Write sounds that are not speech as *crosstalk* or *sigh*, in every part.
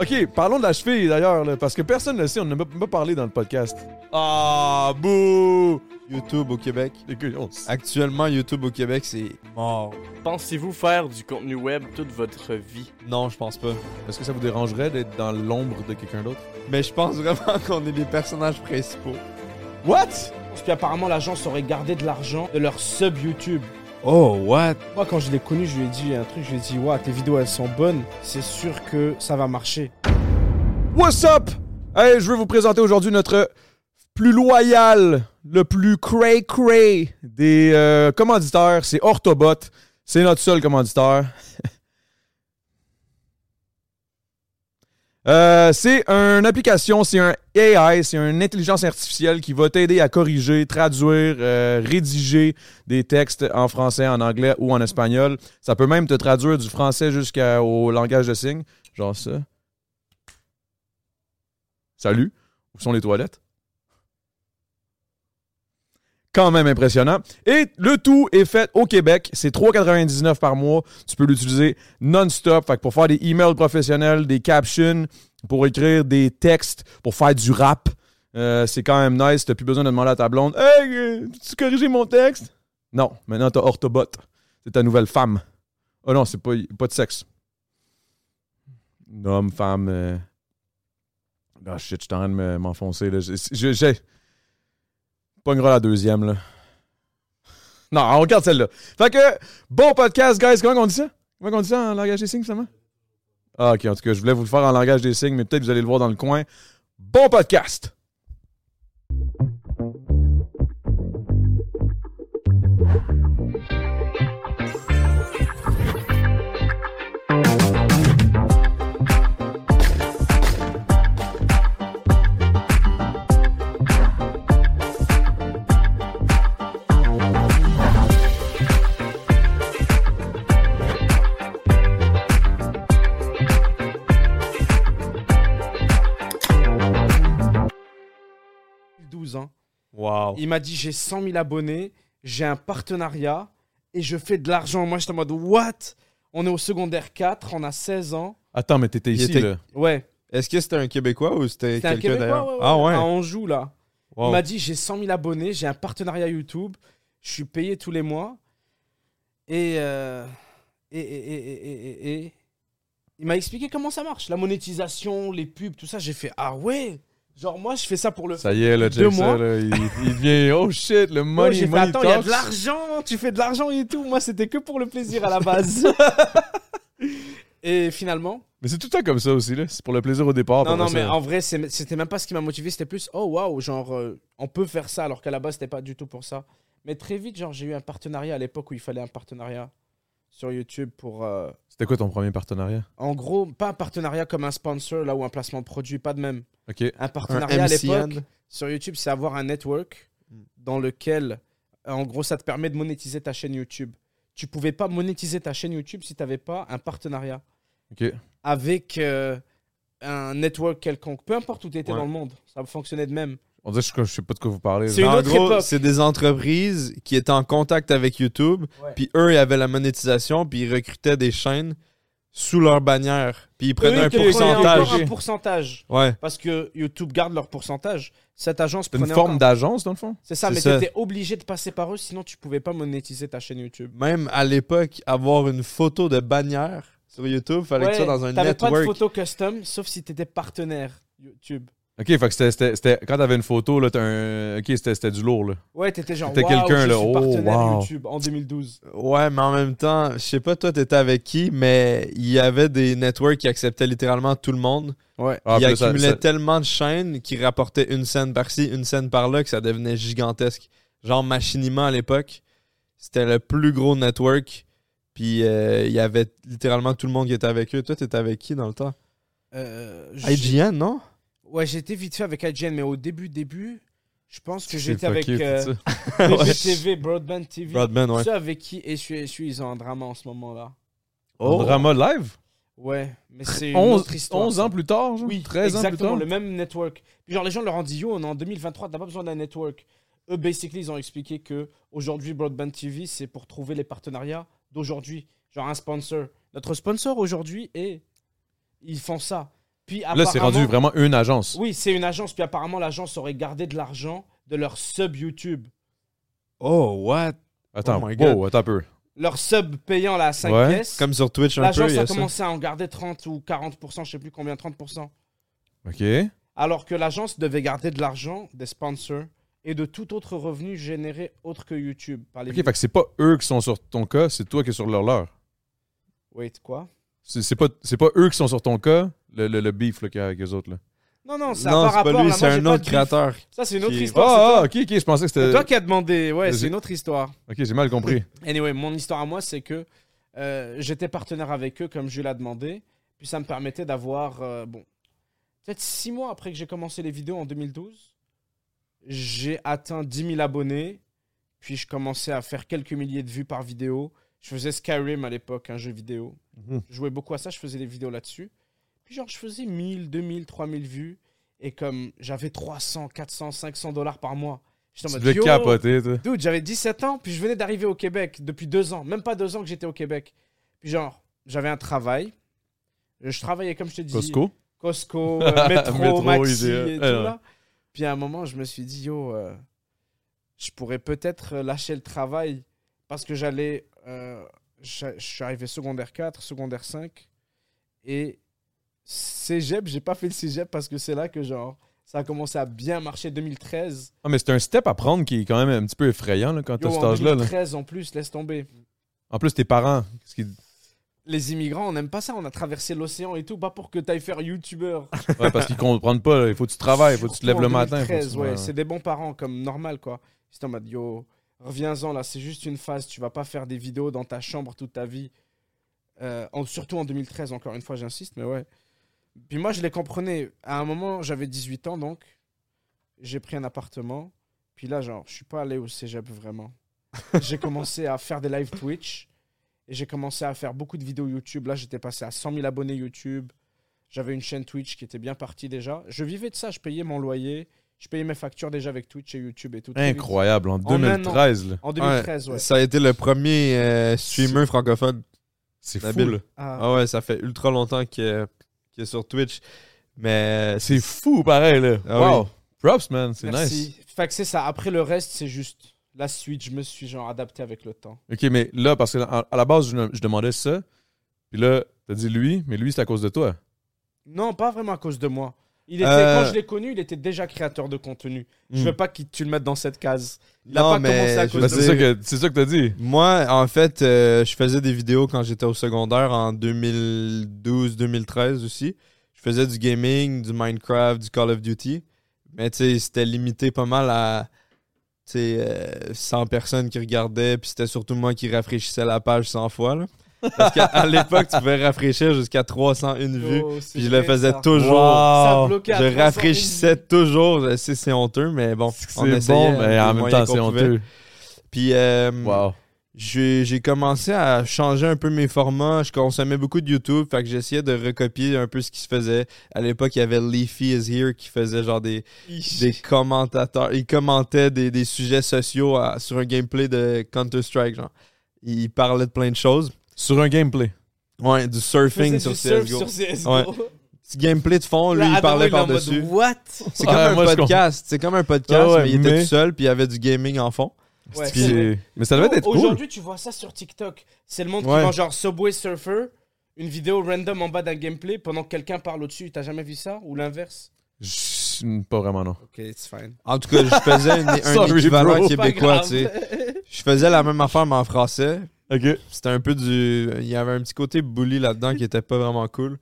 Ok, parlons de la cheville d'ailleurs, là, parce que personne ne le sait, on n'a même pas parlé dans le podcast. Ah, bouh! YouTube au Québec. Les gars, on s- Actuellement, YouTube au Québec, c'est mort. Pensez-vous faire du contenu web toute votre vie? Non, je pense pas. Est-ce que ça vous dérangerait d'être dans l'ombre de quelqu'un d'autre? Mais je pense vraiment *laughs* qu'on est les personnages principaux. What? Puis apparemment, l'agence aurait gardé de l'argent de leur sub YouTube. Oh, what? Moi, quand je l'ai connu, je lui ai dit un truc, je lui ai dit, ouais, tes vidéos, elles sont bonnes, c'est sûr que ça va marcher. What's up? Hey, je veux vous présenter aujourd'hui notre plus loyal, le plus cray-cray des euh, commanditeurs. C'est Orthobot. C'est notre seul commanditeur. *laughs* Euh, c'est une application, c'est un AI, c'est une intelligence artificielle qui va t'aider à corriger, traduire, euh, rédiger des textes en français, en anglais ou en espagnol. Ça peut même te traduire du français jusqu'au langage de signes, genre ça. Salut, où sont les toilettes? Quand même impressionnant. Et le tout est fait au Québec. C'est 3,99 par mois. Tu peux l'utiliser non-stop. Fait que pour faire des emails professionnels, des captions, pour écrire des textes, pour faire du rap, euh, c'est quand même nice. T'as plus besoin de demander à ta blonde Hey, euh, tu corriger mon texte? Non, maintenant t'as Orthobot. C'est ta nouvelle femme. Oh non, c'est pas, pas de sexe. Homme, femme. euh, ah shit, je suis en train de me- m'enfoncer. là. Je- je- J'ai. Pognera la deuxième, là. *laughs* Non, on regarde celle-là. Fait que, bon podcast, guys. Comment on dit ça? Comment on dit ça en langage des signes, finalement? Ah, ok, en tout cas, je voulais vous le faire en langage des signes, mais peut-être que vous allez le voir dans le coin. Bon podcast! Il a 12 ans. Wow. Il m'a dit, j'ai 100 000 abonnés, j'ai un partenariat et je fais de l'argent. Moi, j'étais en mode, what? On est au secondaire 4, on a 16 ans. Attends, mais t'étais Il ici, était- là. Ouais, Est-ce que c'était un Québécois ou c'était c'était un quelqu'un Québécois, d'ailleurs? ouais, ouais, Ah, ouais. à Anjou, là. Wow. Il m'a dit j'ai 100 000 abonnés, j'ai un partenariat YouTube, je suis payé tous les mois. Et, euh, et, et- et- et- et- et- et- il m'a expliqué comment ça marche, la monétisation, les pubs, tout ça. J'ai fait ah ouais, genre moi je fais ça pour le. Ça y est, là, Deux James, mois. là, il, il devient. Oh shit, le Yo, money, J'ai fait money attends, il y a de talks. l'argent, tu fais de l'argent et tout. Moi c'était que pour le plaisir à *laughs* la base. et finalement, Mais c'est tout le temps comme ça aussi, là. C'est pour hein. le plaisir au départ. non après non mais ça. en vrai c'est- c'était même pas ce qui m'a motivé, c'était plus oh waouh genre euh, on peut faire ça alors qu'à la base c'était pas du tout pour ça. Mais très vite genre j'ai eu un partenariat à l'époque où il fallait un partenariat sur YouTube pour euh, C'était quoi ton premier partenariat? en gros pas un partenariat comme un sponsor là ou un placement de produit pas de même. Ok. Un partenariat à MCN. l'époque sur YouTube c'est Mm. avoir un network dans lequel euh, en gros ça te permet de monétiser ta chaîne YouTube. tu pouvais pas monétiser ta chaîne YouTube si tu n'avais pas un partenariat Ok. avec euh, un network quelconque, peu importe où tu étais Ouais. dans le monde, ça fonctionnait de même. On dirait que je- je sais pas de quoi vous parlez. C'est là. une en autre gros, époque. c'est des entreprises qui étaient en contact avec YouTube, Ouais. puis eux, ils avaient la monétisation, puis ils recrutaient des chaînes sous leur bannière, puis ils prenaient Eux, un ils te prenaient pourcentage. encore un pourcentage Ouais. parce que YouTube garde leur pourcentage. Cette agence C'est une prenait forme encore- d'agence, dans le fond? C'est ça, C'est mais tu ça. étais obligé de passer par eux, sinon tu pouvais pas monétiser ta chaîne YouTube. Même à l'époque, avoir une photo de bannière sur YouTube, fallait que ça Ouais, dans un t'avais pas de network. photo custom, sauf si tu étais partenaire YouTube. Ok, fait que c'était- c'était. c'était- Quand t'avais une photo, là, t'as un. Ok, c'était c'était du lourd, là. Ouais, t'étais genre, T'étais waouh, quelqu'un, je là. suis Oh, partenaire wow. YouTube en 2012. Ouais, mais en même temps, je sais pas toi t'étais avec qui, mais il y avait des networks qui acceptaient littéralement tout le monde. Ouais. Ah, ils puis là, ça- accumulaient ça- tellement de chaînes qui rapportaient une scène par-ci, une scène par-là que ça devenait gigantesque. Genre Machinima à l'époque, c'était le plus gros network. Puis euh, il y avait littéralement tout le monde qui était avec eux. Toi t'étais avec qui dans le temps? Euh, je- IGN, non? Ouais, j'étais vite fait avec IGN, mais au début, début, je pense que C'est j'étais avec fucké, euh, *laughs* tout ça. *laughs* BBTV, Broadband TV. Broadband, Tu ouais. sais avec qui Essu et Essu, ils ont un drama en ce moment-là. Un Drama hein, live? Ouais, mais c'est Oh. une autre 11, histoire. ça. ans plus tard, genre? Oui, 13 ans plus exactement, tard? le même network. Puis genre, les gens leur ont dit, yo, on est en 2023, t'as pas besoin d'un network. Eux, basically, ils ont expliqué que aujourd'hui, Broadband TV, c'est pour trouver les partenariats d'aujourd'hui. Genre un sponsor. Notre sponsor aujourd'hui est. Ils font ça. Puis Là, c'est rendu apparemment- vraiment une agence. Oui, c'est une agence. Puis apparemment, l'agence aurait gardé de l'argent de leur sub YouTube. Oh, what? Attends, Oh my God. wow, attends un peu. Leur sub payant la 5 Ouais, pièces. Comme sur Twitch un peu, L'agence il y a a ça. commencé à en garder 30 ou 40%, je sais plus combien, 30%. Ok. Fait Alors que l'agence devait garder de l'argent des sponsors et de tout autre revenu généré autre que YouTube. Par les fait que c'est pas eux qui sont sur ton cas, c'est toi qui es sur leur leur. Wait, quoi C'est c'est pas, c'est pas eux qui sont sur ton cas, le, le, le beef là, qu'il y a avec eux autres. Là. Non, non, ça a Non, pas c'est rapport. pas lui, là, c'est moi, j'ai pas un de autre beef. créateur. Ça, c'est une autre qui- Oh, Ah, histoire. ah, ok, ok, je pensais que euh, c'est toi. c'était. C'est toi qui as demandé. Ouais, Vas-y. c'est une autre histoire. Ok, j'ai mal compris. Anyway, mon histoire à moi, c'est que euh, j'étais partenaire avec eux, comme je l'ai demandé. Puis ça me permettait d'avoir, euh, bon, peut-être six mois après que j'ai commencé les vidéos en 2012, j'ai atteint 10 000 abonnés. Puis je commençais à faire quelques milliers de vues par vidéo. Je faisais Skyrim à l'époque, un jeu vidéo. Mhm. Je jouais beaucoup à ça, je faisais des vidéos là-dessus. Puis genre, je faisais 1000, 2000, 3000 vues. Et comme j'avais 300, 400, 500 dollars par mois, j'étais en Tu mode, devais Yo, capoter, toi. Dude, j'avais 17 ans, puis je venais d'arriver au Québec depuis deux ans, même pas deux ans que j'étais au Québec. Puis genre, j'avais un travail. Je travaillais comme je te dis. Costco. *laughs* Costco, euh, Métro, Métro, Maxi IGA. et tout Ouais, ouais. là. Puis à un moment, je me suis dit, yo, euh, je pourrais peut-être euh, lâcher le travail parce que j'allais. euh, je je suis arrivé secondaire 4, secondaire 5. Et cégep, j'ai pas fait le cégep parce que c'est là que genre, ça a commencé à bien marcher 2013. Ah, mais c'est un step à prendre qui est quand même un petit peu effrayant là, quand Yo, t'as cet en âge-là. là. 2013 en plus, laisse tomber. En plus, tes parents. qu'est-ce qu'ils- Les immigrants, on n'aime pas ça. On a traversé l'océan et tout, pas pour que t'ailles faire youtubeur. Ouais, parce qu'ils comprennent pas. là. Il faut que tu travailles, il faut que tu te lèves Surtout le en matin. faut que 2013, tu- ouais, ouais. c'est des bons parents, comme normal, quoi. C'est en mode, yo, reviens-en là, c'est juste une phase. Tu vas pas faire des vidéos dans ta chambre toute ta vie. Euh, en- surtout en 2013, encore une fois, j'insiste, mais ouais. Puis moi, je les comprenais. À un moment, j'avais 18 ans, donc j'ai pris un appartement. Puis là, genre, je suis pas allé au cégep *laughs* vraiment. j'ai commencé à faire des live Twitch et j'ai commencé à faire beaucoup de vidéos YouTube. Là, j'étais passé à 100 000 abonnés YouTube. J'avais une chaîne Twitch qui était bien partie déjà. Je vivais de ça, je payais mon loyer, je payais mes factures déjà avec Twitch et YouTube et tout. Très vite. Incroyable, en un an. 2013. là. En 2013, ouais. Ça a été le premier euh, streamer francophone. C'est fou, Nabil. là. Ah. Ah ouais, ça fait ultra longtemps qu'il est, qu'il est sur Twitch. Mais euh, C'est fou, pareil, là. Ah wow. oui. Props, man. C'est nice. Merci. Fait que c'est ça. Après le reste, c'est juste la suite. Je me suis genre adapté avec le temps. OK, mais là, parce que à, à la base, je, je demandais ça. Puis Euh, là, t'as dit lui, mais lui, c'est à cause de toi. Non, pas vraiment à cause de moi. Il était, Euh. Quand je l'ai connu, il était déjà créateur de contenu. Je Hmm. veux pas que tu le mettes dans cette case. Il a Non, pas mais commencé à je cause Ben, veux de c'est dire- ça que c'est ça que t'as dit. moi, en fait, euh, je faisais des vidéos quand j'étais au secondaire en 2012-2013 aussi. Je faisais du gaming, du Minecraft, du Call of Duty. Mais tu sais, c'était limité pas mal à tu sais, euh, 100 personnes qui regardaient. Puis c'était surtout moi qui rafraîchissais la page 100 fois. là. Parce *laughs* qu'à à l'époque, tu pouvais rafraîchir jusqu'à 301 vues. Oh, c'est Puis je le vrai, faisais ça. toujours. Oh, Ça bloquait à Je 300 rafraîchissais toujours. Je sais, c'est honteux, mais bon. on C'est essayait bon, mais des en même moyens temps, c'est qu'on pouvait. honteux. Puis, euh, Wow. j'ai j'ai commencé à changer un peu mes formats. Je consommais beaucoup de YouTube, fait que j'essayais de recopier un peu ce qui se faisait. À l'époque, il y avait Leafy is Here qui faisait genre des, des commentateurs. Il commentait des, des sujets sociaux à- sur un gameplay de Counter-Strike, genre. Il parlait de plein de choses. Sur un gameplay. Ouais, du surfing sur CSGO. Sur CSGO. Ouais. Petit gameplay de fond, lui, il parlait par-dessus. What? C'est comme Ouais, un Ah, moi, je Ah podcast. C'est comme un podcast, Ouais, ouais, mais il était mais- tout seul, puis il y avait du gaming en fond. Ouais, Puis- c'est vrai. Mais ça devait être cool. Aujourd'hui, tu vois ça sur TikTok. C'est le monde Ouais. qui vend genre Subway Surfer, une vidéo random en bas d'un gameplay pendant que quelqu'un parle au-dessus. T'as jamais vu ça? Ou l'inverse? Je- Pas vraiment, non. Ok, it's fine. En tout cas, je faisais *laughs* une- un Sorry, équivalent bro. québécois, tu sais. Je faisais la même affaire, mais en français. Ok. C'était un peu du... Il y avait un petit côté bully là-dedans qui était pas vraiment cool.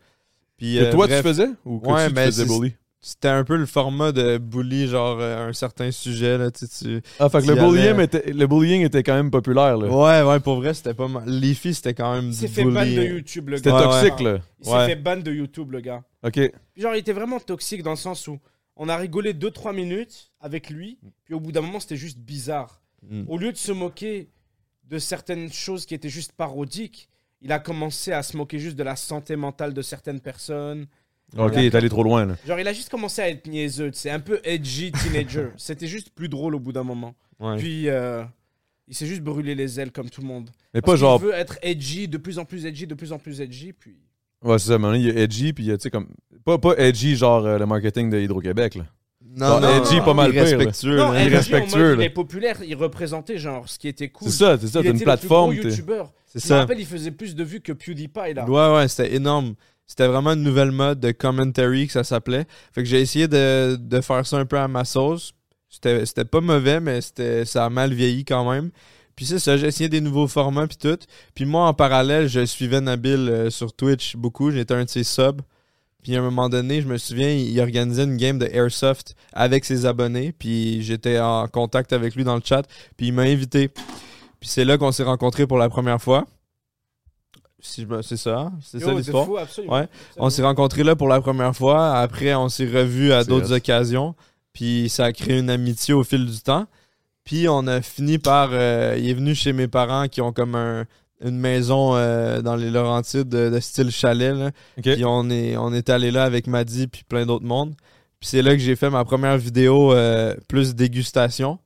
Puis, Que euh, toi, bref, tu faisais Ou que Ouais, tu, tu mais faisais c'est- bully C'était un peu le format de bully, genre euh, un certain sujet, là, tu sais. tu- Ah, fait que il le y avait- bullying, était, le bullying était quand même populaire, là. Ouais, ouais, pour vrai, c'était pas mal. Les filles, c'était quand même Il du s'est bully. fait ban de YouTube, le C'était gars. Ouais, toxique, là. Il s'est Ouais. fait ban de YouTube, le gars. Ok. Genre, il était vraiment toxique dans le sens où on a rigolé 2-3 minutes avec lui, puis au bout d'un moment, c'était juste bizarre. Mm. Au lieu de se moquer de certaines choses qui étaient juste parodiques, il a commencé à se moquer juste de la santé mentale de certaines personnes. Ok, il est allé trop loin, là. Genre, il a juste commencé à être niaiseux, c'est un peu edgy teenager. C'était juste plus drôle au bout d'un moment. Ouais. Puis, euh, il s'est juste brûlé les ailes comme tout le monde. Mais pas Parce qu'il genre. veut être edgy, de plus en plus edgy, de plus en plus edgy, puis... Ouais, c'est ça, mais il y a edgy, puis il y a, tu sais, comme. Pas, pas edgy, genre euh, le marketing de Hydro-Québec, là. Non, Bon, non, Edgy, non, pas mal pire, là. irrespectueux, Non, là. edgy, en mode, irrespectueux, il là. est populaire, il représentait genre ce qui était cool. C'est ça, c'est Il ça, t'as était une le plateforme. plus gros t'es- youtubeur. C'est Je me ça. rappelle, il faisait plus de vues que PewDiePie là. Ouais, ouais, c'était énorme. C'était vraiment une nouvelle mode de commentary que ça s'appelait. Fait que j'ai essayé de, de faire ça un peu à ma sauce. C'était c'était pas mauvais, mais c'était ça a mal vieilli quand même. Puis c'est ça, j'ai essayé des nouveaux formats puis tout. Puis moi, en parallèle, je suivais Nabil euh, sur Twitch beaucoup. J'étais un de ses subs. Puis à un moment donné, je me souviens, il organisait une game de Airsoft avec ses abonnés. Puis j'étais en contact avec lui dans le chat. Puis il m'a invité. Puis c'est là qu'on s'est rencontrés pour la première fois. Si je me- C'est ça, hein? c'est Yo, ça de l'histoire. Oh, fou, absolument. Ouais. On s'est rencontrés là pour la première fois. Après, on s'est revus à C'est d'autres hot. occasions. Puis ça a créé une amitié au fil du temps. Puis on a fini par. euh, il est venu chez mes parents qui ont comme un- une maison euh, dans les Laurentides de, de style chalet. là. Ok. Puis on est, on est allé là avec Maddy puis plein d'autres mondes. Puis c'est là que j'ai fait ma première vidéo euh, plus dégustation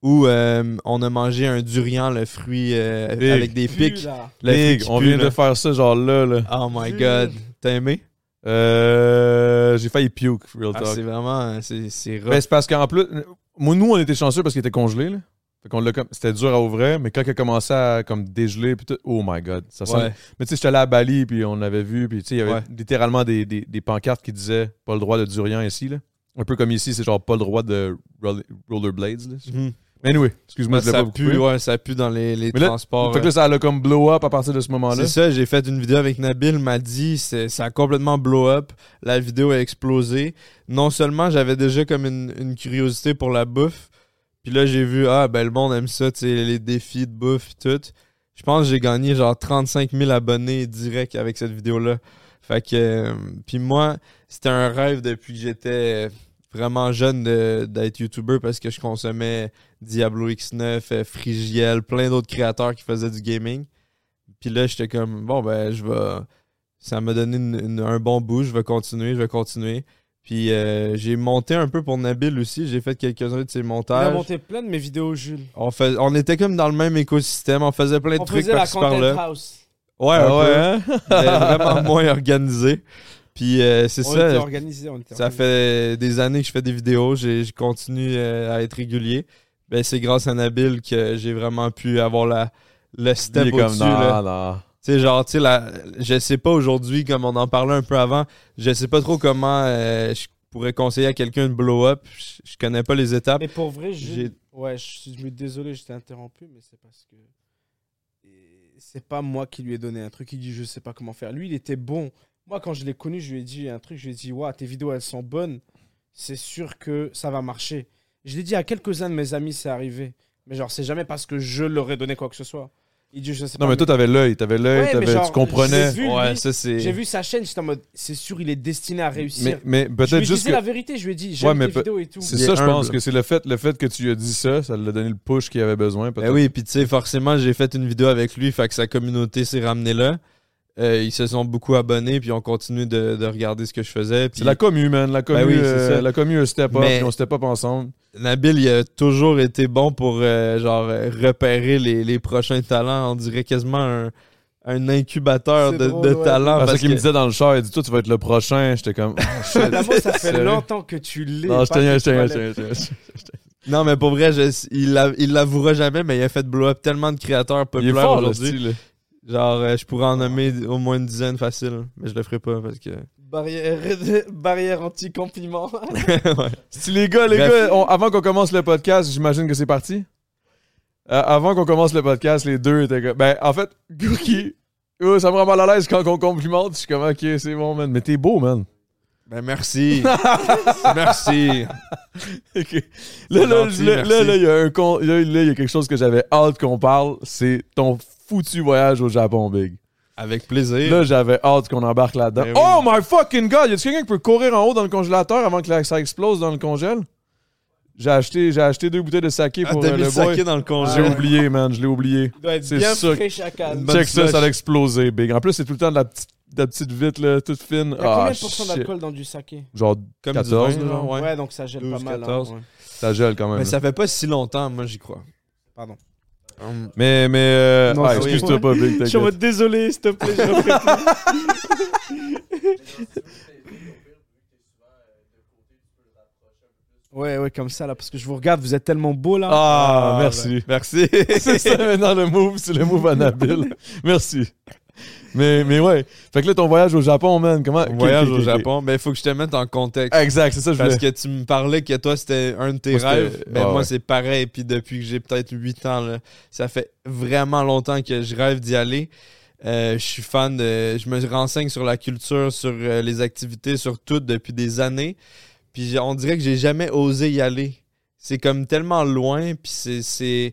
où euh, on a mangé un durian, le fruit euh, Big. avec des Plus, pics. là. Le fruit Big, qui on pue, vient là. de faire ça, genre là, là. Oh my Dur. god, t'as aimé? Euh, J'ai failli puke, real Ah, talk. c'est vraiment. euh, C'est c'est rough. Ben, c'est parce qu'en plus, moi, nous, on était chanceux parce qu'il était congelé, là. Fait qu'on l'a comme. C'était dur à ouvrir, mais quand il a commencé à comme dégeler, puis tout, oh my god, ça sent. Ouais. Mais tu sais, j'étais allé à Bali, puis on avait vu, puis tu sais, il y avait Ouais. littéralement des, des, des pancartes qui disaient pas le droit de durian ici, là. Un peu comme ici, c'est genre pas le droit de roll- rollerblades, là. Mhm. Mais anyway, excuse-moi, je l'ai ça, pas vous pue, couper. ouais, ça pue dans les, les Mais là, transports. fait que là, ça a comme blow up à partir de ce moment-là. C'est ça, j'ai fait une vidéo avec Nabil, m'a dit, c'est- ça a complètement blow up, la vidéo a explosé. Non seulement j'avais déjà comme une, une curiosité pour la bouffe, puis là j'ai vu, ah ben le monde aime ça, tu sais, les défis de bouffe et tout. Je pense que j'ai gagné genre 35 000 abonnés direct avec cette vidéo-là. Fait que, euh, puis moi, c'était un rêve depuis que j'étais vraiment jeune de- d'être YouTuber parce que je consommais Diablo X9, euh, Frigiel, plein d'autres créateurs qui faisaient du gaming. Puis là, j'étais comme, bon, ben, je vais. Ça m'a donné une- une- un bon bout, je vais continuer, je vais continuer. Puis euh, j'ai monté un peu pour Nabil aussi, j'ai fait quelques-uns de ses Il a montages. monté plein de mes vidéos, Jules. On, fais- on était comme dans le même écosystème, on faisait plein de On trucs faisait la par-ci content par-là. house. Ouais, Ah un ouais, peu, hein? *laughs* mais vraiment moins organisé. Puis euh, c'est On était ça, organisé, on était ça organisés. fait des années que je fais des vidéos, j'ai- je continue euh, à être régulier. Ben, c'est grâce à Nabil que j'ai vraiment pu avoir la, le Il est step comme, au-dessus. non, là. non. Tu sais, genre, tu sais, la- je sais pas aujourd'hui, comme on en parlait un peu avant, je sais pas trop comment euh, je pourrais conseiller à quelqu'un de blow up. Je, je connais pas les étapes. Mais pour vrai, Jules, J'ai- ouais, je suis je suis désolé, je t'ai interrompu, mais c'est parce que et c'est pas moi qui lui ai donné un truc. Il dit, je sais pas comment faire. Lui, il était bon. Moi, quand je l'ai connu, je lui ai dit un truc. Je lui ai dit, waouh, tes vidéos, elles sont bonnes. C'est sûr que ça va marcher. Je l'ai dit à quelques-uns de mes amis, c'est arrivé. Mais genre, c'est jamais parce que je leur ai donné quoi que ce soit. Il dit, je sais Non, pas, mais toi, t'avais l'œil, t'avais l'œil, Ouais, t'avais- mais genre, tu comprenais. j'ai vu, lui, ouais, ça, c'est. J'ai vu sa chaîne, j'étais en mode, c'est sûr, il est destiné à réussir. Mais, mais je peut-être lui juste disais que. la vérité, je lui ai dit, Ouais, j'aime mais tes peut- vidéos *laughs* et tout. C'est Il est ça, je pense, humble. que c'est le fait, le fait que tu lui as dit ça, ça lui a donné le push qu'il avait besoin. peut-être. Ben oui, puis tu sais, forcément, j'ai fait une vidéo avec lui, fait que sa communauté s'est ramenée là. Euh, ils se sont beaucoup abonnés, puis ont continué de, de regarder ce que je faisais. Puis C'est la commu, man. La commu, Ben oui, c'est euh, ça. la commu, un step up, Mais- puis on step up ensemble. Nabil, il a toujours été bon pour euh, genre euh, repérer les, les prochains talents. On dirait quasiment un, un incubateur C'est de, drôle, de ouais. talents. Parce, Ah, parce qu'il que- me disait dans le char, il dit Toi, tu vas être le prochain. J'étais comme. Oh, *laughs* shit. Adamo, ça fait Sérieux? longtemps que tu l'es. Non, je pas que tiens, tu je tiens, vas je l'être. tiens, je tiens. Non, mais pour vrai, je- il l'a- il l'avouera jamais, mais il a fait blow up tellement de créateurs Il est populaires fort, le aujourd'hui. style. Genre, euh, je pourrais en Ah. nommer au moins une dizaine facile, mais je le ferai pas parce que. Barrière, *laughs* barrière anti-compliment. *laughs* Ouais. Si les gars, les Bref. gars, on- avant qu'on commence le podcast, j'imagine que c'est parti. Euh, avant qu'on commence le podcast, les deux étaient comme. Ben, en fait, Gurki, oh, ça me rend mal à l'aise quand on complimente. Je suis comme, ok, c'est bon, man. Mais t'es beau, man. Ben *laughs* merci. merci. Ok. Là, là, Gentil, là, là, merci. là, il y a un con- là, là, il y a quelque chose que j'avais hâte qu'on parle. C'est ton foutu voyage au Japon, Big. Avec plaisir. Là, j'avais hâte qu'on embarque là-dedans. Ben oui. Oh my fucking god! Y a quelqu'un qui peut courir en haut dans le congélateur avant que la- ça explose dans le congèle? J'ai acheté, j'ai acheté deux bouteilles de saké ah, pour t'as euh, mis le le boy. saké dans le J'ai congé. oublié, man, je l'ai oublié. Il doit être C'est bien ça. frais, chacal. Bonne- Check ça, slush. ça a explosé, big. En plus, c'est tout le temps de la petite, de la petite vite, là, toute fine. Il y a Ah, combien de pourcents shit. d'alcool dans du saké Genre Comme 14, du vin, genre. genre, ouais. donc ça gèle 12, pas mal. hein, 14. ouais. Ça gèle quand même. Mais là. ça fait pas si longtemps, moi j'y crois. Pardon. Hum. Mais, mais, euh, Non, ah, c'est- excuse-toi pas, big, Je suis en t'inquiète. mode désolé, s'il te plaît. je reprends. ouais, ouais, comme ça là, parce que je vous regarde, vous êtes tellement beau là. Ah, Ah, merci. *laughs* Merci. c'est ça *laughs* maintenant le move, c'est le move Annabelle. Merci. Mais, mais ouais. Fait que là, ton voyage au Japon, man, comment. Mon voyage ok, au ok, ok. Japon, mais il faut que je te mette en contexte. Exact, c'est ça, je Parce voulais. que tu me parlais que toi, c'était un de tes Moi, c'était- Ah rêves. Ben, ouais, moi, ouais. c'est pareil. Puis depuis que j'ai peut-être 8 ans, là, ça fait vraiment longtemps que je rêve d'y aller. Euh, je suis fan de. Je me renseigne sur la culture, sur euh, les activités, sur tout depuis des années. Puis j'ai- on dirait que j'ai jamais osé y aller. C'est comme tellement loin. Puis c'est- c'est.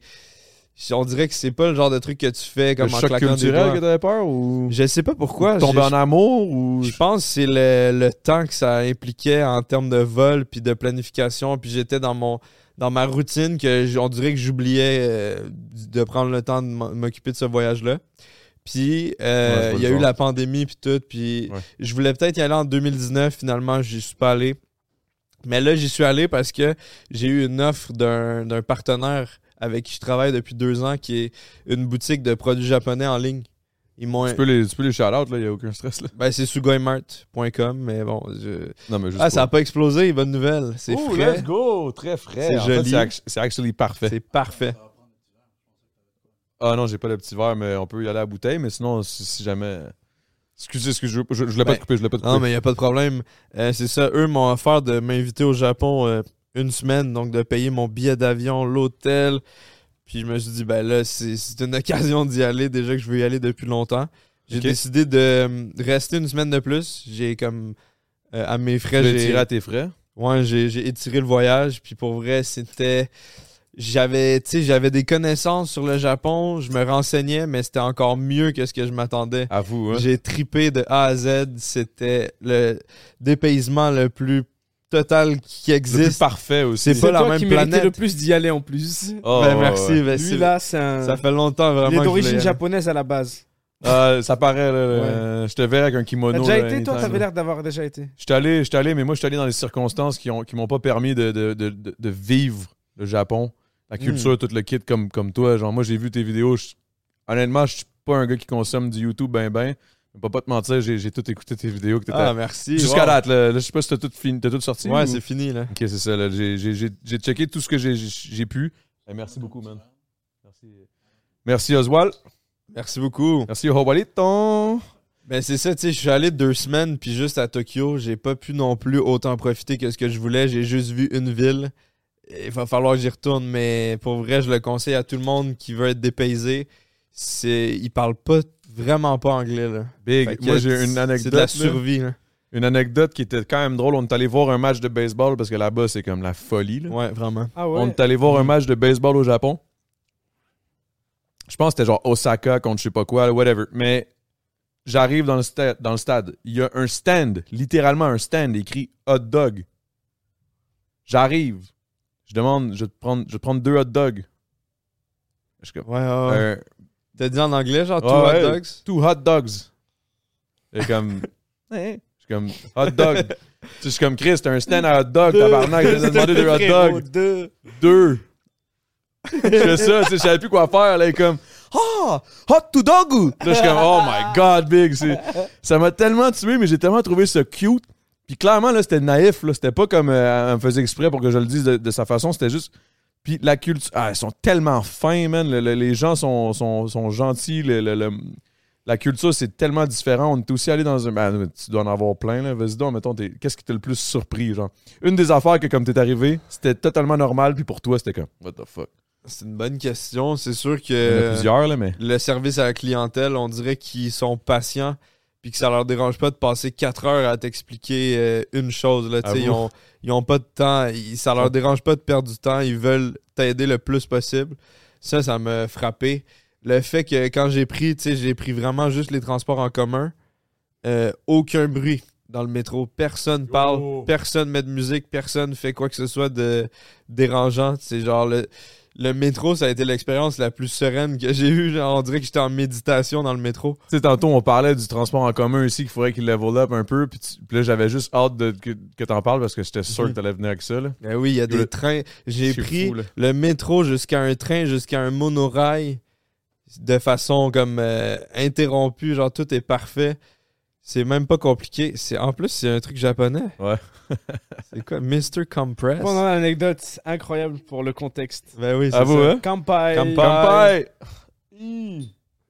On dirait que c'est pas le genre de truc que tu fais comme Le en choc claquant des culturel doigts. que t'avais peur ou. Je sais pas pourquoi. Tomber je- en amour ou. je pense que c'est le, le temps que ça impliquait en termes de vol puis de planification. Puis j'étais dans mon dans ma routine que j- on dirait que j'oubliais euh, de prendre le temps de m'en- m'occuper de ce voyage-là. Puis Ouais, je euh, vois il y a le eu genre. la pandémie puis tout. Puis Ouais. je voulais peut-être y aller en 2019. Finalement, j'y suis pas allé. Mais là, j'y suis allé parce que j'ai eu une offre d'un d'un partenaire avec qui je travaille depuis deux ans qui est une boutique de produits japonais en ligne. Ils m'ont Tu peux les, tu peux les shout-out, là, y a aucun stress, là. ben, c'est sugoimart.com, mais bon. je- Non, mais juste. Ah, ça n'a pas explosé, bonne nouvelle. C'est Ouh, frais. let's go, très frais. C'est En fait, joli. C'est act- c'est actually parfait. C'est parfait. Ah non, j'ai pas le petit verre, mais on peut y aller à la bouteille, mais sinon, si, si jamais. Excusez, excusez, je, je, je voulais pas Ben, te couper, je voulais pas te couper. Non, mais il n'y a pas de problème. Euh, c'est ça, eux m'ont offert de m'inviter au Japon euh, une semaine, donc de payer mon billet d'avion, l'hôtel. Puis je me suis dit, ben là, c'est c'est une occasion d'y aller, déjà que je veux y aller depuis longtemps. J'ai Ok. décidé de euh, rester une semaine de plus. J'ai comme. euh, à mes frais, Tu l'as j'ai. tiré à tes frais. Ouais, j'ai j'ai étiré le voyage, puis pour vrai, c'était... J'avais, tu sais, j'avais des connaissances sur le Japon, je me renseignais, mais c'était encore mieux que ce que je m'attendais. À vous, hein. J'ai tripé de A à Z, c'était le dépaysement le plus total qui Le plus existe. parfait aussi. C'est C'est pas la toi même qui méritais planète. le plus d'y aller en plus. Oh, Ben, ouais, merci, ouais. ben, Lui c'est- là, c'est un. ça fait longtemps vraiment. Il que est je hein. d'origine voulais- japonaise à la base. Euh, ça paraît, là, là, je te verrai avec un kimono. T'as déjà là, été toi anytime, T'avais là. l'air d'avoir déjà été. J'étais allé, j'étais allé, mais moi, j'étais allé dans des circonstances qui ont, qui m'ont pas permis de, de, de, de- de vivre le Japon, la culture, tout le kit comme, comme toi. Genre, moi, j'ai vu tes vidéos. je- honnêtement, je suis pas un gars qui consomme du YouTube ben ben. Je peux pas te mentir, j'ai, j'ai tout écouté tes vidéos que t'étais. Ah, merci. Jusqu'à wow. date, là, Là, je sais pas si t'as tout fini, t'as tout sorti. Ouais, ou- c'est fini, là. Ok, c'est ça. là. J'ai, j'ai- j'ai- j'ai checké tout ce que j'ai, j'ai- j'ai pu. Eh, merci beaucoup, man. Merci. Merci Oswald. Merci beaucoup. Merci Howaliton. Ben c'est ça, tu sais, je suis allé deux semaines, puis juste à Tokyo, j'ai pas pu non plus autant profiter que ce que je voulais. J'ai juste vu une ville. Il va falloir que j'y retourne, mais pour vrai, je le conseille à tout le monde qui veut être dépaysé. C'est, ils parlent pas vraiment pas anglais là. Fait Big. que Moi, j'ai c'est- une C'est anecdote. de la là. survie. hein. là. Une anecdote qui était quand même drôle, on est allé voir un match de baseball parce que là-bas c'est comme la folie. là. Ouais, vraiment. Ah On ouais. est allé voir un match de baseball au Japon. Je pense que c'était genre Osaka contre je sais pas quoi, whatever. Mais j'arrive dans, le sta- dans le stade. Il y a un stand, littéralement un stand écrit hot dog. J'arrive. Je demande, je vais te prendre, je vais te prendre deux hot dogs. Je suis comme, Ouais, ouais, ouais. euh, T'as dit en anglais, genre, two Ouais, ouais. hot dogs? two hot dogs. Et comme, je suis comme, hot dog. Tu sais, Je suis comme, Chris, t'as un stand à hot dog, tabarnak, je viens de demander deux hot dogs. Deux. Deux. je fais ça, tu sais, je savais plus quoi faire, là, et comme, ah, hot to dog. Là, je suis comme, oh my god, big. c'est- Ça m'a tellement tué, mais j'ai tellement trouvé ça cute. Puis clairement, là, c'était naïf, là, c'était pas comme, euh, elle me faisait exprès pour que je le dise de, de sa façon, c'était juste. Puis la culture. Ah, ils sont tellement fins, man. le- le- les gens sont, sont, sont gentils. le- le- le- la culture, c'est tellement différent. On est aussi allé dans un. Ben, tu dois en avoir plein, là. Vas-y donc, mettons, t'es- qu'est-ce qui t'a le plus surpris, genre? Une des affaires que, comme t'es arrivé, c'était totalement normal, puis pour toi, c'était comme, what the fuck? C'est une bonne question. C'est sûr Il y en a que plusieurs, là, mais. le service à la clientèle, on dirait qu'ils sont patients puis que ça leur dérange pas de passer quatre heures à t'expliquer euh, une chose. Là, tu sais, Avoue. ils, ont, ils ont pas de temps. Ils- ça leur dérange pas de perdre du temps. Ils veulent t'aider le plus possible. Ça, ça m'a frappé. Le fait que quand j'ai pris, tu sais, j'ai pris vraiment juste les transports en commun. euh, aucun bruit dans le métro. Personne parle. Oh. Personne met de musique. Personne fait quoi que ce soit de dérangeant. C'est genre le, le métro, ça a été l'expérience la plus sereine que j'ai eue. Genre, on dirait que j'étais en méditation dans le métro. Tu sais, tantôt, on parlait du transport en commun ici, qu'il faudrait qu'il level up un peu, puis, tu- puis là, j'avais juste hâte de, que, que t'en parles parce que j'étais sûr Mhm. que t'allais venir avec ça, là. Ben oui, il y a des Le- trains. J'ai C'est pris fou, là. le métro jusqu'à un train, jusqu'à un monorail, de façon comme euh, interrompue. Genre, tout est parfait. C'est même pas compliqué. C'est En plus, c'est un truc japonais. Ouais. *laughs* hein. C'est quoi? Mr. Compress. Pendant l'anecdote, incroyable pour le contexte. Ben oui, c'est À vous, ça. hein? Kampai. Kampai! Hmm.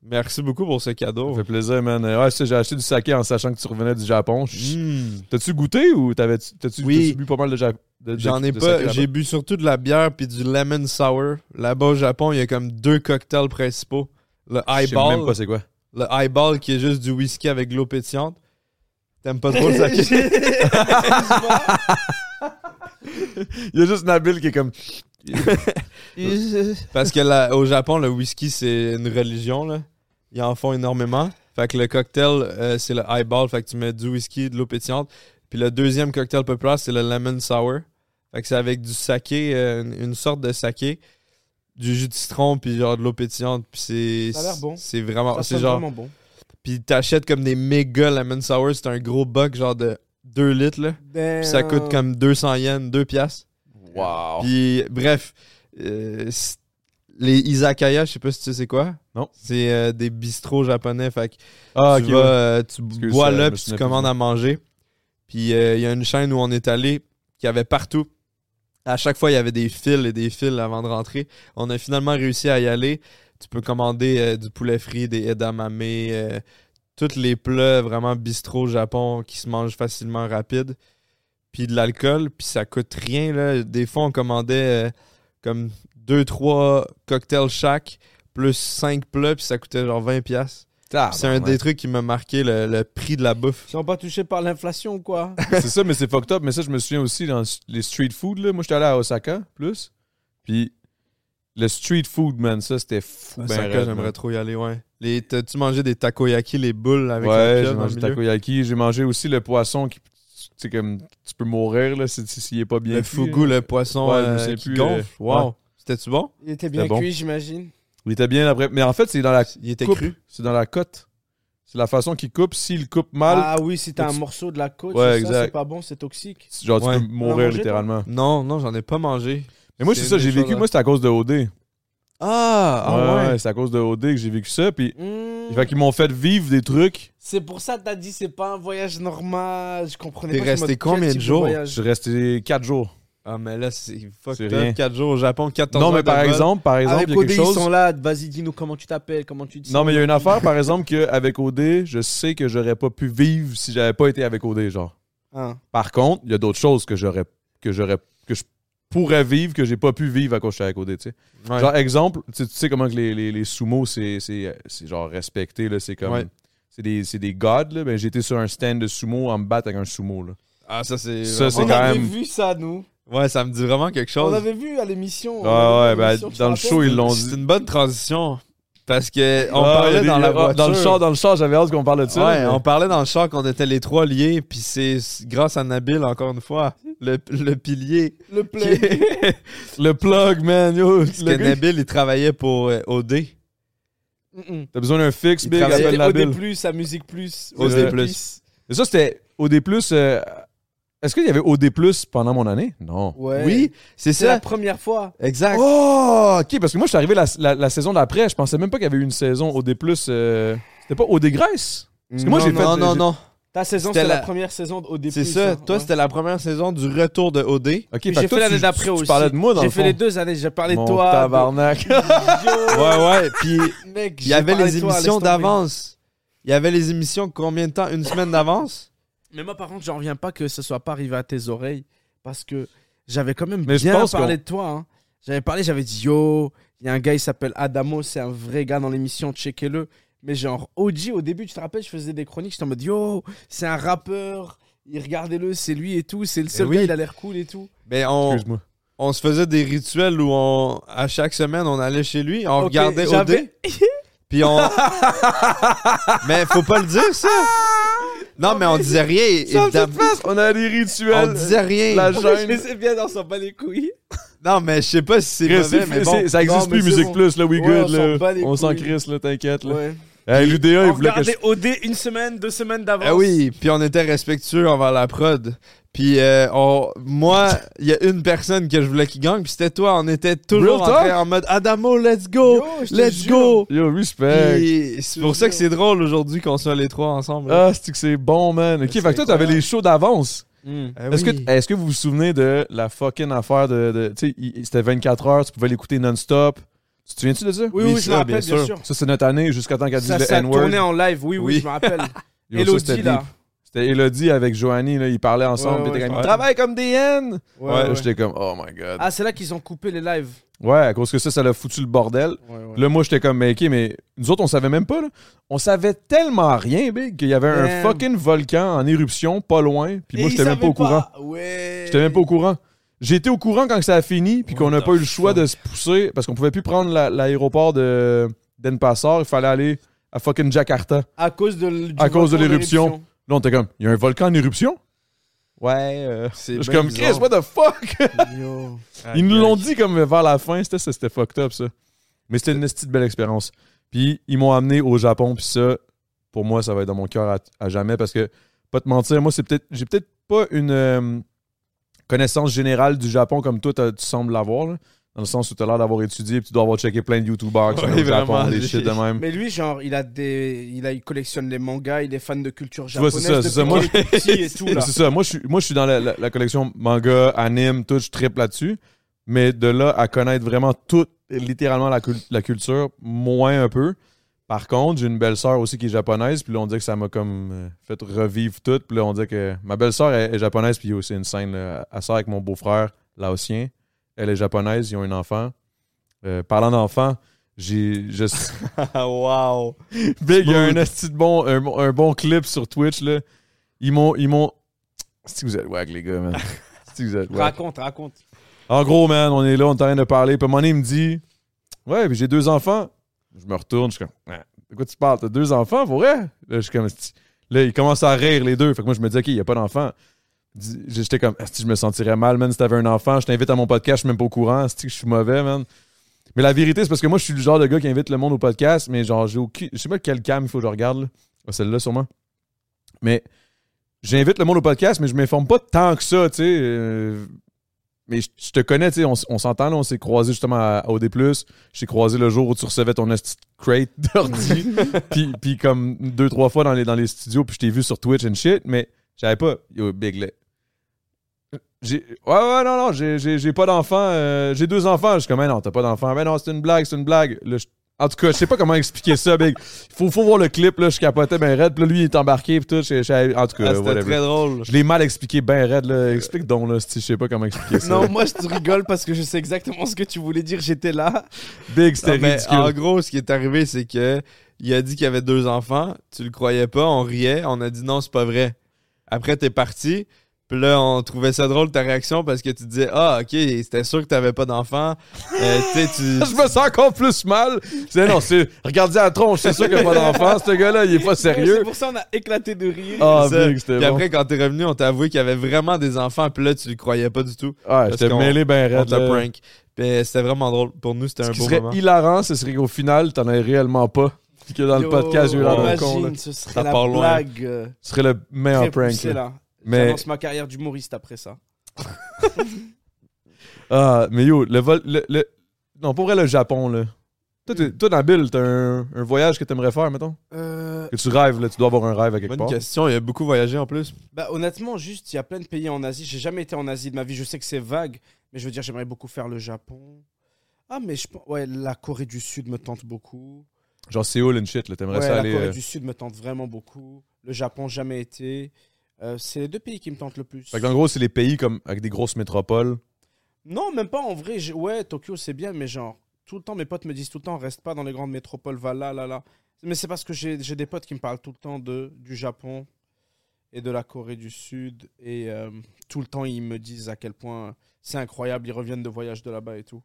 Merci beaucoup pour ce Ça cadeau. fait plaisir, man. Euh, Ouais, ça, j'ai acheté du saké en sachant que tu revenais du Japon. Je- Mm. T'as-tu goûté ou t'avais-tu t'as-tu- Oui. t'as-tu bu pas mal de Japon? J'en ai pas. J'ai bu surtout de la bière puis du lemon sour. Là-bas au Japon, il y a comme deux cocktails principaux. Le Je sais même pas highball, c'est quoi. le highball qui est juste du whisky avec de l'eau pétillante. T'aimes pas trop le *laughs* saké? Il y a juste Nabil qui est comme. Parce que là, au Japon, le whisky, c'est une religion. Là. Ils en font énormément. Fait que le cocktail, euh, c'est le highball. Fait que tu mets du whisky, de l'eau pétillante. Puis le deuxième cocktail populaire, c'est le lemon sour. Fait que c'est avec du saké, euh, une- une sorte de saké, du jus de citron, puis genre de l'eau pétillante. Puis c'est. Ça a l'air bon. C'est vraiment. Ça Oh, C'est sonne genre. vraiment bon. Puis t'achètes comme des méga lemon sour. C'est un gros buck, genre de 2 litres, là. Puis ça coûte Damn. comme 200 yens, 2 piastres. Wow. Puis, bref, euh, c- les izakaya, je sais pas si tu sais c'est quoi. Non. C'est euh, des bistrots japonais. Fait que Ah, tu, ok. vas, ouais. euh, tu Excuse, bois euh, je me là, puis tu souvenais commandes plus. à manger. Puis, euh, il y a une chaîne où on est allé, qui avait partout. À chaque fois, il y avait des fils et des fils avant de rentrer. On a finalement réussi à y aller. Tu peux commander euh, du poulet frit, des edamame, euh, tous les plats vraiment bistrot Japon qui se mangent facilement rapide. Puis de l'alcool, puis ça coûte rien. Là. Des fois, on commandait euh, comme 2-3 cocktails chaque, plus 5 plats, puis ça coûtait genre 20$. piastres. Ah Puis c'est un ben des trucs qui m'a marqué le, le prix de la bouffe. Ils sont pas touchés par l'inflation *laughs* ou quoi c'est ça, mais c'est fucked up. Mais ça, je me souviens aussi dans les street food. Là. Moi, j'étais allé à Osaka, plus. Puis le street food, man, ça, c'était fou. ben Osaka, raide, man. j'aimerais trop y aller, ouais. Les, t'as-tu mangé des takoyaki, les boules avec la Ouais, pieuvre j'ai dans le mangé milieu? takoyaki. J'ai mangé aussi le poisson qui. Tu sais, comme. Tu peux mourir, là, si- si- s'il est pas bien. Le cuit, fugu, là. le poisson Ouais, je me euh, sais qui plus, gonfle. euh, wow. ouais. C'était-tu bon? Il était bien bon. cuit, j'imagine. Il était bien après. Mais en fait, c'est dans la Il était coupe. cru. C'est dans la cote. C'est la façon qu'il coupe. S'il coupe mal, Ah oui, si t'as un Faut que tu- morceau de la côte, Ouais, c'est exact. ça, c'est pas bon, c'est toxique. genre, tu Ouais. On peux a mourir mangé, littéralement. Non, non, j'en ai pas mangé. Mais moi, c'est ça, une j'ai des vécu. choses- Moi, c'est à cause de OD. hein. Ah, ah Ouais, ouais. ouais, c'est à cause de OD que j'ai vécu ça. Puis, Hmm. fait qu'ils m'ont fait vivre des trucs. C'est pour ça que t'as dit c'est pas un voyage normal. Je comprenais T'es pas. je me resté dis, quel combien de type jours Je voyage suis resté 4 jours. Ah, mais là, c'est C'est fucked rien. up. 4 jours au Japon, 14 Non, heures mais de par vol. exemple, par exemple, Avec il y a quelque Odé, ils chose. sont là. Vas-y, dis-nous comment tu t'appelles, comment tu te sens. Non, mais il y a une affaire, par exemple, qu'avec OD, je sais que j'aurais pas pu vivre si j'avais pas été avec OD, genre. Hein. Par contre, il y a d'autres choses que j'aurais que j'aurais que je pourrais vivre que j'ai pas pu vivre à cause que j'étais à côté, tu sais. Ouais. Genre exemple, tu sais, tu sais comment que les, les, les sumo c'est c'est c'est genre respecté là, c'est comme Ouais. c'est des c'est des gods là, ben j'étais sur un stand de sumo en me battre avec un sumo là. Ah, ça, c'est. Ça, vraiment- c'est On quand avait même- Oh. vu ça, nous. Ouais, ça me dit vraiment quelque On chose. avait vu à l'émission. on Ah avait ouais, vu à ben, l'émission, tu te dans le rappelles show, ils l'ont C'est une bonne transition. Parce que Ah, il y on a parlait des- dans la ah, voiture. Dans le char, dans le char, j'avais hâte qu'on parle de ça. Ouais, mais- on parlait dans le char qu'on était les trois liés, puis c'est s- grâce à Nabil, encore une fois, le, le pilier. Le qui- plug. *laughs* Le plug, man, yo. Parce le que gars, Nabil, il travaillait pour euh, OD. Mm-mm. T'as besoin d'un fixe, Il big, travaillait appelle C'était la OD+, bille. plus, sa musique plus. OD+. Musique Mais ça, c'était OD+. euh, Est-ce qu'il y avait OD+, pendant mon année? Non. Ouais. Oui, c'est C'est la ça. première fois. Exact. Oh, OK, parce que moi, je suis arrivé la, la- la saison d'après. Je pensais même pas qu'il y avait eu une saison OD+. euh, C'était pas OD Grèce? Parce que moi, non, j'ai fait- non, non, j'ai- non. Ta saison, C'était c'est la... la- première saison d'OD+. C'est ça. hein, Toi, ouais. c'était la première saison du retour de OD. OK, Puis que J'ai toi, fait tu- l'année tu- d'après aussi. Tu parlais de moi, dans J'ai le fait fond. les deux années. J'ai parlé de Mon toi. tabarnak. Ouais, ouais. *laughs* Puis de- Mec, il y j'ai avait parlé les de toi, laisse émissions tomber. d'avance. Il y avait les émissions combien de temps Une semaine d'avance Mais moi, par contre, j'en reviens pas que ce soit pas arrivé à tes oreilles parce que j'avais quand même Mais je bien pense parlé qu'on- de toi. hein. J'avais parlé, j'avais dit Yo, il y a un gars, il s'appelle Adamo, c'est un vrai gars dans l'émission, checkez-le. Mais genre, OG, au début, tu te rappelles, je faisais des chroniques, j'étais en mode Yo, c'est un rappeur, il- regardez-le, c'est lui et tout, c'est le seul oui. gars, il a l'air cool et tout. Mais Ben, on, Excuse-moi. on se faisait des rituels où on, à chaque semaine, on allait chez lui, on Ok, regardait OD. j'avais- *laughs* Puis on. *laughs* mais faut pas le dire, ça! Non, mais on disait rien. *laughs* évidemment. On a des On rituels. disait La *laughs* rien. Je gêne. sais bien, on s'en bat les couilles. Non, mais je sais pas si c'est Chris, mauvais, mais c'est- bon. c'est- ça Non, existe mais plus, c'est Musique bon. Plus, là, We Ouais, on Good, s'en bat là. les On s'en couilles. crisse, là, t'inquiète, là. Ouais. Hey, L'UDA, il On voulait que je... regardait OD une semaine, deux semaines d'avance. Ah oui, puis on était respectueux envers la prod. Puis euh, on- moi, il y a une personne que je voulais qui gagne, puis c'était toi. On était toujours Real en, talk? train- en mode Adamo, let's go! Yo, je te let's jure. go! Yo, respect. Puis C'est pour ça que c'est drôle aujourd'hui qu'on soit les trois ensemble. Ah, c'est que c'est bon, man. OK, fait C'est que toi, t'avais les shows d'avance. Hmm. Ah Est-ce oui. que, est que vous vous souvenez de la fucking affaire de... de tu sais, il- c'était 24 heures, tu pouvais l'écouter non-stop. Tu te souviens-tu de ça? Oui, oui, je me ça, rappelle, bien bien sûr. sûr. Ça, c'est notre année, jusqu'à temps qu'elle dise Ça, le ça tournait N-word. en live, oui, oui, Oui. je me rappelle. Yo, ça, c'était Elodie, deep. là. C'était Elodie avec Joanie, là, ils parlaient ensemble. puis Ouais, ils étaient ouais, comme, ouais. Travaille comme des N! Ouais, Là, ouais. J'étais comme, oh my god. Ah, c'est là qu'ils ont coupé les lives. Ouais, à cause que ça, ça l'a foutu le bordel. Là, moi, j'étais comme, mais ok, mais nous autres, on savait même pas, là. On savait tellement rien, Big, qu'il y avait Euh, un Damn. fucking volcan en éruption, pas loin. Puis Et moi, ils j'étais même pas au savaient courant. Ouais. J'étais même pas au courant. J'ai été au courant quand que ça a fini, puis qu'on n'a pas eu le choix de se pousser, parce qu'on pouvait plus prendre la- l'aéroport de d'En Passor. Il fallait aller à fucking Jakarta. À cause de, l- du À cause de volcan l'éruption. Là, on était comme, il y a un volcan en éruption? Ouais. euh, C'est Je suis bien comme, bizarre. Chris, what the fuck? *laughs* Yo. Ah, Ils nous l'ont dit comme vers la fin, c'était ça, c'était fucked up ça. Mais c'était une petite belle expérience. Puis ils m'ont amené au Japon, puis ça, pour moi, ça va être dans mon cœur à, à jamais parce que, pas te mentir, moi, c'est peut-être, j'ai peut-être pas une euh, connaissance générale du Japon comme toi, t'as- tu sembles l'avoir, là. dans le sens où tu as l'air d'avoir étudié, puis tu dois avoir checké plein de YouTubers qui sont Ouais, au Japon, vraiment, des *laughs* j'ai- shit de même. Mais lui, genre, il a des, il a, il collectionne les mangas, il est fan de culture Tu vois, japonaise c'est ça, c'est ça. Moi, depuis qu'il est tout petit et tout *laughs* là. C'est ça. Moi, je suis, moi, je suis dans la, la- la collection manga, anime, tout. Je tripe là-dessus. Mais de là à connaître vraiment toute, littéralement la, cul- la culture, moins un peu. Par contre, j'ai une belle sœur aussi qui est japonaise. Puis là, on dit que ça m'a comme euh, fait revivre tout. Puis là, on dit que ma belle sœur est, est japonaise. Puis c'est une scène. là. Elle sort avec mon beau-frère laotien. Elle est japonaise. Ils ont un enfant. Euh, parlant d'enfant, j'ai juste. Ah, wow! Big, il y a un esti de bon, un, bon- un bon clip sur Twitch, là. Ils m'ont... Ils m'ont... Si vous êtes wack, les gars, *laughs* man. Si vous êtes wack. Raconte, raconte. En gros, man, on est là, on est en train de parler. Puis à un moment donné, il me dit... Ouais, puis j'ai deux enfants. Je me retourne, je suis comme... Ouais, De quoi tu parles? T'as deux enfants, pour vrai? Là, je suis comme... Esti. Là, ils commencent à rire, les deux. Fait que moi, je me dis, OK, il n'y a pas d'enfant. Dis- J'étais comme, Esti, je me sentirais mal, man, si t'avais un enfant. Je t'invite à mon podcast, je suis même pas au courant. Esti, que je suis mauvais, man. Mais la vérité, c'est parce que moi, je suis le genre de gars qui invite le monde au podcast, mais genre, j'ai aucune. Je sais pas quelle cam il faut que je regarde, là. Ah, Celle-là, sûrement. Mais j'invite le monde au podcast, mais je m'informe pas tant que ça, tu sais. euh, Mais je je te connais, tu sais, on, s- on s'entend, là, on s'est croisé justement à, à OD. Je t'ai croisé le jour où tu recevais ton esti de crate *laughs* d'ordi. puis, puis comme deux, trois fois dans les, dans les studios, puis je t'ai vu sur Twitch and shit, mais j'avais pas. *laughs* Yo, Big Lit. J'ai- Ouais, ouais, non, non, j'ai- j'ai j'ai pas d'enfant. euh, j'ai deux enfants. Je suis comme, mais non, t'as pas d'enfant. Mais non, c'est une blague, c'est une blague. Là, je- En tout cas, je sais pas comment expliquer ça, Big. Faut, faut voir le clip, là, je capotais ben raide. Puis là, lui, il est embarqué, puis tout. j'ai- j'ai- en tout cas, Ah, C'était whatever. très drôle. Je l'ai mal expliqué ben raide, là. Explique donc, là, si je sais pas comment expliquer ça. Non, moi je te rigole parce que je sais exactement ce que tu voulais dire. J'étais là. Big, c'était Non, mais ridicule. En gros, ce qui est arrivé, c'est que il a dit qu'il y avait deux enfants. Tu le croyais pas, on riait, on a dit non, c'est pas vrai. Après, t'es parti. Puis là, on trouvait ça drôle ta réaction parce que tu disais Ah, ok, c'était sûr que t'avais pas d'enfant. Euh, tu sais, tu. *laughs* Je me sens encore plus mal. C'est non, c'est regardez la tronche, c'est sûr qu'il n'y a pas d'enfant, ce gars-là, il est pas *laughs* C'est sérieux. pour ça qu'on a éclaté de rire. Ah, ça. big, c'était Puis bon. après, quand t'es revenu, on t'a avoué qu'il y avait vraiment des enfants. Puis là, tu le croyais pas du tout. Ah, j'étais qu'on- mêlé ben On raide. t'a là. prank. Puis euh, c'était vraiment drôle. Pour nous, c'était Ce un qui beau serait moment. hilarant, ce serait qu'au final, t'en aies réellement pas. Puis que dans le Yo, podcast, j'ai eu l'air d'un con. là. Imagine, ce serait Ça la part loin. blague. euh, Ce serait le meilleur très prank. là. poussée, là. Mais- J'annonce ma carrière d'humoriste après ça. Ah, mais yo, le vol. Le, le- Non, pour vrai, le Japon, là. Toi, t'es- toi dans Bill, t'as un, un voyage que t'aimerais faire, mettons Euh, Que tu rêves, là. Tu dois avoir un rêve à quelque Bonne part. question. Il a beaucoup voyagé en plus. bah, honnêtement, juste, il y a plein de pays en Asie. J'ai jamais été en Asie de ma vie. Je sais que c'est vague, mais je veux dire, j'aimerais beaucoup faire le Japon. Ah, mais je pense. Ouais, la Corée du Sud me tente beaucoup. Genre Séoul and shit, là. T'aimerais Ouais, ça la aller. Corée euh, du Sud me tente vraiment beaucoup. Le Japon, jamais été. Euh, c'est les deux pays qui me tentent le plus. Fait que, en gros, c'est les pays comme avec des grosses métropoles. Non, même pas en vrai. j'ai- Ouais, Tokyo, c'est bien, mais genre, tout le temps, mes potes me disent tout le temps, reste pas dans les grandes métropoles, va là, là, là. Mais c'est parce que j'ai j'ai des potes qui me parlent tout le temps de, du Japon et de la Corée du Sud. Et euh, tout le temps, ils me disent à quel point c'est incroyable, ils reviennent de voyage de là-bas et tout.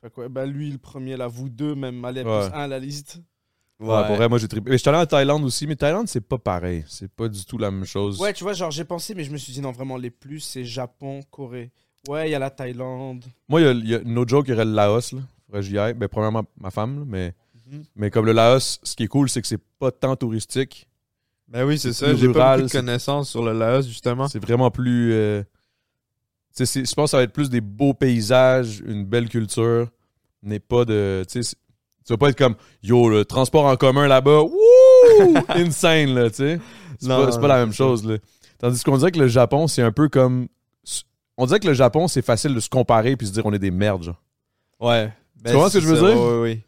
Fait que, ouais, bah, lui, le premier, là, vous deux, même, allez, Ouais. plus un à la liste. Ouais, pour vrai, moi j'ai trippé. Mais je suis allé en Thaïlande aussi, mais Thaïlande, c'est pas pareil. C'est pas du tout la même chose. Ouais, tu vois, genre, j'ai pensé, mais je me suis dit, non, vraiment, les plus, c'est Japon, Corée. Ouais, il y a la Thaïlande. Moi, il y a- il y, a no joke, il y aurait le Laos. Là. Faudrait que j'y aille. Ben, premièrement, ma femme, là, mais, Mhm. mais comme le Laos, ce qui est cool, c'est que c'est pas tant touristique. Ben oui, c'est C'est ça. plus J'ai pas rural, beaucoup de c'est- connaissances sur le Laos, justement. C'est vraiment plus. euh, tu sais, c'est- je pense que ça va être plus des beaux paysages, une belle culture. N'est pas de. Tu sais, c'est- tu vas pas être comme Yo, le transport en commun là-bas, *laughs* wouh! Insane, là, tu sais. C'est Non, pas, c'est pas la non, même c'est ça. chose, là. Tandis qu'on dirait que le Japon, c'est un peu comme. On dirait que le Japon, c'est facile de se comparer puis se dire on est des merdes, genre. Ouais. Ben, comprends ce que c'est je veux ça, dire? Oui, oui.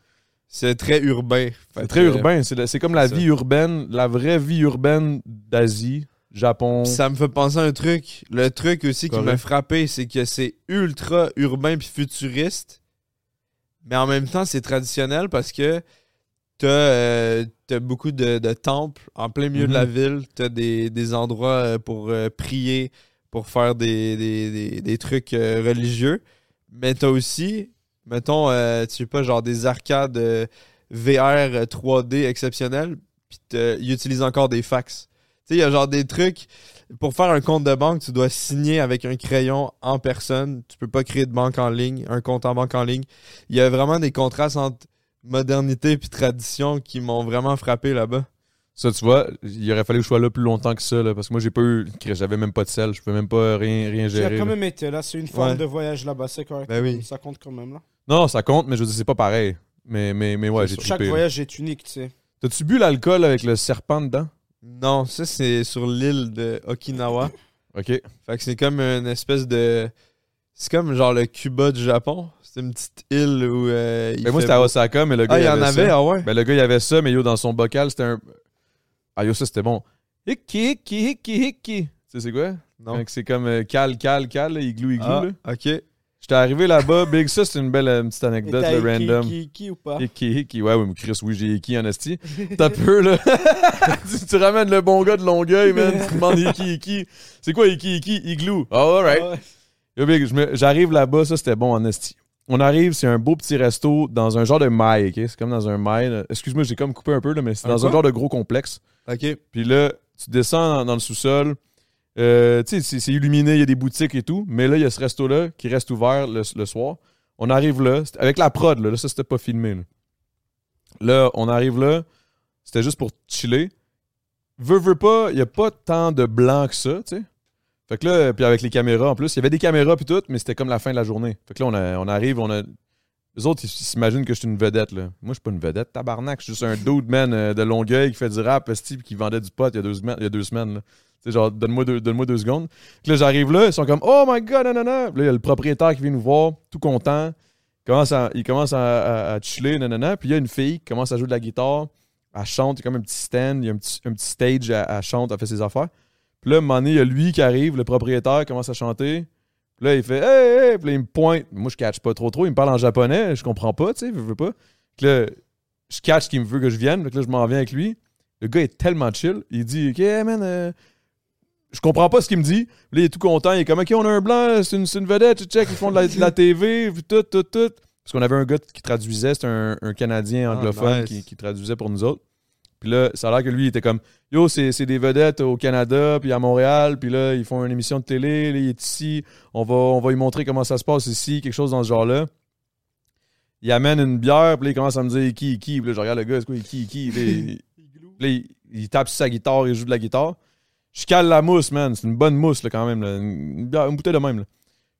C'est très urbain. Fait C'est très que- urbain. C'est la- c'est comme la c'est vie ça. urbaine, la vraie vie urbaine d'Asie, Japon. Puis Ça me fait penser à un truc. Le truc aussi qui Correct. m'a frappé, c'est que c'est ultra urbain puis futuriste. Mais en même temps, c'est traditionnel parce que t'as euh, t'as beaucoup de, de temples en plein milieu de la ville. T'as des, des endroits euh, pour euh, prier, pour faire des, des, des- des trucs euh, religieux. Mais t'as aussi, mettons, euh, tu sais pas, genre des arcades euh, VR euh, 3D exceptionnelles. Puis t'as- ils utilisent encore des fax. Tu sais, il y a genre des trucs. Pour faire un compte de banque, tu dois signer avec un crayon en personne. Tu peux pas créer de banque en ligne, un compte en banque en ligne. Il y a vraiment des contrastes entre modernité puis tradition qui m'ont vraiment frappé là-bas. Ça, tu vois, il aurait fallu que je sois là plus longtemps que ça, là, parce que moi, j'ai pas eu. Chris, J'avais même pas de sel, je peux même pas rien, rien Tu as gérer. quand là. même été là, c'est une forme Ouais. de voyage là-bas, c'est correct. Ben oui. Ça compte quand même là. Non, ça compte, mais je veux dire, c'est pas pareil. Mais, mais, mais ouais, j'ai Chaque trippé. là. voyage est unique, tu sais. T'as-tu bu l'alcool avec le serpent dedans? Non, ça c'est sur l'île de Okinawa. Ok. Fait que c'est comme une espèce de. C'est comme genre le Cuba du Japon. C'est une petite île où. euh, il Mais moi, fait c'était à beau. Osaka, mais le gars. Ah, il y en ça. avait, ah ouais. Ben, le gars, il avait ça, mais yo, dans son bocal, c'était un. Ah, yo, ça, c'était bon. Hiki, hiki, hiki, hiki. Tu sais, c'est quoi? Non. Fait que C'est comme euh, cal, cal, cal, là, igloo, igloo, Ah, là. ok. J'étais arrivé là-bas, Big, ça, c'est une belle euh, petite Et anecdote, t'as le Iki, random. Iki, Iki ou pas Hiki, hiki. Ouais, oui, mais Chris, oui, j'ai hiki en esti. T'as peu, là. *laughs* tu, tu ramènes le bon gars de Longueuil, man. Tu demandes hiki, hiki. C'est quoi hiki, hiki? Igloo. Oh, Ah alright. Ouais. Yo, big, je me- J'arrive là-bas, ça, c'était bon en esti. On arrive, c'est un beau petit resto dans un genre de maille, OK? C'est comme dans un maille. là. Excuse-moi, j'ai comme coupé un peu, là, mais c'est Un dans un quoi? genre de gros complexe. Ok. Puis là, tu descends dans, dans le sous-sol. Euh, tu sais, c'est- c'est illuminé, il y a des boutiques et tout. Mais là, il y a ce resto-là qui reste ouvert le, le soir. On arrive là, c'est- avec la prod, là, là, ça c'était pas filmé. Là. Là, on arrive là, c'était juste pour chiller. Veux, veux pas, il y a pas tant de blanc que ça, tu sais. Fait que là, puis avec les caméras en plus, il y avait des caméras puis tout, mais c'était comme la fin de la journée. Fait que là, on, a- on arrive, on a. Les autres, ils s'imaginent que je suis une vedette, là. Moi, je suis pas une vedette, tabarnak. Je suis juste un dude, man, euh, de Longueuil qui fait du rap, esti, puis qui vendait du pot il y a deux semaines, il y a deux semaines, là. Tu sais, genre, donne-moi deux, donne-moi deux secondes. Puis là, j'arrive là, ils sont comme, oh my god, nanana. Puis là, il y a le propriétaire qui vient nous voir, tout content. Il commence à, il commence à, à- à chiller, nanana. Puis il y a une fille qui commence à jouer de la guitare. Elle chante, il y a comme un petit stand, il y a un petit, un petit stage, elle, elle chante, elle fait ses affaires. Puis là, à un moment donné, il y a lui qui arrive, le propriétaire commence à chanter. Puis là, il fait Hey, hey! Puis là, il me pointe. Moi, je catch pas trop trop. Il me parle en japonais. Je comprends pas, tu sais, je veux pas. Puis là, je catch qu'il me veut que je vienne. Fait que là, je m'en viens avec lui. Le gars est tellement chill. Il dit Ok, man, euh, je comprends pas ce qu'il me dit. Là, il est tout content. Il est comme, OK, on a un blanc, c'est une, c'est une vedette, tu check, ils font de la, de la TV, puis tout, tout, tout. Parce qu'on avait un gars qui traduisait, c'était un, un Canadien Ah, anglophone nice. qui, qui traduisait pour nous autres. Puis là, ça a l'air que lui, il était comme, Yo, c'est c'est des vedettes au Canada, puis à Montréal, puis là, ils font une émission de télé, là, il est ici, on va, on va lui montrer comment ça se passe ici, quelque chose dans ce genre-là. Il amène une bière, puis là, il commence à me dire, qui, qui, puis là, je regarde le gars, c'est quoi, qui, qui, Puis là, il- puis là, il, il tape sur sa guitare, il joue de la guitare. Je cale la mousse, man. C'est une bonne mousse, là, quand même. là. Une, une bière- une bouteille de même. Là.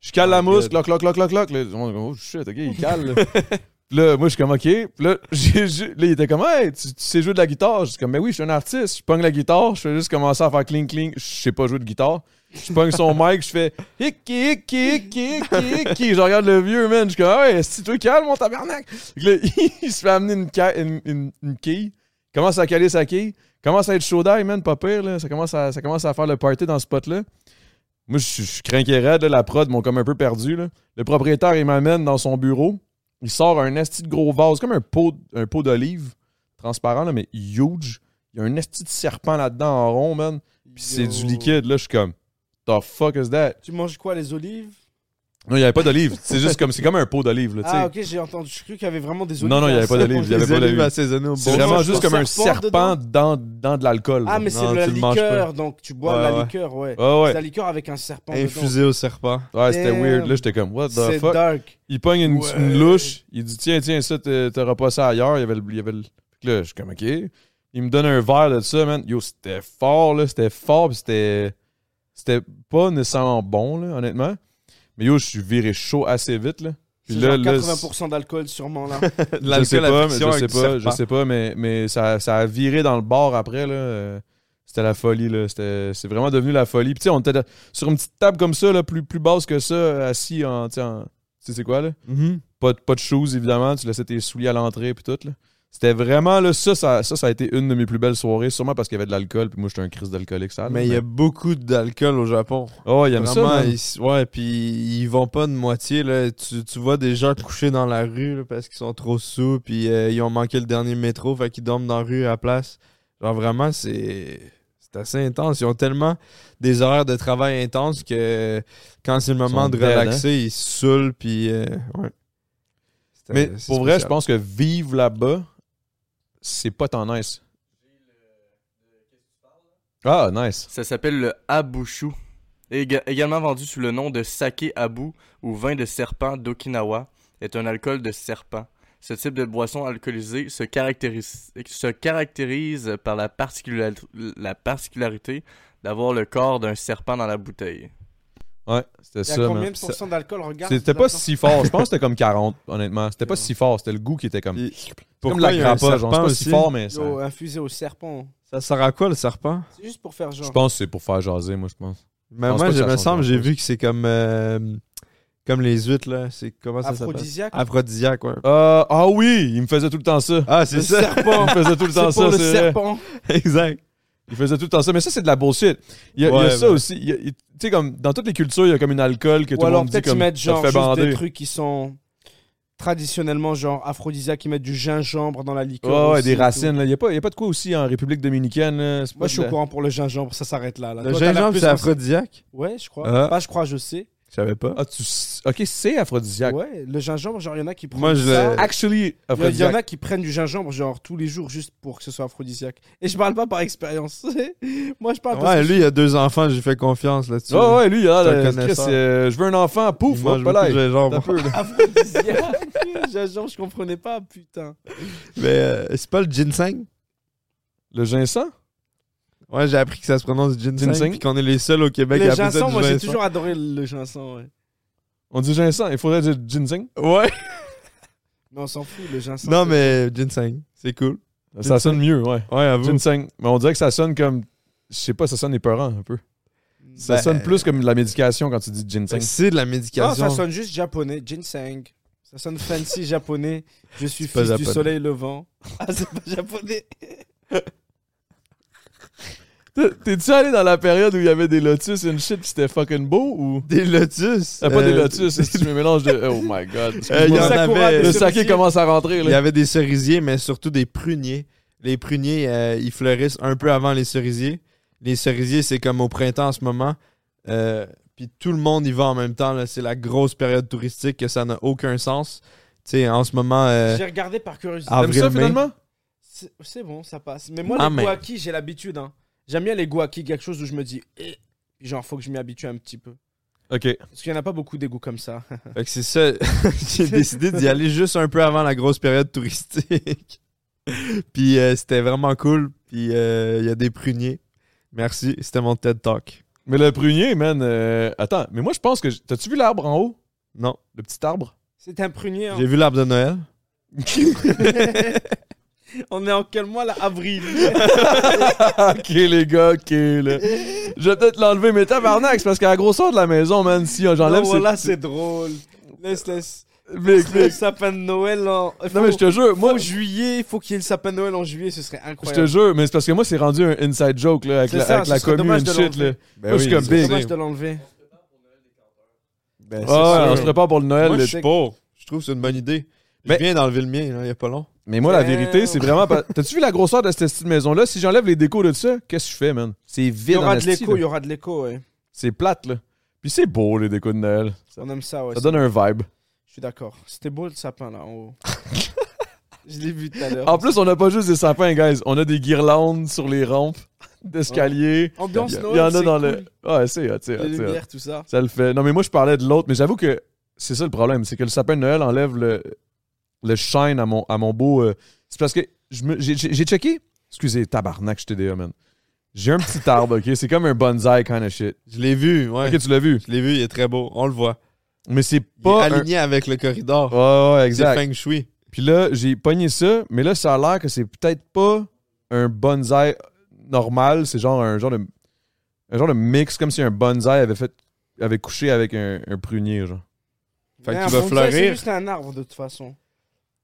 Je cale la Ah, mousse, cloc, good. cloc, cloc, cloc, cloc. Là, tout le monde est comme, oh shit, ok, il *laughs* cale. Là, Puis là, moi, je suis comme, ok. Puis là, *laughs* j'ai ju- là, il était comme, hey, tu, tu sais jouer de la guitare. Je suis comme, mais oui, je suis un artiste. Je pogne la guitare. Je fais juste commencer à faire cling, cling. Je sais pas jouer de guitare. Je pogne son *laughs* mic, je fais hiki, hiki, hiki, hiki, hiki. Je regarde le vieux, man. Je suis comme, hey, si tu calme, mon tabernacle. Là, *laughs* il se fait amener une, ca- une, une, une quille. Commence à caler sa quille. Commence à être chaud d'ail, man, pas pire. Là. Ça, commence à, ça commence à faire le party dans ce spot-là. Moi, je suis- je suis craqué raide. là. La prod m'ont comme un peu perdu. Là. Le propriétaire, il m'amène dans son bureau. Il sort un esti de gros vase, comme un pot, un pot d'olive, transparent, là, mais huge. Il y a un esti de serpent là-dedans en rond, man. Puis c'est Yo. du liquide. Là, je suis comme, the fuck is that? Tu manges quoi, les olives Non, il n'y avait pas d'olive. C'est juste comme, c'est comme un pot d'olive, là, tu sais. Ah, ok, j'ai entendu. Je crois qu'il y avait vraiment des bah, olives. Non, non, il y avait pas de. d'olive. Il y avait Les pas olives d'olive. assaisonnées au C'est bon vraiment sens. juste comme un serpent serpent dans, dans de l'alcool. Ah, là. mais c'est Non, de la tu le manges liqueur, donc tu bois de Ouais, la ouais. liqueur, ouais. Ouais, C'est de ouais. la liqueur avec un serpent dedans. Infusé au serpent. Ouais, c'était Damn. weird. Là, j'étais comme, what the C'est fuck? dark. Il pogne une, Ouais. une louche. Il dit, tiens, tiens, ça, t'e- t'auras pas ça ailleurs. Il y avait le. Il y avait le- Fait que là, je suis comme, ok. Il me donne un verre de ça, man. Yo, c'était fort, là. C'était fort, pis c'était. C'était pas nécessairement bon, là, honnêtement. Mais yo, je suis viré chaud assez vite, là. Puis C'est là, genre là, 80% d'alcool, *laughs* sûrement, là. De je sais l'alcool à pas, mais friction je sais avec du pas, je serpent. sais pas, mais, mais ça, ça a viré dans le bar après, là. Euh, C'était la folie, là. C'était- C'est vraiment devenu la folie. Puis, tu sais, on était sur une petite table comme ça, là, plus, plus basse que ça, assis en. Tu sais, en- tu sais, c'est quoi, là? Mhm. pas de, pas de shoes, évidemment. Tu laissais tes souliers à l'entrée puis tout. là. C'était vraiment là, ça, ça, ça, ça a été une de mes plus belles soirées, sûrement parce qu'il y avait de l'alcool, puis moi j'étais un crise d'alcoolique sale. Mais il y a beaucoup d'alcool au Japon. Oh, il aime ça. Vraiment, man. ils- ouais, puis ils vont pas de moitié. Là. Tu, tu vois des gens couchés dans la rue là, parce qu'ils sont trop sous, puis euh, ils ont manqué le dernier métro, fait qu'ils dorment dans la rue à la place. Genre vraiment, c'est c'est assez intense. Ils ont tellement des horaires de travail intenses que quand c'est le moment sont de dead, hein. relaxer, ils se saoulent, puis euh, ouais. C'est- Mais Euh, c'est pour vrai, je spécial. pense que vivre là-bas, c'est pas tant nice. Ah, nice. Ça s'appelle le Abushu. Éga- également vendu sous le nom de Sake Abu ou vin de serpent d'Okinawa, est un alcool de serpent. Ce type de boisson alcoolisée se caractérise, se caractérise par la, particular- la particularité d'avoir le corps d'un serpent dans la bouteille. Ouais, c'était Il y ça. a combien man. de pourcents d'alcool Regarde. C'était pas là-dedans. si fort. Je pense que c'était comme 40, honnêtement. C'était pas si fort. C'était le goût qui était comme. Puis Comme pourquoi la il y a un crapage. genre, C'est serpent pas aussi? si fort, mais ça- Yo, infusé au serpent. Ça sert à quoi le serpent C'est juste pour faire genre. je pense que c'est pour faire jaser, moi, je pense. Mais pense moi, pas que je ça me change semble, j'ai grand-chose. vu que c'est comme, euh, comme les huîtres, là. C'est comment ça s'appelle? Aphrodisiaque. Aphrodisiaque, ouais. Euh, ah oui, il me faisait tout le temps ça. Ah, c'est Le ça. serpent. *laughs* Il me faisait tout le temps C'est pour ça. le c'est vrai. serpent. exact. Il faisait tout le temps ça. Mais ça, c'est de la bullshit. Il y a, il y a Ouais, ça ouais. aussi. Il y a- il- tu sais, comme dans toutes les cultures, il y a comme une alcool que tout Ou le alors monde dit peut-être ils comme mettent ça genre te fait juste des bander. trucs qui sont traditionnellement genre aphrodisiaques, ils mettent du gingembre dans la liqueur. Ouais, ouais, aussi et des tout. racines. là. Il n'y a, pas il y a pas de quoi aussi en République dominicaine. là. C'est pas Moi je suis de au la- courant pour le gingembre, ça s'arrête là. là. Le Toi, t'as l'air gingembre, plus c'est renseigné. aphrodisiaque? Ouais, je crois. Ah. Pas je crois, je sais. Je savais pas. Ah, tu... s- Ok, c'est aphrodisiaque. Ouais, le gingembre, genre il y en a qui prennent Moi, je ça. l'ai- Actually, Il y- il y en aphrodisiaque. a qui prennent du gingembre genre tous les jours juste pour que ce soit aphrodisiaque. Et je parle pas par expérience. *laughs* Moi je parle parce Ouais, que lui, il a deux enfants, j'ai fait confiance là-dessus. Ouais, ouais, lui, il a C'est un l'air de- Chris, connaisseur. euh, je veux un enfant, Il pouf, mange hop beaucoup là. de gingembre. T'as peu, là. aphrodisiaque. *laughs* gingembre, je comprenais pas, putain. *laughs* Mais euh, c'est pas le ginseng? Le ginseng Ouais, j'ai appris que ça se prononce ginseng, Ginseng? puis qu'on est les seuls au Québec Le à appeler ça gingembre, du moi j'ai ginseng. toujours adoré le gingembre, ouais. On dit ginseng, il faudrait dire ginseng. *laughs* Ouais. Mais on s'en fout, le gingembre. Non, mais ginseng, c'est cool. Ça Ginseng. sonne mieux, ouais. Ouais, à vous. Ginseng. Mais on dirait que ça sonne comme. Je sais pas, ça sonne épeurant un peu. Ça Ben, sonne plus comme de la médication quand tu dis ginseng. C'est de la Non, médication. ça sonne juste japonais, ginseng. Ça sonne fancy japonais. Je suis C'est pas fils du japonais. soleil levant. *laughs* Ah, c'est pas japonais. T'es- T'es-tu allé dans la période où il y avait des lotus et une shit pis c'était fucking beau ou. Des lotus. Ah, pas des euh, lotus, c'est un mélange de. Oh my god. *laughs* Euh, il y en Excuse-moi. avait- le saké commence à rentrer Il y là. avait des cerisiers, mais surtout des pruniers. Les pruniers, euh, ils fleurissent un peu avant les cerisiers. Les cerisiers, c'est comme au printemps en ce moment. Euh, puis tout le monde y va en même temps. là. C'est la grosse période touristique que ça n'a aucun sens. Tu sais, en ce moment, euh, J'ai regardé par curiosité. T'aimes avril, ça mai. finalement? C'est c'est bon, ça passe. Mais moi, Ah, les mais- guakis, j'ai l'habitude. hein. J'aime bien les guakis, quelque chose où je me dis, eh, genre, faut que je m'y habitue un petit peu. Ok. Parce qu'il n'y en a pas beaucoup des goûts comme ça. *laughs* Fait que c'est ça. *laughs* J'ai décidé d'y aller juste un peu avant la grosse période touristique. *laughs* *laughs* Puis euh, c'était vraiment cool. Puis euh, il y a des pruniers. Merci, c'était mon TED Talk. Mais le prunier, man. euh, Attends, mais moi je pense que. j- T'as-tu vu l'arbre en haut? Non, Le petit arbre? C'est un prunier. hein. j'ai vu l'arbre *laughs* de Noël. *laughs* On est en quel mois là *laughs* Avril. ok, les gars, ok. Là. Je vais peut-être l'enlever, mais tabarnak, c'est parce qu'à la grosseur de la maison, man, si euh, j'enlève. Non, c'est- voilà, Oh, c'est drôle. Laisse, laisse. Clic, Le clic. sapin de Noël en. Non, mais je te jure, moi, En juillet, il faut qu'il y ait le sapin de Noël en juillet, ce serait je te incroyable. jure, mais c'est parce que moi, c'est rendu un inside joke là, avec C'est la, ça, avec ce la serait commune dommage and de shit. l'enlever. Là. Ben Moi, je suis comme C'est big. dommage de l'enleber. Ah ouais, on se sûr. prépare pour le Noël. Moi, là, je tu- suis pour. Je trouve que c'est une bonne idée. Mais- Je viens d'enlever le mien, là, il n'y a pas long. Mais moi, la Damn. vérité, c'est vraiment *laughs* pas. T'as-tu vu la grosseur de cette petite maison-là? Si j'enlève les décos de ça, qu'est-ce que je fais, man? C'est Il y vide en aura de esti, l'écho, là. il y aura de l'écho, ouais. C'est plate, là. Puis c'est beau, les décos de Noël. On aime ça, ouais. Ça donne un vibe. Je suis d'accord. C'était beau le sapin là *laughs* en haut. Je l'ai vu tout à l'heure. En plus, on n'a pas juste des sapins, guys. On a des guirlandes sur les rampes *laughs* d'escalier. Ambiance Il y Noël. en a c'est dans cool. le. Ouais, c'est hot, c'est hot, Les c'est hot. lumières, tout ça. Ça le fait. Non, mais moi, je parlais de l'autre, mais j'avoue que c'est ça le problème. C'est que le sapin de Noël enlève le, le shine à mon, à mon beau. euh, c'est parce que je me- j'ai j'ai- j'ai checké. Excusez, tabarnak, je TDA, man. J'ai un petit arbre, ok? C'est comme un bonsai kind of shit. Je l'ai vu, ouais. Ok, tu l'as vu. Je l'ai vu, il est très beau. On le voit. Mais c'est Il est pas. un- aligné avec le corridor. Ouais, ouais, c'est exact. Feng Shui. Puis là, j'ai pogné ça, mais là, ça a l'air que c'est peut-être pas un bonsaï normal. C'est genre un genre de. Un genre de mix, comme si un bonsaï avait fait. avait couché avec un, un prunier, genre. Fait Mais qu'il un va bonsai, C'est fleurir. juste un arbre de toute façon.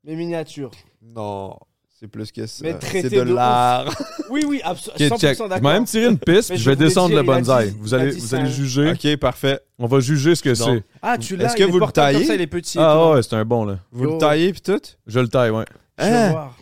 Mais miniature. Non, c'est plus que ça. Mais traité C'est de de ouf. *laughs* l'art. Oui, oui, abso- Ok, 100% check. d'accord. Je vais même tirer une piste, Mais puis je je vais voulais descendre dire, le il a bonsaï. dit- Vous il a allez, dit vous ça, allez hein. juger. ok, parfait. On va juger ce que Non. c'est. Ah, tu l'as. Est-ce il que est vous le porté comme taillez ça, Il est petit. et tout. Ah ouais, c'est un bon, là. Vous Yo. le taillez puis tout? Je le taille, ouais. Je veux Eh, Hein? voir.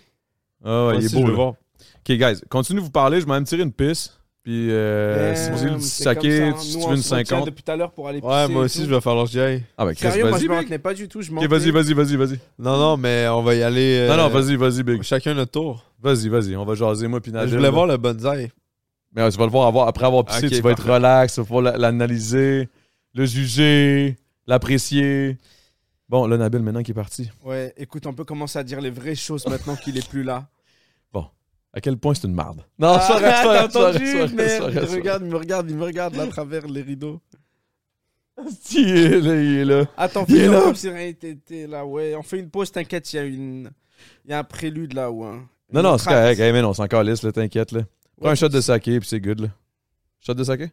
Ah ouais, Moi il est aussi, je beau, veux là. voir. Ok, guys, continuez de vous parler. Je vais même tirer une piste. Puis, euh, si vous voulez Damn, le c'est comme ça, saquer, hein. si Nous, tu on veux une se retient 50. depuis tout à l'heure pour aller Ouais, pisser moi et aussi, tout. je vais falloir que j'y aille. Ah, ben, Chris, Sérieux, moi, vas-y. je m'en mec. tenais pas du tout. Je m'en Ok, vas-y, tenais. vas-y, vas-y, vas-y. Non, non, mais on va y aller. euh, Non, non, vas-y, vas-y, Big. Chacun notre tour. Vas-y, vas-y, on va jaser, moi, puis Nadine. je voulais voir le bonsaï. Mais ouais, tu vas le voir avoir- après avoir pissé, Ok, tu vas être parfait. relax, tu vas pouvoir la- l'analyser, le juger, l'apprécier. Bon, là, Nabil, maintenant qui est parti, Ouais, écoute, on peut commencer à dire les vraies choses maintenant qu'il est plus là. à quel point c'est une marde? Non, Ah, ça reste, t'as ça reste, ça entendu, reste, ça reste, merde, ça reste, il ça me regarde, il me regarde, il me regarde là à travers les rideaux. reste. Il est là, il est là. Attends, Il est fais là. comme si rien n'était là, ouais. On fait une pause, t'inquiète, il y a une... Il y a un prélude là, ouais. Non, Une non, c'est traque. correct. Hey, man, on s'en calisse, là, t'inquiète, là. Prends Ouais. un shot de saké, puis c'est good, là. Shot de saké?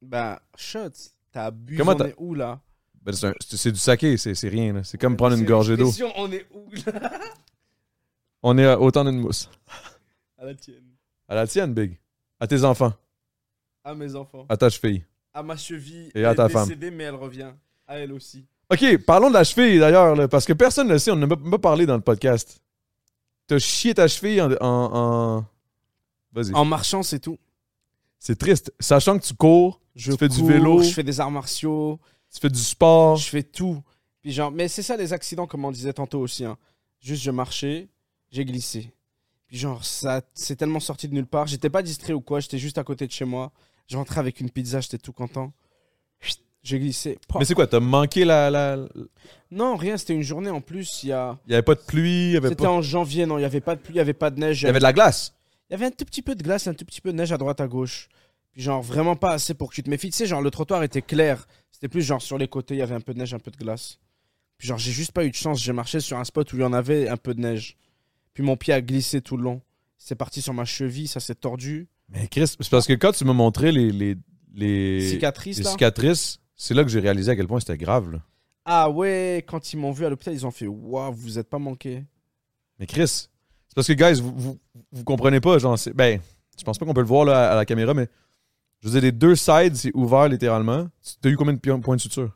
Bah, shot, t'as bu, Comment on t'as- est où là Ben, c'est un- c'est c'est du saké, c'est c'est rien, là. C'est Euh, comme prendre une gorgée d'eau. Expression, On est où là On est à autant d'une mousse. À la tienne. À la tienne, Big. À tes enfants, À mes enfants. à ta cheville. À ma cheville. Et à elle ta est femme. décédée, mais elle revient. À elle aussi. OK, parlons de la cheville d'ailleurs, là, parce que personne ne le sait, on n'a même pas parlé dans le podcast. T'as chié ta cheville en. en- en- Vas-y. En marchant, c'est tout. C'est triste. Sachant que tu cours, Je Tu fais du cours, vélo. Je fais des arts martiaux. tu fais du sport. je fais tout. Puis genre, mais c'est ça les accidents, comme on disait tantôt aussi. hein. Juste, je marchais, j'ai glissé. Puis genre, ça, c'est tellement sorti de nulle part. J'étais pas distrait ou quoi, j'étais juste à côté de chez moi. Je rentrais avec une pizza, j'étais tout content. Chut, J'ai glissé. Pof. Mais c'est quoi T'as manqué la. la- la- Non, rien, c'était une journée en plus. Il y a... Il n'y avait pas de pluie, il n'y avait, C'était pas... en janvier, non, il y avait pas de pluie, il y avait pas de neige. il y avait de la glace. Il y avait un tout petit peu de glace, un tout petit peu de neige à droite, à gauche. Puis genre, vraiment pas assez pour que tu te méfies. Tu sais, genre, le trottoir était clair. C'était plus genre sur les côtés, il y avait un peu de neige, un peu de glace. Puis genre, j'ai juste pas eu de chance. J'ai marché sur un spot où il y en avait un peu de neige. Puis mon pied a glissé tout le long. C'est parti sur ma cheville, ça s'est tordu. Mais Chris, c'est parce que quand tu m'as montré les, les, les- Cicatrice les là. cicatrices, c'est là que j'ai réalisé à quel point c'était grave. là. Ah ouais, quand ils m'ont vu à l'hôpital, ils ont fait Waouh, vous êtes pas manqué. Mais Chris, c'est parce que, guys, vous, vous, vous comprenez pas, genre, c'est- ben, je pense pas qu'on peut le voir là, à la caméra, mais je veux dire, les deux sides, c'est ouvert littéralement. Tu- T'as eu combien de pi- points de suture?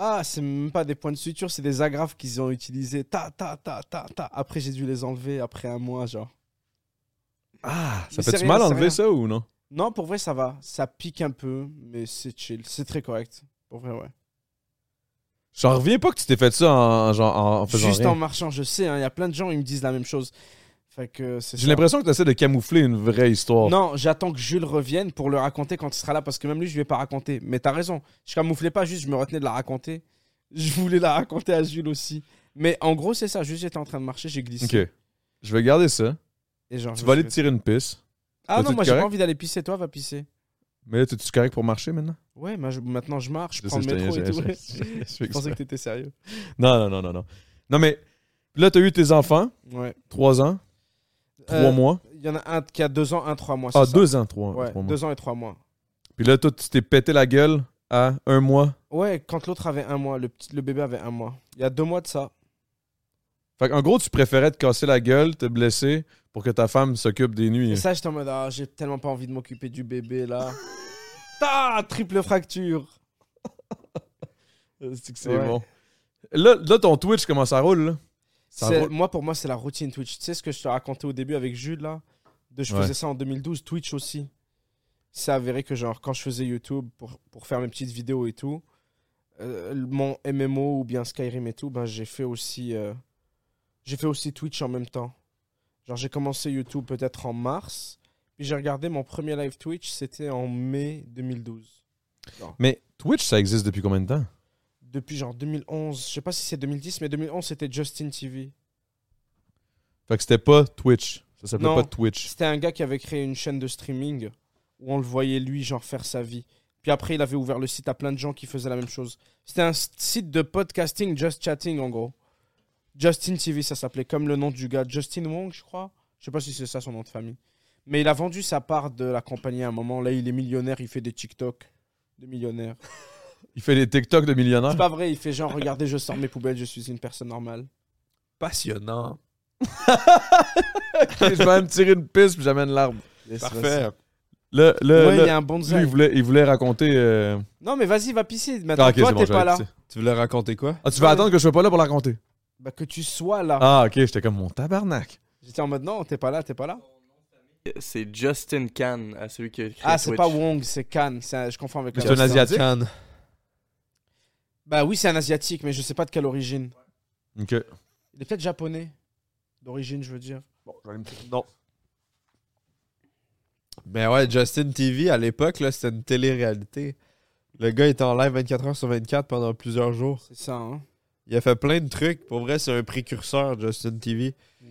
Ah, c'est même pas des points de suture, c'est des agrafes qu'ils ont utilisés. Ta, ta, ta, ta, ta. Après, j'ai dû les enlever après un mois, genre. Ah, ça Mais c'est fait-tu rien, mal c'est enlever rien. ça ou non? Non, pour vrai, ça va. Ça pique un peu, mais c'est chill. C'est très correct. Pour vrai, ouais. J'en reviens pas que tu t'es fait ça en, genre, en, en faisant Juste rien. en marchant, je sais, hein, il y a plein de gens, ils me disent la même chose. Fait que c'est J'ai ça. l'impression que tu essaies de camoufler une vraie histoire. Non, j'attends que Jules revienne pour le raconter quand il sera là, parce que même lui, je lui ai pas raconté. Mais t'as raison, je camouflais pas, juste je me retenais de la raconter. Je voulais la raconter à Jules aussi. Mais en gros, c'est ça, juste j'étais en train de marcher, j'ai glissé. Ok. Je vais garder ça. Et genre, je Tu me vas suis aller te fait- tirer une pisse. Ah non, Vas-tu moi te j'ai pas correct envie d'aller pisser, toi va pisser. Mais là, t'es-tu correct pour marcher maintenant? Ouais, moi, je- maintenant je marche, je, Je prends sais, le métro je et t'ai- tout. *laughs* je- je- je- je- je- Je pensais que t'étais sérieux. Non, non, non, non, non. Non, mais là, t'as eu tes enfants, Ouais. 3 ans, 3 Euh, mois. Il y en a un qui a deux ans, un trois mois. Ah, c'est ça 2 ans, 3 Ouais, mois. deux ans et trois mois. Puis là, toi, tu t'es pété la gueule à 1 mois. Ouais, quand l'autre avait un mois, le, petit, le bébé avait un mois. Il y a deux mois de ça. Fait qu'en gros, tu préférais te casser la gueule, te blesser pour que ta femme s'occupe des nuits. Et ça, j'étais en mode, ah, j'ai tellement pas envie de m'occuper du bébé là. *laughs* Ah, triple fracture. *laughs* C'est que c'est Ouais. bon. Là, là, ton Twitch commence à rouler. là. Ça C'est- roule. Moi, pour moi, c'est la routine Twitch. Tu sais ce que je te racontais au début avec Jules là de, Je Ouais. faisais ça en 2012, Twitch aussi. C'est avéré que, genre, quand je faisais YouTube pour, pour faire mes petites vidéos et tout, euh, mon MMO ou bien Skyrim et tout, ben, j'ai fait aussi. euh, j'ai fait aussi Twitch en même temps. Genre, j'ai commencé YouTube peut-être en mars, puis j'ai regardé mon premier live Twitch, c'était en mai 2012. Mais Twitch, ça existe depuis combien de temps? Depuis genre 2011, je sais pas si c'est 2010, mais 2011 c'était Justin TV. Fait que c'était pas Twitch. Ça s'appelait Non. pas Twitch. C'était un gars qui avait créé une chaîne de streaming où on le voyait lui genre faire sa vie. Puis après il avait ouvert le site à plein de gens qui faisaient la même chose. C'était un s- site de podcasting, just chatting en gros. Justin TV ça s'appelait comme le nom du gars, Justin Wong je crois. Je sais pas si c'est ça son nom de famille. Mais il a vendu sa part de la compagnie à un moment. Là il est millionnaire, il fait des TikTok de millionnaire. Il fait des TikTok de millionnaires. C'est pas vrai, il fait genre regardez je sors mes poubelles, je suis une personne normale. Passionnant. *laughs* je vais aller me tirer une piste puis j'amène l'arbre. Yes, vas-y. Parfait. Là, là, ouais, là, il y a un bon lui, il voulait, il voulait raconter. euh, Non, mais vas-y, va pisser. Maintenant, Ah, ok, toi, c'est bon, t'es j'allais pas là. pisser. Tu voulais raconter quoi? Ah, tu vas Ouais. attendre que je sois pas là pour la raconter. Bah, que tu sois là. Ah, ok, j'étais comme mon tabarnak. J'étais en mode non, t'es pas là, t'es pas là. C'est Justin Khan, à celui qui a créé Ah, c'est Twitch. pas Wong, c'est Khan. c'est un- Je confonds avec Mais le c'est un reste. Asiatique? Khan. Bah oui, c'est un asiatique, mais je sais pas de quelle origine. Ok. Il est peut-être japonais. D'origine, je veux dire. Non. Ben ouais, Justin TV, à l'époque, là, c'était une télé-réalité. Le gars était en live 24 heures sur 24 pendant plusieurs jours. C'est ça, hein. Il a fait plein de trucs. Pour vrai, c'est un précurseur, Justin TV. Ouais.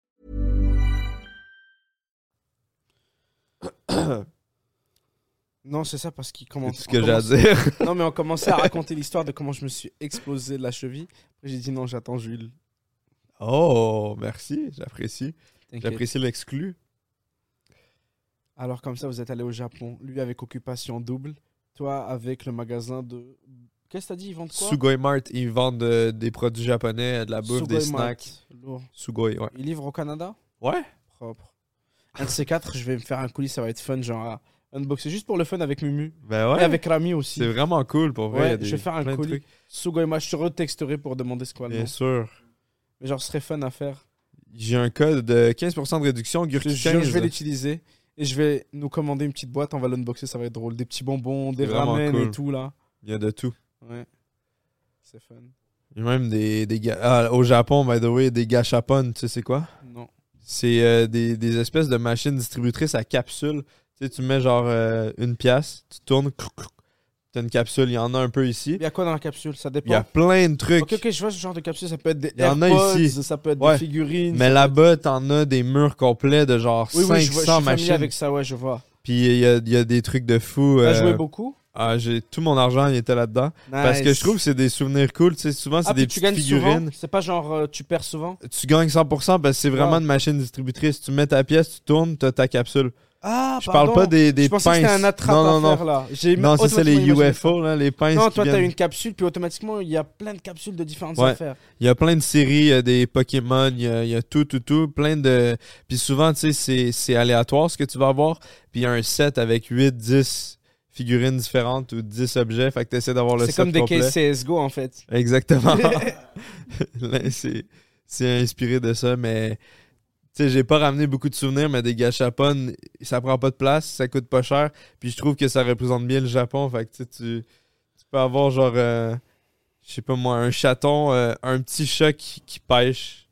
Non, c'est ça parce qu'il C'est commence. tout ce on que j'ai à commence- dire. Non, mais on commençait à raconter l'histoire de comment je me suis explosé la cheville. Après, J'ai dit non, j'attends Jules. Oh, merci. J'apprécie. T'inquiète. J'apprécie l'exclu. Alors, comme ça, vous êtes allé au Japon. Lui avec occupation double. Toi avec le magasin de. Qu'est-ce que t'as dit Ils vendent quoi Sugoi Mart, ils vendent euh, des produits japonais, de la bouffe, des Sugoi Mart. snacks. Lourd. Sugoi, ouais. Il livre au Canada Ouais? Propre. Un de ces quatre, je vais me faire un colis, ça va être fun, genre à unboxer juste pour le fun avec Mumu. Ben ouais. Et avec Rami aussi. C'est vraiment cool pour vrai. Ouais, il y a des- je vais faire un plein de colis. trucs. Sugoyama, je te retexterai pour demander ce quoi le Bien nom. sûr. Mais genre, ce serait fun à faire. J'ai un code de 15% de réduction, Je, te Gurki jure, 15. je vais l'utiliser et je vais nous commander une petite boîte, on va l'unboxer, ça va être drôle. Des petits bonbons, des C'est vraiment ramen et cool. tout là. Il y a de tout. Ouais. C'est fun. Il y a même des, des ga- ah, au Japon, by the way, des gachapon, tu sais c'est quoi? Non. C'est euh, des, des espèces de machines distributrices à capsules. Tu sais, tu mets genre euh, une pièce, tu tournes, clou, clou. t'as une capsule, il y en a un peu ici. Il y a quoi dans la capsule Ça Il y a dépend. plein de trucs. Ok, ok, je vois ce genre de capsule. Ça peut être des Il y en a AirPods, ici. ça peut être Ouais. des figurines. Mais ça peut là-bas, t'en as des murs complets de genre être- oui, 500 oui, je, vois, je suis machines. familier avec ça, ouais, je vois. Puis il y a, il y a des trucs de fou. T'as euh, joué beaucoup ah, j'ai tout mon argent, il était là-dedans. Parce que je trouve que c'est des souvenirs cool. Tu sais, souvent, c'est ah, des puis tu petites gagnes figurines. souvent. C'est pas genre euh, tu perds souvent. Tu gagnes 100% parce que c'est vraiment Wow. une machine distributrice. Tu mets ta pièce, tu tournes, t'as ta capsule. Ah, Je parle pas des, des Je pensais que c'était pinces. un attrape non, non, à non. faire là. J'ai Non, c'est ça, les automatiquement imaginé ça. UFO, là, les pinces. Non, qui toi, t'as viennent. une capsule, puis automatiquement, il y a plein de capsules de différentes Ouais. affaires. Il y a plein de séries, il y a des Pokémon, il y a, il y a tout, tout, tout. Plein de. Puis souvent, tu sais, c'est- c'est aléatoire ce que tu vas avoir. Puis il y a un set avec 8, 10 figurines différentes ou 10 objets. Fait que t'essaies d'avoir le C'est set. comme des complet. cases CSGO en fait. *laughs* Exactement. Là, c'est, c'est inspiré de ça, mais tu sais, j'ai pas ramené beaucoup de souvenirs, mais des gachapon, ça prend pas de place, ça coûte pas cher, puis je trouve que ça représente bien le Japon. Fait que tu, sais, tu tu peux avoir genre, euh, je sais pas moi, un chaton, euh, un petit chat qui, qui pêche.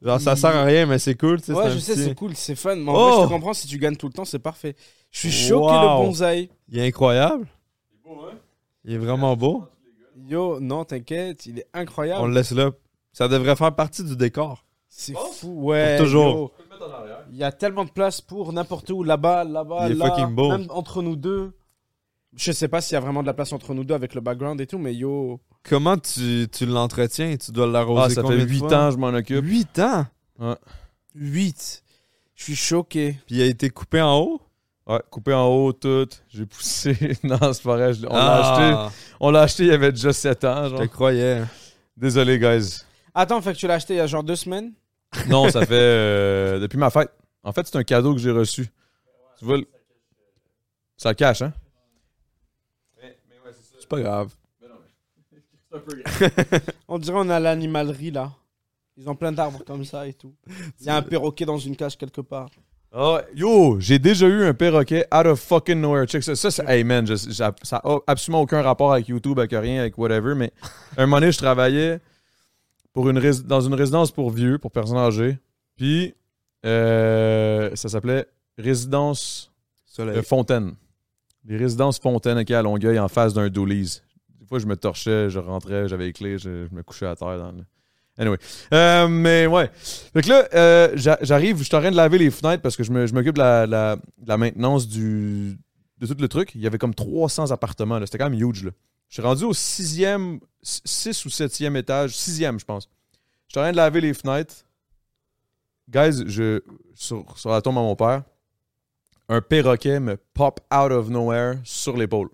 Genre, ça sert à rien, mais c'est cool. tu sais, Ouais, c'est un je sais, petit- c'est cool, c'est fun. Mais en Oh vrai, je te comprends, si tu gagnes tout le temps, c'est parfait. Je suis choqué Wow. le bonsaï. Il est incroyable. Il est vraiment beau. Yo, non, t'inquiète, il est On incroyable. le laisse là. Ça devrait faire partie du décor. C'est fou, Euh, ouais. Pour toujours. yo. Il y a tellement de place pour n'importe où, là-bas, là-bas, Il est là, fucking beau. même entre nous deux. Je sais pas s'il y a vraiment de la place entre nous deux avec le background et tout, mais yo. Comment tu, tu l'entretiens? Tu dois Ah, l'arroser ça combien fait de 8 fois? ans que je m'en occupe. 8 ans? 8. Je suis choqué. Puis il a été coupé en haut? Ouais, coupé en haut, tout. J'ai poussé. *laughs* non, c'est pas vrai. je l'ai- On Ah. l'a acheté. On l'a acheté, il y avait déjà 7 ans. Je genre. te croyais. Désolé, guys. Attends, fait que tu l'as acheté il y a genre deux semaines Non, ça fait euh, depuis ma fête. En fait, c'est un cadeau que j'ai reçu. Tu vois, le- ça le cache, hein? C'est pas grave. On dirait on a l'animalerie là. Ils ont plein d'arbres comme ça et tout. Il *laughs* y a un perroquet dans une cage quelque part. Ah, yo, j'ai déjà eu un perroquet out of fucking nowhere. Check ça. Ça, c'est- hey man, je- ça ça a absolument aucun rapport avec YouTube, avec rien, avec whatever. *laughs* Mais un moment donné, je travaillais pour une rés- dans une résidence pour vieux, pour personnes âgées. Puis, euh, ça s'appelait Résidence Soleil. de Fontaine. Les résidences Fontaine, ok, à Longueuil, en face d'un Doolies. Des fois, je me torchais, je rentrais, j'avais les clés, je, je me couchais à terre. Dans le... Anyway. Euh, mais ouais. Fait que là, euh, j'a- j'arrive, je suis en train de laver les fenêtres parce que je me- je m'occupe de la, de la- de la maintenance du, de tout le truc. Il y avait comme 300 appartements, là. c'était quand même huge. Là. Je suis rendu au sixième, si- six ou septième étage, sixième, je pense. Je suis en train de laver les fenêtres. Guys, je, sur, sur la tombe à mon père, un perroquet me pop out of nowhere sur l'épaule.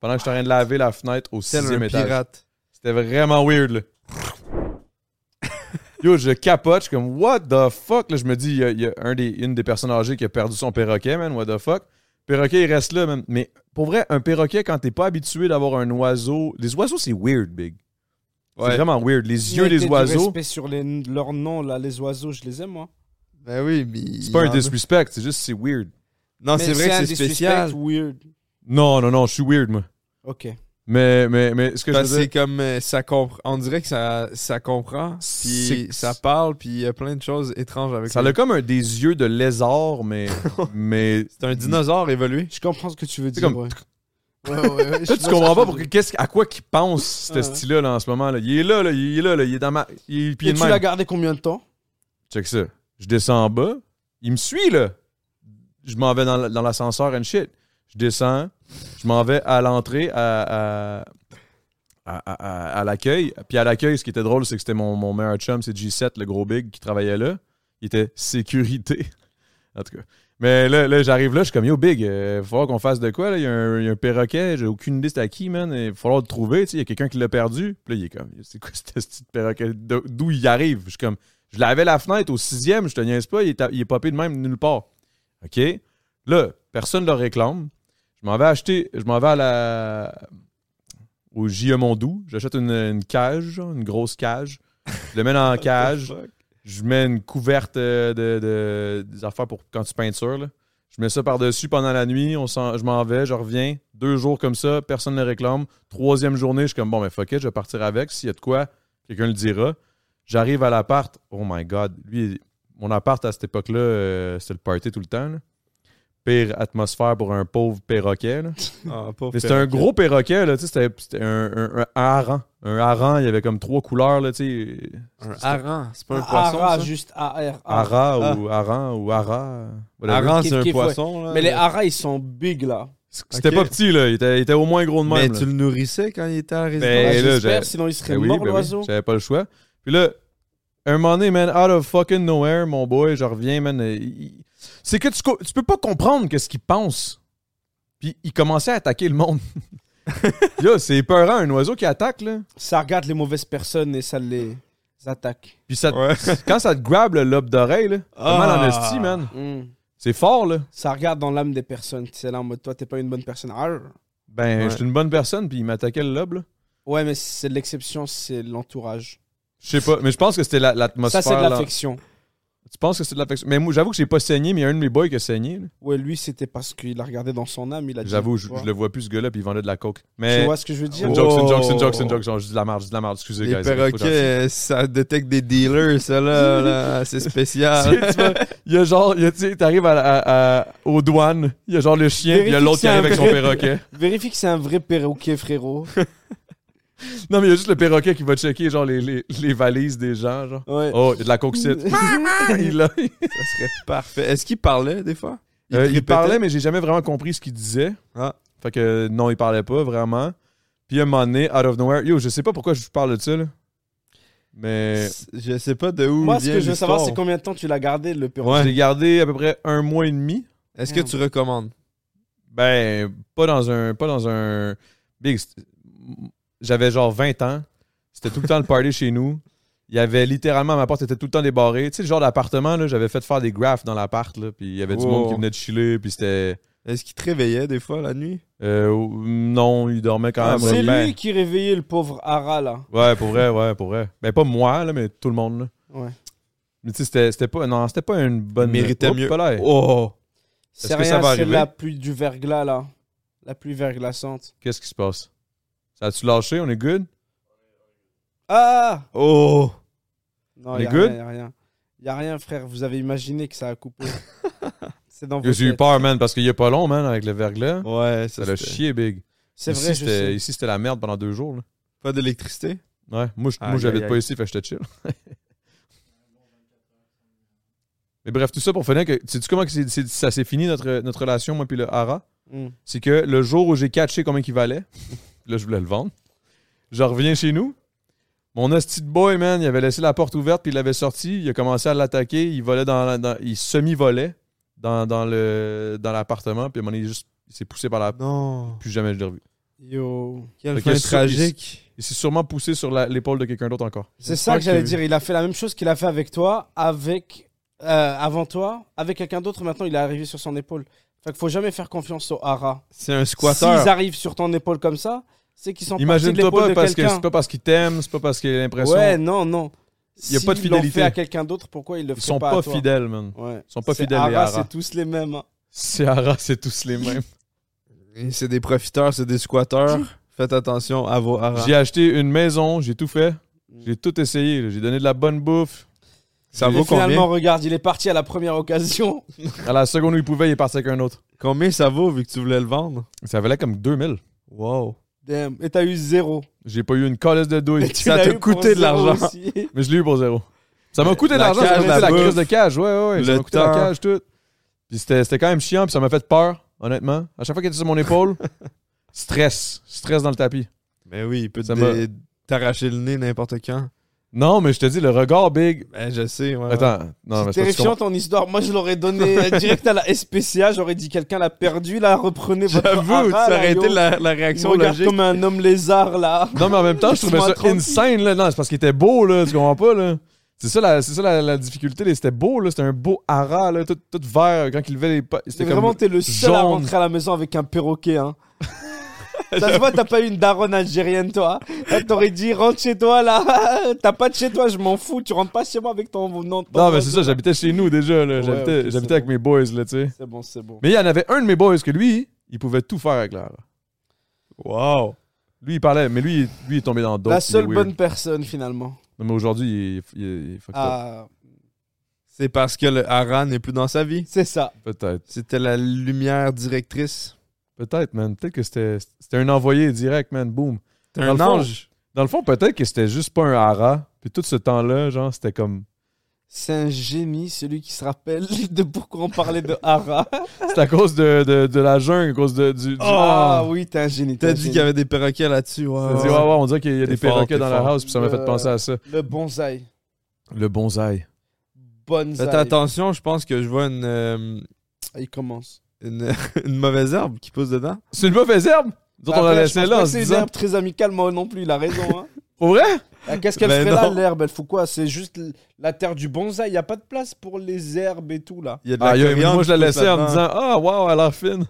Pendant que je suis en train de laver la fenêtre au Tel sixième un étage. pirate. C'était vraiment weird, là. Yo, je capote, je suis comme, what the fuck? Là, je me dis, il y a, il y a un des, une des personnes âgées qui a perdu son perroquet, man, what the fuck? Perroquet, il reste là, man. Mais pour vrai, un perroquet, quand t'es pas habitué d'avoir un oiseau. Les oiseaux, c'est weird, big. C'est Ouais. vraiment weird. Les yeux Mettez des du oiseaux, respect sur les, leur nom là, les oiseaux, je les aime moi. Ben oui, mais. c'est pas il y un en a. disrespect, c'est juste, Ah, c'est weird. Non, c'est Mais vrai un que c'est disrespect spécial. Weird. Non, non, non, je suis weird, moi. Ok. Mais, mais, mais, ce que je Parce que veux c'est dire. comme. euh, Ça comprend. On dirait que ça, ça comprend. Puis C'est- ça parle. Puis il y a plein de choses étranges avec Ça lui. a comme un des yeux de lézard, *laughs* mais. mais C'est un dinosaure évolué. Je comprends ce que tu veux C'est dire. comme- Ouais. Ouais, ouais, ouais, je Toi, *laughs* tu vois comprends ce pas que pour veux dire. qu'est-ce à quoi qu'il pense ce Ah ouais. style là en ce moment là. Il est là là, il est là là, il est dans ma il est puis Et il est tu de l'as même. gardé combien de temps Check ça. Je descends en bas, il me suit là. Je m'en vais dans la- dans l'ascenseur and shit. Je descends, je m'en vais à l'entrée à, à, à- à- à l'accueil. Puis à l'accueil, ce qui était drôle, c'est que c'était mon, mon meilleur chum, c'est G7, le gros big, qui travaillait là. Il était sécurité. En tout cas. Mais là, là, j'arrive là, je suis comme Yo Big, il va falloir qu'on fasse de quoi là? Il y, a un- il y a un perroquet, j'ai aucune idée c'est à qui, man. Il va falloir le trouver, tu sais, il y a quelqu'un qui l'a perdu. Puis là, il est comme C'est quoi *laughs* ce petit perroquet? D'o- D'où il arrive? Je suis comme Je l'avais la fenêtre au sixième, je te niaise pas, il est, à- il est popé de même nulle part. OK? Là, personne ne le réclame. Je m'en vais acheter, je m'en vais à la au J.E. Mondou. J'achète une, une cage, genre, une grosse cage. Je le mets dans la cage. Je mets une couverte euh, de, de- des affaires pour quand tu peintures. là. Je mets ça par-dessus pendant la nuit. On s'en- je m'en vais, je reviens. Deux jours comme ça, personne ne réclame. Troisième journée, je suis comme bon, mais fuck it, je vais partir avec. S'il y a de quoi, quelqu'un le dira. J'arrive à l'appart. Oh my god, lui, Mon appart à cette époque-là, euh, c'était le party tout le temps. là. Pire atmosphère pour un pauvre perroquet. là. Ah, pauvre Mais c'était un perroquet. gros perroquet, là, tu sais, c'était c'était un, un, un hareng. Un hareng, il y avait comme trois couleurs, là, tu sais. Un hareng, c'est pas un poisson. Ara, ça? juste AR. Hara ou hareng ou hara. whatever. Ah. Hareng, c'est Kiff, un kiff, ouais. poisson. là. Mais les haras, ils sont big là. C'était Ok. pas petit, là. Il était, il était au moins gros de Mais même. tu là. le nourrissais quand il était à la résidence? Ben, Ouais, là, J'espère, j'ai- sinon il serait Ben oui, mort ben oui, l'oiseau. J'avais pas le choix. Puis là, un moment donné, man, out of fucking nowhere, mon boy, je reviens, man. euh, il- C'est que tu, co- tu peux pas comprendre qu'est-ce qu'il pense. Puis il commençait à attaquer le *laughs* monde. Yo, c'est épeurant, un oiseau qui attaque, là. Ça regarde les mauvaises personnes et ça les attaque. Puis ça te- Ouais. *laughs* quand ça te grabe le lobe d'oreille, là, t'as mal Ah. en esti, man. Hmm. C'est fort, là. Ça regarde dans l'âme des personnes. C'est là en mode toi, t'es pas une bonne personne. Arr. Ben, Ouais. j'étais une bonne personne, puis il m'attaquait le lobe, là. Ouais, mais c'est de l'exception, c'est l'entourage. Je sais pas, mais je pense que c'était la- Ça, l'atmosphère. c'est de là. l'affection. Tu penses que c'est de l'affection? Mais moi, j'avoue que j'ai pas saigné, mais il y a un de mes boys qui a saigné. là. Ouais, lui, c'était parce qu'il a regardé dans son âme. Il a dit, J'avoue, tu je, vois. je le vois plus, ce gars-là, puis il vendait de la coke. Tu Mais. vois ce que je veux dire Une joke, c'est une joke, c'est une Oh. joke, c'est une joke. Genre, je dis de la merde, je dis de la merde, excusez, Les guys. faut que j'arrête. perroquets, euh, ça détecte des dealers, ça là, là, c'est Tu spécial. sais, *laughs* tu vois, Il y a genre, il y a, tu sais, t'arrives à, à- à- aux douanes, il y a genre le chien, puis il y a l'autre qui arrive avec son perroquet. Vérifie que c'est un vrai *laughs* perroquet, frérot. Non, mais il y a juste le perroquet qui va checker, genre, les, les, les valises des gens, genre. Ouais. Oh, il y a de la coxite. *laughs* il, l'a- *laughs* ça serait parfait. Est-ce qu'il parlait des fois Euh, il répétait? parlait, mais j'ai jamais vraiment compris ce qu'il disait. Ah. Fait que euh, non, il parlait pas vraiment. Puis à un moment donné, out of nowhere, yo, je sais pas pourquoi je vous parle de ça, là. Mais Je sais pas de où Moi, ce vient que je veux savoir, c'est l'histoire. combien de temps tu l'as gardé, le perroquet. j'ai gardé à peu près un mois et demi. Est-ce que tu recommandes Ben, pas dans un. Pas dans un. Big. c'était- J'avais genre 20 ans. C'était tout le temps le party chez nous. Il y avait littéralement, ma porte était tout le temps débarrée. Tu sais, le genre d'appartement, là, j'avais fait faire des graphs dans l'appart, là. Puis il y avait du Wow. monde qui venait de chiller, puis c'était. Est-ce qu'il te réveillait des fois la nuit euh, non, il dormait quand Ah, même. c'est là. C'est Ben, lui qui réveillait le pauvre Ara, là. Ouais, pour vrai, ouais, pour vrai. Ben, pas moi, là, mais tout le monde, là. Ouais. Mais tu sais, c'était- c'était pas, non, c'était pas une bonne... Méritait Oups, mieux. pas l'air. Oh, C'est que ça rien, va c'est arriver? la pluie du verglas, là. La pluie verglaçante. Qu'est-ce qui se passe? Ça a-tu lâché? On est good? Ah oh, Non, Les y a good rien, y a rien. Y a rien, frère. Vous avez imaginé que ça *laughs* a coupé. c'est dans vos J'ai eu têtes. peur, man, parce qu'il y a pas long, man, avec le verglas. ouais, ça Ça l'a c'était- chié, big. C'est Ici, vrai, je c'était- sais. Ici, c'était la merde pendant deux jours. là. Pas d'électricité. Ouais. Moi, je- moi, Aïe, j'habite aïe, pas aïe. ici, fait que j'étais chill. *laughs* Mais bref, tout ça pour finir que. Sais-tu comment que c'est- c'est- ça s'est fini notre, notre relation, moi puis le Hara? Mm. C'est que le jour où j'ai catché combien il valait, *laughs* là, je voulais le vendre. Je reviens chez nous. Mon hostie de boy, man, il avait laissé la porte ouverte, puis il l'avait sorti. Il a commencé à l'attaquer. Il volait dans, la- dans- Il semi-volait dans, dans le dans l'appartement, puis à un moment donné, il, juste, il s'est poussé par la. Non, Plus jamais je l'ai revu. Yo. quelle Fait que fin ça, tragique. Il s'est sûrement poussé sur la- l'épaule de quelqu'un d'autre encore. C'est ça que que- j'allais dire. Il a fait la même chose qu'il a fait avec toi, avec euh, avant toi, avec quelqu'un d'autre. Maintenant, il est arrivé sur son épaule. Fait qu'il faut jamais faire confiance aux haras. C'est un S'ils squatter. arrivent sur ton épaule comme ça, c'est qu'ils sont partis de Imagine-toi l'épaule pas de parce que quelqu'un. c'est pas parce qu'ils t'aiment, c'est pas parce qu'il a l'impression. Ouais, non, non. Y a pas de S'ils l'ont fidélité. fait à quelqu'un d'autre, pourquoi ils le font ils sont pas, à toi fidèles, man. Ouais. Ils sont pas C'est fidèles, les haras, haras. c'est tous les mêmes. hein. C'est haras, c'est tous les mêmes. Et C'est des profiteurs, c'est des squatteurs. Faites attention à vos haras. J'ai acheté une maison, j'ai tout fait. J'ai tout essayé. là. J'ai donné de la bonne bouffe. Ça Et vaut finalement, combien regarde, il est parti à la première occasion. À la seconde où il pouvait, il est parti avec un autre. Combien ça vaut vu que tu voulais le vendre Ça valait comme 2000. Wow. Damn. Et t'as *laughs* eu zéro. J'ai pas eu une colisse de douille. Tu Ça l'as t'a eu pour coûté de zéro l'argent. aussi. Mais je l'ai eu pour zéro. Ça m'a coûté de La l'argent, ça m'a cage, coûté la la, bouffe. crise de cage. Ouais, ouais, ouais. Ça Le m'a coûté la temps. cage, tout. Puis c'était c'était quand même chiant, puis ça m'a fait peur, honnêtement. À chaque fois qu'il était sur mon épaule, *laughs* stress. Stress dans le tapis. Mais oui, il peut Ça te- t'arracher le nez n'importe quand. Non, mais je te dis, le regard big. Ben, je sais, ouais. Attends, non, mais Ah. C'est c'est parce que tu terrifiant ton histoire. Moi, je l'aurais donné euh, direct à la SPCA. J'aurais dit quelqu'un l'a perdu, là, reprenez votre *laughs* J'avoue, hara, ça là, aurait yo. été la, la Il me réaction regarde logique. comme un homme lézard, là. Non, mais en même temps, je Tu trouvais m'as ça tranquille. insane, là. Non, c'est parce qu'il était beau, là. Tu comprends pas, là? C'est ça, la, c'est ça la, la difficulté, là. C'était beau, là. C'était un beau hara, là. Tout, tout vert, quand il levait les pas. C'était C'est comme. vraiment, t'es le seul à jaune. rentrer à la maison avec un perroquet, *laughs* hein. Ça se voit, t'as pas eu une daronne algérienne, toi. Là, T'aurais dit, rentre chez toi, là. *laughs* T'as pas de chez toi, je m'en fous. Tu rentres pas chez moi avec ton nom. Non, mais c'est ça, j'habitais chez nous déjà, là. Ouais, J'habitais, ok, j'habitais c'est avec bon. mes boys, là, tu sais. C'est bon, c'est bon. Mais il y en avait un de mes boys que lui, il pouvait tout faire avec l'air. Wow. Lui, il parlait, mais lui, il- lui, il est tombé dans d'autres. La seule bonne personne, finalement. Non, mais aujourd'hui, il, est- il est- il est fucked up. Ah, C'est- C'est parce que le Haran n'est plus dans sa vie. C'est ça. Peut-être. C'était la lumière directrice. Peut-être, man. Peut-être que c'était c'était un envoyé direct, man. Boom. T'es Dans un le fond, ange. Dans le fond, peut-être que c'était juste pas un hara. Puis tout ce temps-là, genre, c'était comme. C'est un génie, celui qui se rappelle *laughs* de pourquoi on parlait de Hara. C'est à cause de, de, de la jungle, à cause de, du. du- Ah oui, t'es un génie. t'es T'as un dit génie. qu'il y avait des perroquets là-dessus. Ça Wow. dit, ouais, ouais, on dirait qu'il y a T'es des fort, perroquets t'es dans la fort. house, puis ça m'a fait Euh, penser à ça. Le bonsaï. Le bonsaï. Bonsaï. Faites attention, je pense que je vois une, euh, Ah, Il commence. une, *laughs* une mauvaise herbe qui pousse dedans. C'est une mauvaise herbe! Nous autres, on la Après, je laissait pense là pas en que se C'est une disant. herbe très amicale, moi non plus, il a raison. hein. Pour vrai? Ah, Qu'est-ce qu'elle Ben ferait là, non. l'herbe Elle fout quoi C'est juste l- la terre du bonsaï. Il n'y a pas de place pour les herbes et tout, *laughs* là. Il y a de la Ah, yo, coriandre moi, je la qui pousse laissais en me là-dedans. disant, ah, waouh, elle a l'air fine.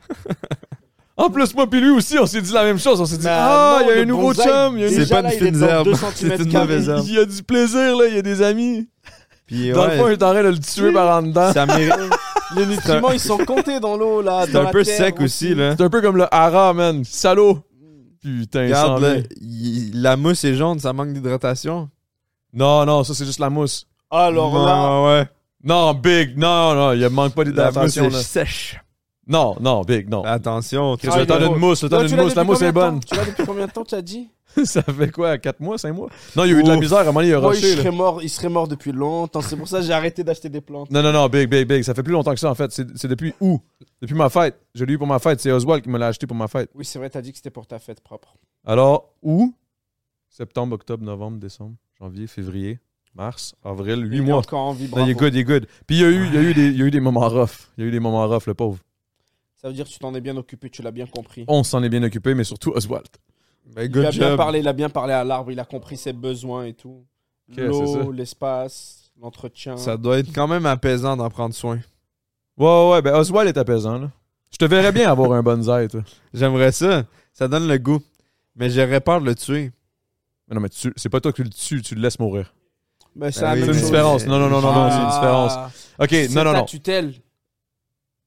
en plus, moi, puis lui aussi, on s'est dit la même chose. On s'est dit, Mais ah, non, il y a le un nouveau bonsaï, chum, il y a une- déjà, C'est pas là, une il est fine dans herbe. deux *laughs* C'est centimètres une carrés. mauvaise herbe. il y a du plaisir, là, il y a des amis. Puis, Dans ouais, le fond, j'étais en train de le tuer par en dedans. *laughs* ça mérite. Les nutriments, ils sont comptés dans l'eau, là. C'est dans un la peu terre sec aussi, là. C'est un peu comme le hara, man. Salaud. Putain, il s'en Regarde, là, vient. il- la mousse est jaune, ça manque d'hydratation. Non, non, ça, c'est juste la mousse. Alors là, Ouais, ouais, Non, Big, non, non, il manque pas ouais. La mousse d'hydratation, est là. sèche. Non, non, Big, non. Attention, Chris, Ah, le temps il est d'une rose. mousse, le Là, temps tu d'une l'as mousse, la depuis mousse est combien de bonne. temps Tu l'as depuis combien de temps, tu as dit *laughs* ça fait quoi, 4 mois, 5 mois? Non, il y a eu de la Ouf. misère, à un moment donné, il a Moi, il rushé, là. serait mort, il serait mort depuis longtemps. C'est pour ça que j'ai arrêté d'acheter des plantes. Non, non, non, Big, Big, Big. Ça fait plus longtemps que ça, en fait. C'est c'est depuis où? Depuis ma fête. Je l'ai eu pour ma fête. C'est Oswald qui me l'a acheté pour ma fête. Oui, c'est vrai, t'as dit que c'était pour ta fête propre. Alors, où? Septembre, octobre, novembre, décembre, janvier, février, mars, avril, 8 Il est mois. Encore en vie, Non, il est bravo. good, il est good. Puis il y a eu, il y a eu, des, il y a eu des moments rough. Il y a eu des moments rough, le pauvre. Ça veut dire que tu t'en es bien occupé, tu l'as bien compris. On s'en est bien occupé, mais surtout Oswald. Ben, Il good a bien job. parlé, il a bien parlé à l'arbre, il a compris ses besoins et tout. Ok, c'est ça. L'eau, l'espace, l'entretien. Ça doit être quand même apaisant d'en prendre soin. Ouais, ouais, ouais, ben Oswald est apaisant, là. Je te verrais bien avoir un bonsaï, toi. J'aimerais ça. Ça donne le goût. Mais j'aurais peur de le tuer. Mais non, mais tu- c'est pas toi qui le tues, tu le laisses mourir. Mais c'est Ben la oui, même Ah C'est une chose. différence. Non, non, non, non, non, c'est une différence. Ah, Ok, c'est non, non, ta non. tutelle.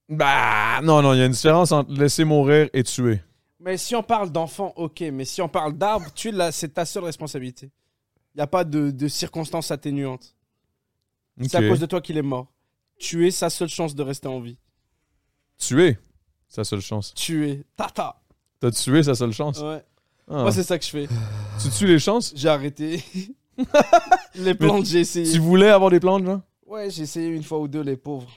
Bah, non, non, il y a une différence entre laisser mourir et tuer. Mais si on parle d'enfant, ok. Mais si on parle d'arbre, tu l'as, c'est ta seule responsabilité. Il n'y a pas de, de circonstances atténuantes. C'est Ok. à cause de toi qu'il est mort. Tuer, sa seule chance de rester en vie. Tuer, sa seule chance. Tuer. Tata. T'as tué sa seule chance. Ouais. Ah. Moi, c'est ça que je fais. Tu tues les chances? J'ai arrêté. *laughs* les plantes, j'ai Tu essayé. voulais avoir des plantes, genre? Ouais, j'ai essayé une fois ou deux, les pauvres.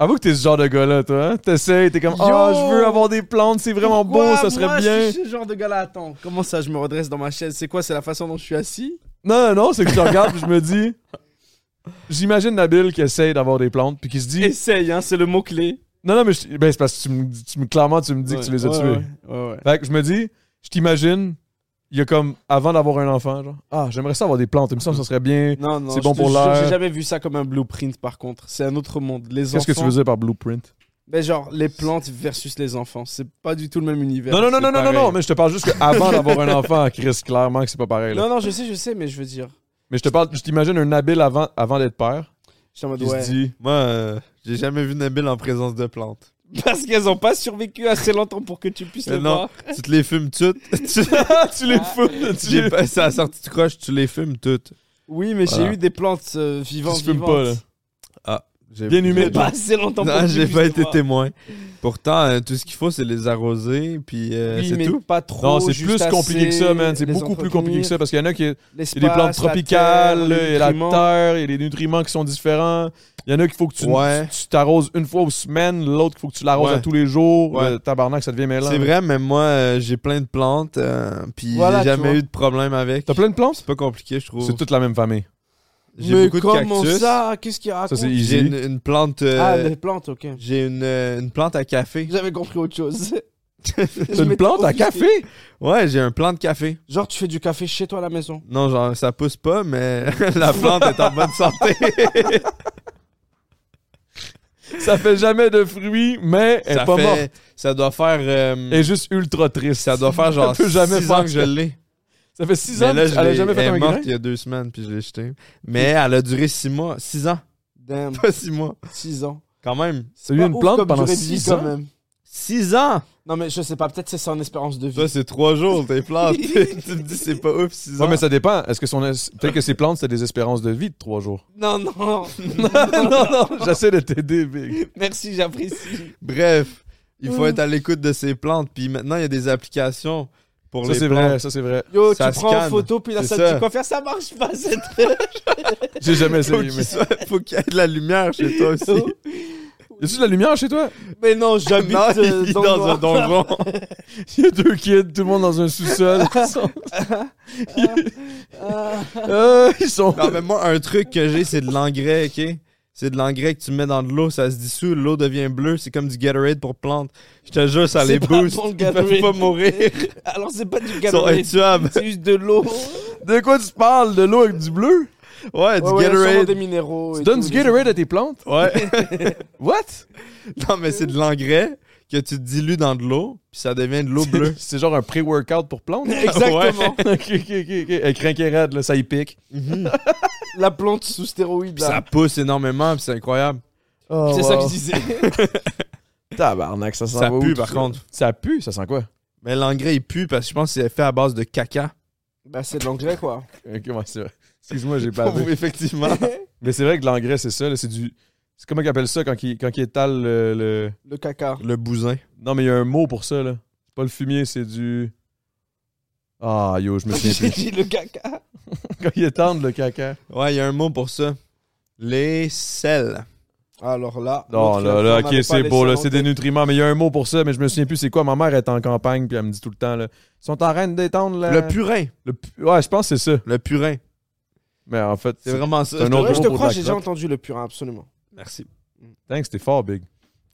Avoue que t'es ce genre de gars-là, toi. Hein? T'essayes, t'es comme, ah, Yo! je veux avoir des plantes, c'est vraiment Pourquoi bon, ça serait moi, bien. Je suis ce genre de gars-là. Attends, comment ça, je me redresse dans ma chaise C'est quoi C'est la façon dont je suis assis Non, non, non, c'est que je regarde et je me dis. J'imagine Nabil qui essaye d'avoir des plantes puis qui se dit. Essaye, hein, c'est le mot-clé. Non, non, mais je- ben, c'est parce que tu me, dis- tu me- clairement, tu me dis Ouais, que tu les as ouais, tués. Ouais, ouais, ouais. Fait que je me dis, je t'imagine, il y a comme, avant d'avoir un enfant, genre, ah, j'aimerais ça avoir des plantes, il me semble que ça serait bien. Non, non, C'est je bon te pour jure, l'air. J'ai jamais vu ça comme un blueprint, par contre. C'est un autre monde. Les Qu'est-ce que tu enfants- veux dire par blueprint? Mais genre, les plantes versus les enfants. C'est pas du tout le même univers. Non, non, non, c'est non, non, non, pareil. non, mais je te parle juste qu'avant d'avoir *laughs* un enfant, Chris, clairement que c'est pas pareil. là. Non, non, je sais, je sais, mais je veux dire. Mais je te parle, je t'imagine un Nabil avant, avant d'être père J'étais en mode, qui ouais. se dit, Moi, euh, j'ai jamais vu Nabil en présence de plantes. *laughs* Parce qu'elles ont pas survécu assez longtemps pour que tu puisses Mais les non. voir. Tu te les fumes toutes. tu Ah, tu les fous, tu j'ai les pas- c'est à la sortie du croche, tu les fumes toutes. Oui, mais Voilà. j'ai eu des plantes euh, vivantes. Tu te fumes vivantes. pas, là. Ah, J'ai- Bien j'ai- humide. Mais pas assez longtemps pour Non, que tu j'ai puisses pas les été voir. témoin. Pourtant, euh, tout ce qu'il faut, c'est les arroser, puis euh, Oui, c'est mais tout. pas trop. Non, c'est juste plus compliqué que ça, assez, man. C'est les beaucoup plus compliqué que ça entretenir, parce qu'il y en a qui. Il y a des l'espace, plantes la terre, tropicales, les il y a la nutriments. terre, il y a des nutriments qui sont différents. Il y en a qu'il faut que tu Ouais. tu- tu t'arroses une fois aux semaines, l'autre qu'il faut que tu l'arroses Ouais. à tous les jours. Ouais. Le tabarnak, ça devient mêlant. C'est vrai, mais moi, euh, j'ai plein de plantes, euh, puis Voilà, tu j'ai jamais vois. eu de problème avec. T'as plein de plantes? C'est pas compliqué, je trouve. C'est toute la même famille. *laughs* J'ai Mais beaucoup de comment cactus. ça Qu'est-ce qu'il raconte Ça, c'est J'ai easy. une, une plante. euh, Ah, les plantes, ok. J'ai une, euh, une plante à café. J'avais compris autre *laughs* chose. T'as une plante à café? Ouais, j'ai un plant de café. Genre, tu fais du café chez toi à la maison. Non, genre, ça pousse pas, mais *laughs* la plante est en bonne *laughs* santé. Ça fait jamais de fruits, mais elle ça est pas fait- morte. Ça doit faire. euh, Elle est juste ultra triste. ça *laughs* *laughs* doit faire genre peut jamais 6 faire ans que je ça. l'ai. Ça fait 6 Mais ans là, qu'elle je a l'ai- jamais fait elle un est morte grain. il y a deux semaines, puis je l'ai jetée. Mais elle a duré six mois. Six ans. Damn, *laughs* Pas six mois. 6 ans. Quand même. C'est eu pas une ouf plante comme pendant durée de vie, six quand ans même. 6 ans! Non, mais je sais pas, peut-être c'est ça en espérance de Toi, vie. c'est 3 jours, t'es *laughs* plate. tu me dis, c'est pas ouf, 6 ans. Ouais, *laughs* mais ça dépend. Est-ce que son es- peut-être que ses plantes c'est des espérances de vie de trois jours. Non, non. *laughs* non, non, j'essaie de t'aider, Big. Merci, j'apprécie. Bref, il Mm. faut être à l'écoute de ses plantes. Puis maintenant, il y a des applications pour Ça les c'est plantes. vrai, ça c'est vrai. Yo, Ça Oh, tu se prends en calme. photo, puis là, C'est ça ça. te dit quoi faire, ça marche pas, cette J'ai jamais Faut essayé. qu'il Mais... soit- faut qu'il y ait de la lumière chez toi aussi. Y a-tu de la lumière chez toi *laughs* Mais non, j'habite non, il euh, vit dans, dans, le un noir. donjon. *laughs* Y a deux kids, tout le monde dans un sous-sol. Ils sont. Ah. Euh, ils sont. non, mais moi, un truc que j'ai, c'est de l'engrais, OK? C'est de l'engrais que tu mets dans de l'eau, ça se dissout, l'eau devient bleue, c'est comme du Gatorade pour plantes. Je te jure, ça C'est les pas booste. bon, le Ils peuvent Gatorade. pas mourir. *laughs* Alors, c'est pas du Ils sont Gatorade. intuables. *laughs* C'est juste de l'eau. De quoi tu parles De l'eau avec du bleu Ouais, ouais, Ouais, du sûrement des Gatorade. minéraux. Tu et donnes tout, du les- Gatorade à tes plantes Ouais. *laughs* What non, mais c'est de l'engrais que tu dilues dans de l'eau, puis ça devient de l'eau bleue. C'est genre un pré-workout *laughs* pour plantes *laughs* Exactement. Ok, ok, ok. ok. Elle crinque raide, là, ça y pique. La plante sous stéroïdes. Puis ça là. pousse énormément, puis c'est incroyable. Ah. Oh, C'est ça wow. que je disais. Tabarnak, ça sent Ça va où, pue, tout par ça? contre. Ça pue, ça sent quoi Mais l'engrais, il pue parce que je pense que c'est fait à base de caca. bah, c'est de l'engrais, quoi. Ok, ouais, c'est vrai. Excuse-moi, *laughs* j'ai pas vu. Effectivement. *laughs* Mais c'est vrai que l'engrais, c'est ça, là, c'est du. C'est comment ils appellent ça quand ils quand ils étalent le, le- *laughs* Le caca. Le bousin. Non, mais il y a un mot pour ça, là. C'est pas le fumier, c'est du. Ah, yo, je me souviens J'ai plus. dit *laughs* le caca. quand ils étendent le caca. Ouais, il y a un mot pour ça. Les sels. Alors là. Non, notre là, flamme, là, on ok, avait pas c'est laissé beau, là, en c'est des tête. nutriments, mais il y a un mot pour ça, mais je me souviens plus c'est quoi. Ma mère est en campagne, puis elle me dit tout le temps, là. Ils sont en train d'étendre la... Le purin. le pu- Ouais, je pense que c'est ça. Le purin. Mais en fait, C'est vraiment ça. C'est un autre Ouais, je te pour de crois, la j'ai déjà crotte. entendu le purin, absolument. Merci. Thanks, t'es fort, Big.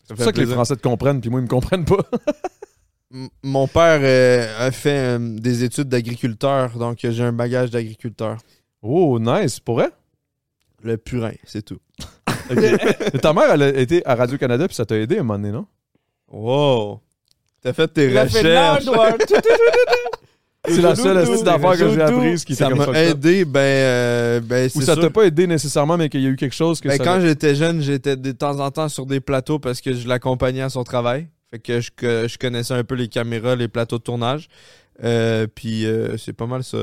C'est me pour ça fait que les plaisir. Français te comprennent, puis moi, ils me comprennent pas. *laughs* M- Mon père euh, a fait euh, des études d'agriculteur, donc j'ai un bagage d'agriculteur. oh, nice, pour vrai? Le purin, c'est tout. Ok. Mais ta mère, elle a été à Radio-Canada, puis ça t'a aidé à un moment donné, non? Wow! T'as fait tes Il a fait recherches. *laughs* l'hardware. Tout, tout, tout. C'est la seule Doudou, astuce d'affaire que j'ai doudou. apprise qui ça était comme m'a ça. aidé, ben, euh, ben Ou c'est ça sûr. t'a pas aidé nécessairement, mais qu'il y a eu quelque chose que Ben, ça... quand j'étais jeune, j'étais de temps en temps sur des plateaux parce que je l'accompagnais à son travail. Fait que je, que je connaissais un peu les caméras, les plateaux de tournage. Euh, puis euh, c'est pas mal ça.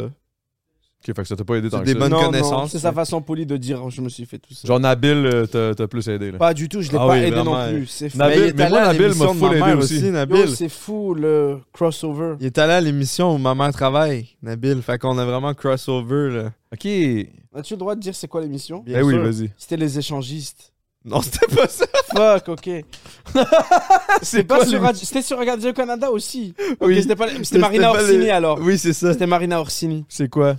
Ok, fait que ça t'a pas aidé tant C'est que des ça. bonnes- Bonne Non, non, connaissance, C'est sa mais- façon polie de dire oh, je me suis fait tout ça. Genre Nabil, euh, t'a t'a plus aidé, là. Pas du tout, je l'ai Ah pas oui, aidé vraiment, non plus. C'est fou. Nabil- Ben, il est mais allé moi, à Nabil m'a l'émission de full ma aidé mère aussi. Nabil. Yo, C'est fou le crossover. Il est allé à l'émission où ma mère travaille, Nabil. Fait qu'on a vraiment crossover, là. Ok. Eh As-tu le droit de dire c'est quoi l'émission Bien oui, sûr. vas-y. C'était les échangistes. Non, c'était pas ça. Fuck, *laughs* ok. C'était pas quoi, sur lui? Radio- c'était sur Radio Canada aussi. Ok, Oui. c'était pas c'était C'était Marina pas les- Orsini alors. Oui, c'est ça. C'était Marina Orsini. C'est quoi?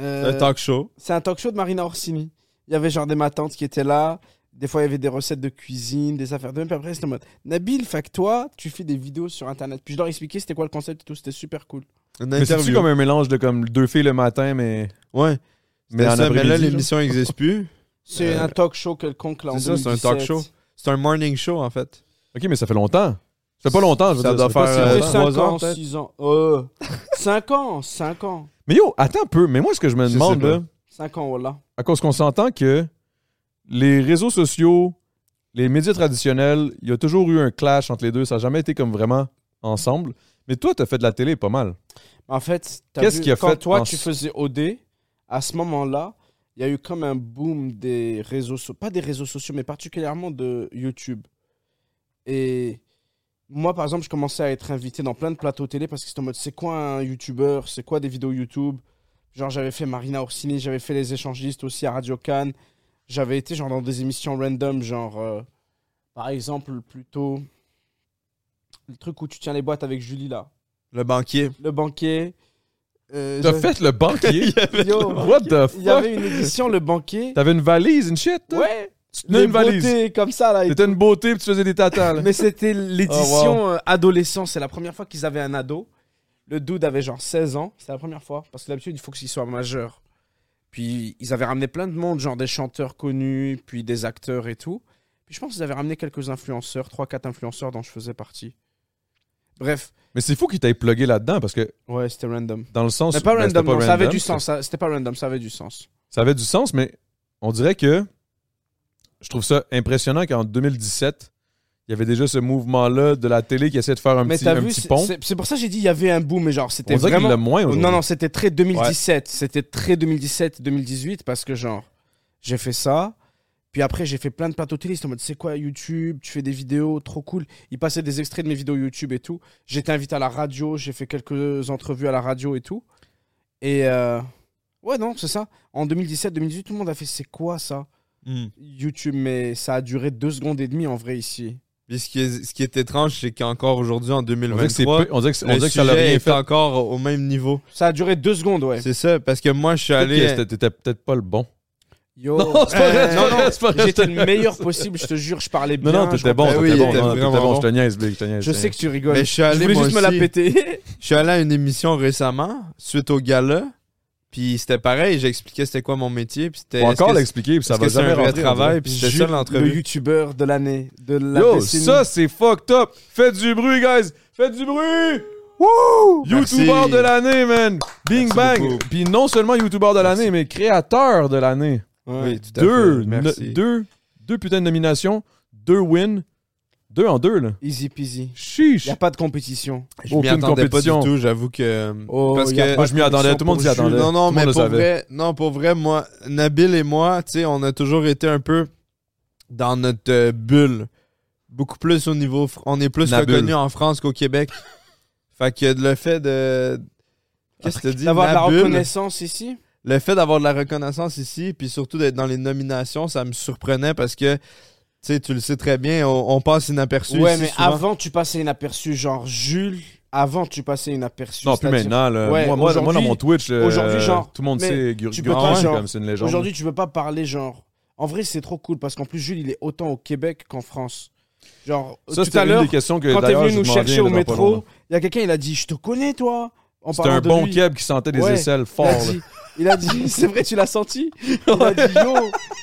Euh, Un talk show. c'est un talk show de Marina Orsini. Il y avait genre des matantes qui étaient là. Des fois, il y avait des recettes de cuisine, des affaires de même. Puis après, c'était en mode Nabil, fait que toi, tu fais des vidéos sur Internet. Puis je leur expliquais c'était quoi le concept et tout. C'était super cool. Une Mais c'est-tu interview. comme un mélange de comme deux filles le matin, mais... Ouais. Mais en C'était ça, mais là, après-midi, genre? l'émission n'existe plus. C'est Euh, un talk show quelconque là. en c'est ça, c'est un talk 2017. show. C'est un morning show, en fait. Ok, mais ça fait longtemps. Ça fait pas longtemps, je veux Ça dire. doit fait pas faire, si longtemps. C'est euh, trois 5 ans, ans, peut-être. 6 ans. Euh, 5 ans, 5 ans. Mais yo, attends un peu. Mais moi, ce que je me Je demande, sais pas. là, 5 ans, voilà. à cause qu'on s'entend que les réseaux sociaux, les médias traditionnels, il y a toujours eu un clash entre les deux. Ça n'a jamais été comme vraiment ensemble. Mais toi, t'as fait de la télé pas mal. En fait, t'as Qu'est-ce vu, qui a quand fait toi, en- tu faisais OD, à ce moment-là, il y a eu comme un boom des réseaux sociaux. Pas des réseaux sociaux, mais particulièrement de YouTube. Et moi, par exemple, je commençais à être invité dans plein de plateaux télé parce que c'était en mode, c'est quoi un YouTuber C'est quoi des vidéos YouTube Genre, j'avais fait Marina Orsini, j'avais fait Les Échangistes aussi à Radio Cannes. J'avais été genre dans des émissions random, genre, euh, par exemple, plutôt le truc où tu tiens les boîtes avec Julie là. *laughs* Le banquier. le banquier. Euh, T'as j'avais- fait le banquier? Yo, *laughs* What the Il y avait fuck? une édition, le banquier. T'avais une valise, une shit? toi? Ouais, Tu tenais les une valise. beautés comme ça là. et T'étais une beauté puis tu faisais des tatas, tout. là. Mais c'était l'édition Oh, euh, adolescent. C'est la première fois qu'ils avaient un ado. Le dude avait genre 16 ans. C'était la première fois. Parce que d'habitude, il faut qu'il soit majeur. Puis ils avaient ramené plein de monde, genre des chanteurs connus, puis des acteurs et tout. Puis je pense qu'ils avaient ramené quelques influenceurs, 3-4 influenceurs dont je faisais partie. Bref, Mais c'est fou qu'il t'aille plugué là-dedans parce que ouais, c'était random. dans le sens. Mais pas ben, c'était random, non, ça avait du parce sens. ça- C'était pas random, ça avait du sens. ça avait du sens, mais on dirait que je trouve ça impressionnant qu'en 2017, il y avait déjà ce mouvement-là de la télé qui essaie de faire un Mais petit, t'as un vu, petit c'est- pont. c'est c'est pour ça que j'ai dit il y avait un boom, mais genre c'était On dirait vraiment. qu'il l'a moins aujourd'hui. non, non, c'était très 2017. C'était très 2017-2018 parce que genre, j'ai fait ça. Puis après, j'ai fait plein de plateaux télé. C'était en mode, c'est quoi YouTube Tu fais des vidéos, trop cool. Ils passaient des extraits de mes vidéos YouTube et tout. J'étais invité à la radio, j'ai fait quelques entrevues à la radio et tout. Et euh, ouais, non, c'est ça. En 2017-2018, tout le monde a fait, c'est quoi ça Hmm. YouTube, mais ça a duré deux secondes et demie en vrai ici. Puis ce qui est, ce qui est étrange, c'est qu'encore aujourd'hui, en On dirait que, c'est 2023, peu- on dirait que, on le dirait que ça l'a sujet rien est fait. encore au même niveau. Ça a duré deux secondes, ouais. C'est ça, parce que moi, je suis Peut-être que allé... c'était- T'étais peut-être pas le bon. Yo. Non, c'est pas vrai, c'est pas Eh, non, vrai, c'est pas non, vrai, j'étais c'est le meilleur possible, je te jure, je parlais bien. Non, non, je t'étais comprends- bon, Ah oui, t'étais bon. t'étais non, T'étais vraiment bon, je bon. te niaise, Blake, je te niaise. Je sais que tu rigoles. Mais je suis allé, voulais moi juste me la *laughs* aussi. péter. Je suis allé à une émission récemment, suite au gala, puis c'était pareil, j'expliquais c'était quoi mon métier, puis c'était... Faut est-ce encore que- l'expliquer, puis ça est-ce va que c'est jamais un vrai rentrer, on dirait. travail, puis c'était Jules, ça le l'entrevue. youtubeur de l'année, de la Yo, décennie. ça c'est fucked up. Faites du bruit, guys. Faites du bruit. Wouh! Merci. YouTuber de l'année, man. Bing Merci bang. beaucoup. Puis non seulement YouTuber de l'année, mais créateur de l'année. Oui, tout à Deux, fait, no- merci. deux, deux putains de nominations, deux wins, deux en deux là. Easy peasy. Chiche. Y a pas de compétition. Je m'y attendais pas du tout, j'avoue que... euh, Oh, parce y a que... Moi je m'y attendais, tout le monde s'y attendait. Non, non, Tout le mais monde le pour savait. vrai, non, pour vrai, moi, Nabil et moi, tu sais, on a toujours été un peu dans notre euh, bulle. Beaucoup plus au niveau. fr- On est plus Nabulle. reconnu en France *laughs* qu'au Québec. fait que le fait de. Qu'est-ce que tu dis? D'avoir de la Nabulle, reconnaissance ici. Le fait d'avoir de la reconnaissance ici, puis surtout d'être dans les nominations, ça me surprenait parce que, tu sais, tu le sais très bien, on, on passe inaperçu. Ouais, ici mais souvent. avant tu passais inaperçu, genre Jules, avant tu passais inaperçu. Non, plus c'est-à-dire- maintenant. Là. Ouais, Euh, moi, moi, moi, dans aujourd'hui- mon Twitch, euh, aujourd'hui, genre, tout le monde mais sait Gur- tu peux Gurkin, pas, genre, comme c'est une légende. Aujourd'hui, tu peux pas parler genre. En vrai, c'est trop cool parce qu'en plus, Jules, il est autant au Québec qu'en France. Genre, ça, tout à c'était une l'heure, des questions que quand t'es d'ailleurs, venu je nous m'en chercher viens, au là, dans pas longtemps. métro, il y a quelqu'un, il a dit Je te connais, toi en C'était parlant un de bon lui. keb qui sentait les Ouais. aisselles Il fort. a là. dit, il a dit *laughs* C'est vrai, tu l'as senti Il a dit Yo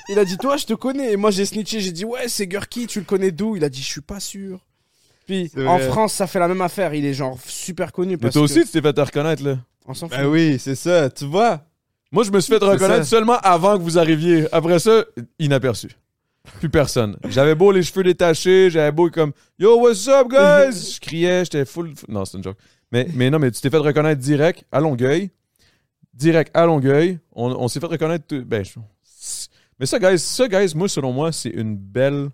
Il a dit Toi, je te connais. Et moi, j'ai snitché, j'ai dit Ouais, c'est Gurki, tu le connais d'où Il a dit Je suis pas sûr. Puis, C'est en vrai. France, ça fait la même affaire. Il est genre super connu. Euh, Mais Parce toi aussi, que... tu t'es fait te reconnaître là. On s'en fout. Ben oui, c'est ça, tu vois. Moi, je me suis fait reconnaître ça. seulement avant que vous arriviez. Après ça, inaperçu. Plus personne. J'avais beau les cheveux détachés, j'avais beau comme Yo, what's up, guys? Je criais, j'étais full. full- Non, c'est une joke. Mais, mais non, mais tu t'es fait reconnaître direct à Longueuil. Direct à Longueuil. On, on s'est fait reconnaître. tout- Ben, je- Mais ça, guys, ça, guys, moi, selon moi, c'est une belle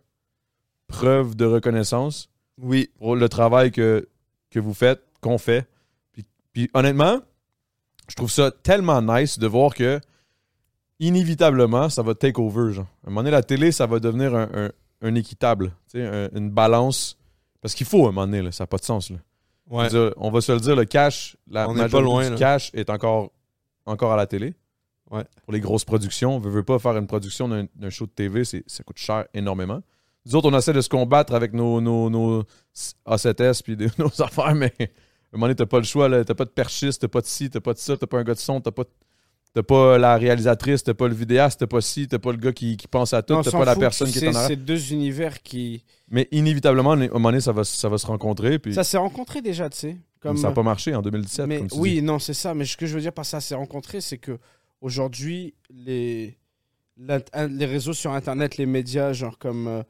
preuve de reconnaissance Oui. pour le travail que, que vous faites, qu'on fait. Puis, puis honnêtement, je trouve ça tellement nice de voir que inévitablement, ça va take over. Genre. À un moment donné, la télé, ça va devenir un, un- un équitable, tu sais, un- une balance. Parce qu'il faut à un moment donné, là, ça n'a pas de sens. là. Ouais. Je veux dire, on va se le dire, le cash, la On est majorité pas loin, du là. cash est encore, encore à la télé. Ouais. Pour les grosses productions, on ne veut pas faire une production d'un d'un show de TV, c'est- ça coûte cher énormément. Nous autres, on essaie de se combattre avec nos, nos, nos A7S puis des- *laughs* nos affaires, mais à un moment donné, t'as pas le choix, là. t'as pas de perchiste, t'as pas de ci, t'as pas de ça, t'as pas un gars de son, t'as pas, t'as pas la réalisatrice, t'as pas le vidéaste, t'as pas ci, t'as pas le gars qui, qui pense à tout, On t'as s'en pas la fout, personne tu qui est sais, en arrière. C'est deux univers qui. Mais inévitablement, à un moment donné, ça va, ça va se rencontrer, puis Ça s'est rencontré déjà, tu sais. Comme... ça n'a pas marché en 2017. Mais comme tu oui, dis. non, c'est ça. Mais ce que je veux dire par ça, c'est rencontrer, c'est que aujourd'hui, les, l'int- in- les réseaux sur Internet, les médias, genre comme euh,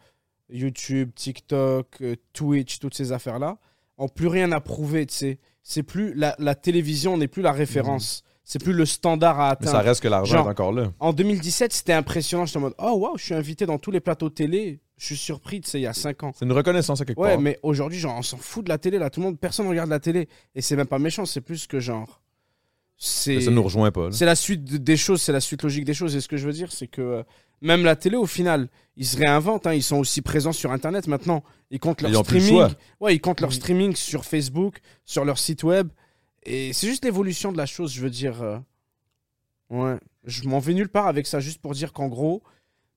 YouTube, TikTok, euh, Twitch, toutes ces affaires-là, ont plus rien à prouver, tu sais. C'est plus la, la télévision n'est plus la référence. Mhm. C'est plus le standard à Mais atteindre. ça reste que l'argent Genre- est encore là. En 2017, c'était impressionnant. J'étais en mode, oh waouh, je suis invité dans tous les plateaux télé. Je suis surpris, tu sais, il y a 5 ans. C'est une reconnaissance à quelque Ouais, part. mais aujourd'hui, genre, on s'en fout de la télé, là. Tout le monde, personne regarde la télé. Et c'est même pas méchant, c'est plus que genre. C'est. Ça ne nous rejoint pas. là. C'est la suite de- des choses, c'est la suite logique des choses. Et ce que je veux dire, c'est que euh, même la télé, au final, ils se réinventent. hein. Ils sont aussi présents sur Internet maintenant. Ils comptent leur Ils ont plus le streaming. choix. Ouais, ils comptent leur streaming sur Facebook, sur leur site web. Et c'est juste l'évolution de la chose, je veux dire. euh, Ouais. Je m'en vais nulle part avec ça, juste pour dire qu'en gros,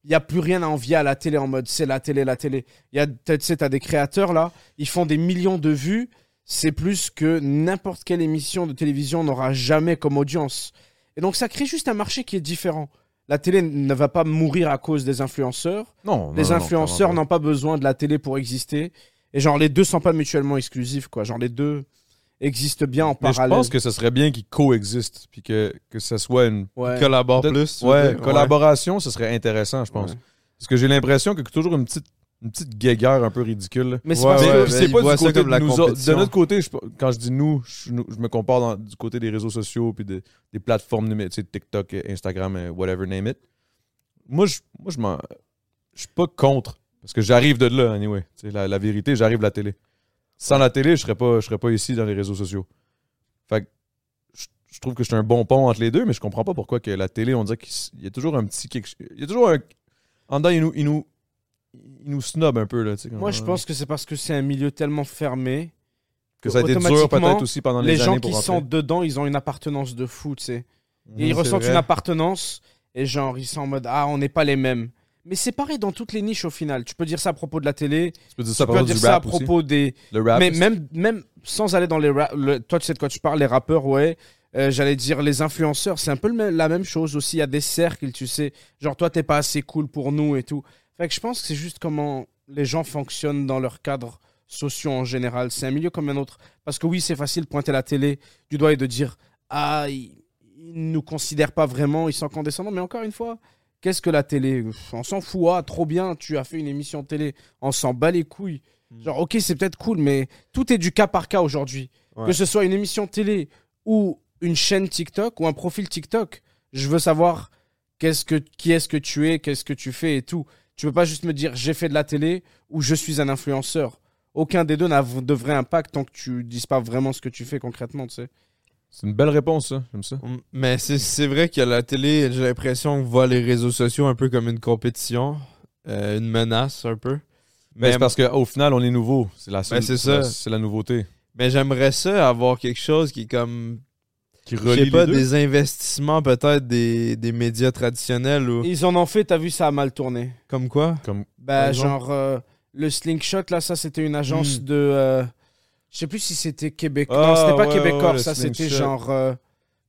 il n'y a plus rien à envier à la télé en mode c'est la télé, la télé. Il Y a, tu sais, t'as des créateurs là, ils font des millions de vues. C'est plus que n'importe quelle émission de télévision n'aura jamais comme audience. Et donc ça crée juste un marché qui est différent. La télé ne va pas mourir à cause des influenceurs. Non, les non, non, influenceurs clairement n'ont pas besoin de la télé pour exister. Et genre les deux sont pas mutuellement exclusifs quoi. Genre les deux existent bien en pas. Mais je parallèle. pense que ce serait bien qu'ils coexistent puis que, que ce soit une Ouais. Collabore Peut-être- plus. tu veux ouais, dire? collaboration, ce serait intéressant, je pense. Parce que j'ai l'impression que toujours une petite une petite guéguerre un peu ridicule. là. Mais c'est Ouais, parce C'est- que- puis ben, c'est ils pas voient du ça côté de comme la nous autres. compétition. De notre côté, je- quand je dis nous, je, nous- je me compare dans- du côté des réseaux sociaux puis de- des plateformes numériques, tu sais, TikTok, euh, Instagram, euh, whatever, name it. Moi, je moi, je m'en- je suis pas contre parce que j'arrive de là, anyway. Tu sais, la, la vérité, j'arrive de la télé. Sans la télé, je serais pas, je serais pas ici dans les réseaux sociaux. Fait que je, je trouve que je suis un bon pont entre les deux, mais je comprends pas pourquoi que la télé, on dirait qu'il s- il y a toujours un petit quelque Il y a toujours un. En dedans, il nous, il nous, il nous snob un peu. Là, tu sais, Moi, je quand- pense que c'est parce que c'est un milieu tellement fermé. que ça a été dur Automatiquement, peut-être aussi pendant les, les années gens pour qui rentrer. sont dedans, ils ont une appartenance de fou, tu sais. Et Mhm, ils c'est ressentent vrai. une appartenance et genre, ils sont en mode Ah, on n'est pas les mêmes. Mais c'est pareil dans toutes les niches au final. Tu peux dire ça à propos de la télé, Tu peux dire ça tu à peux propos dire du ça à rap aussi. propos des, Le rap. Mais c'est- même, même sans aller dans les rap, le- toi tu sais de quoi tu parles, les rappeurs, ouais. Euh, J'allais dire les influenceurs, c'est un peu le même- la même chose aussi. Il y a des cercles, tu sais. Genre toi t'es pas assez cool pour nous et tout. Fait que je pense que c'est juste comment les gens fonctionnent dans leur cadre sociaux en général. C'est un milieu comme un autre. Parce que oui, c'est facile de pointer la télé du doigt et de dire ah ils, ils nous considèrent pas vraiment, ils sont condescendants. Mais encore une fois. Qu'est-ce que la télé Pff, On s'en fout, ah, trop bien, tu as fait une émission de télé. On s'en bat les couilles. Genre, ok, c'est peut-être cool, mais tout est du cas par cas aujourd'hui. Ouais. Que ce soit une émission télé ou une chaîne TikTok ou un profil TikTok, je veux savoir qu'est-ce que, qui est-ce que tu es, qu'est-ce que tu fais et tout. Tu peux pas juste me dire j'ai fait de la télé ou je suis un influenceur. Aucun des deux n'a v- de vrai impact tant que tu dises pas vraiment ce que tu fais concrètement, tu sais. C'est une belle réponse, ça. J'aime ça. Mais c'est- c'est vrai que la télé, j'ai l'impression qu'on voit les réseaux sociaux un peu comme une compétition, euh, une menace un peu. Mais, Mais- Ben, c'est parce qu'au final, on est nouveau. C'est la seule- c'est la- ça. C'est la nouveauté. Mais j'aimerais ça avoir quelque chose qui est comme, Qui je relie sais les pas, deux. des investissements peut-être des, des médias traditionnels ou Ils en ont fait, t'as vu, ça a mal tourné. comme quoi. Comme... Bah, Par exemple? genre, euh, le Slingshot, là, ça, c'était une agence Hmm. de. euh, je sais plus si c'était Québec. non, Ah, c'était pas ouais, Québécois, ouais, le ça, c'était Slingshot. genre. euh,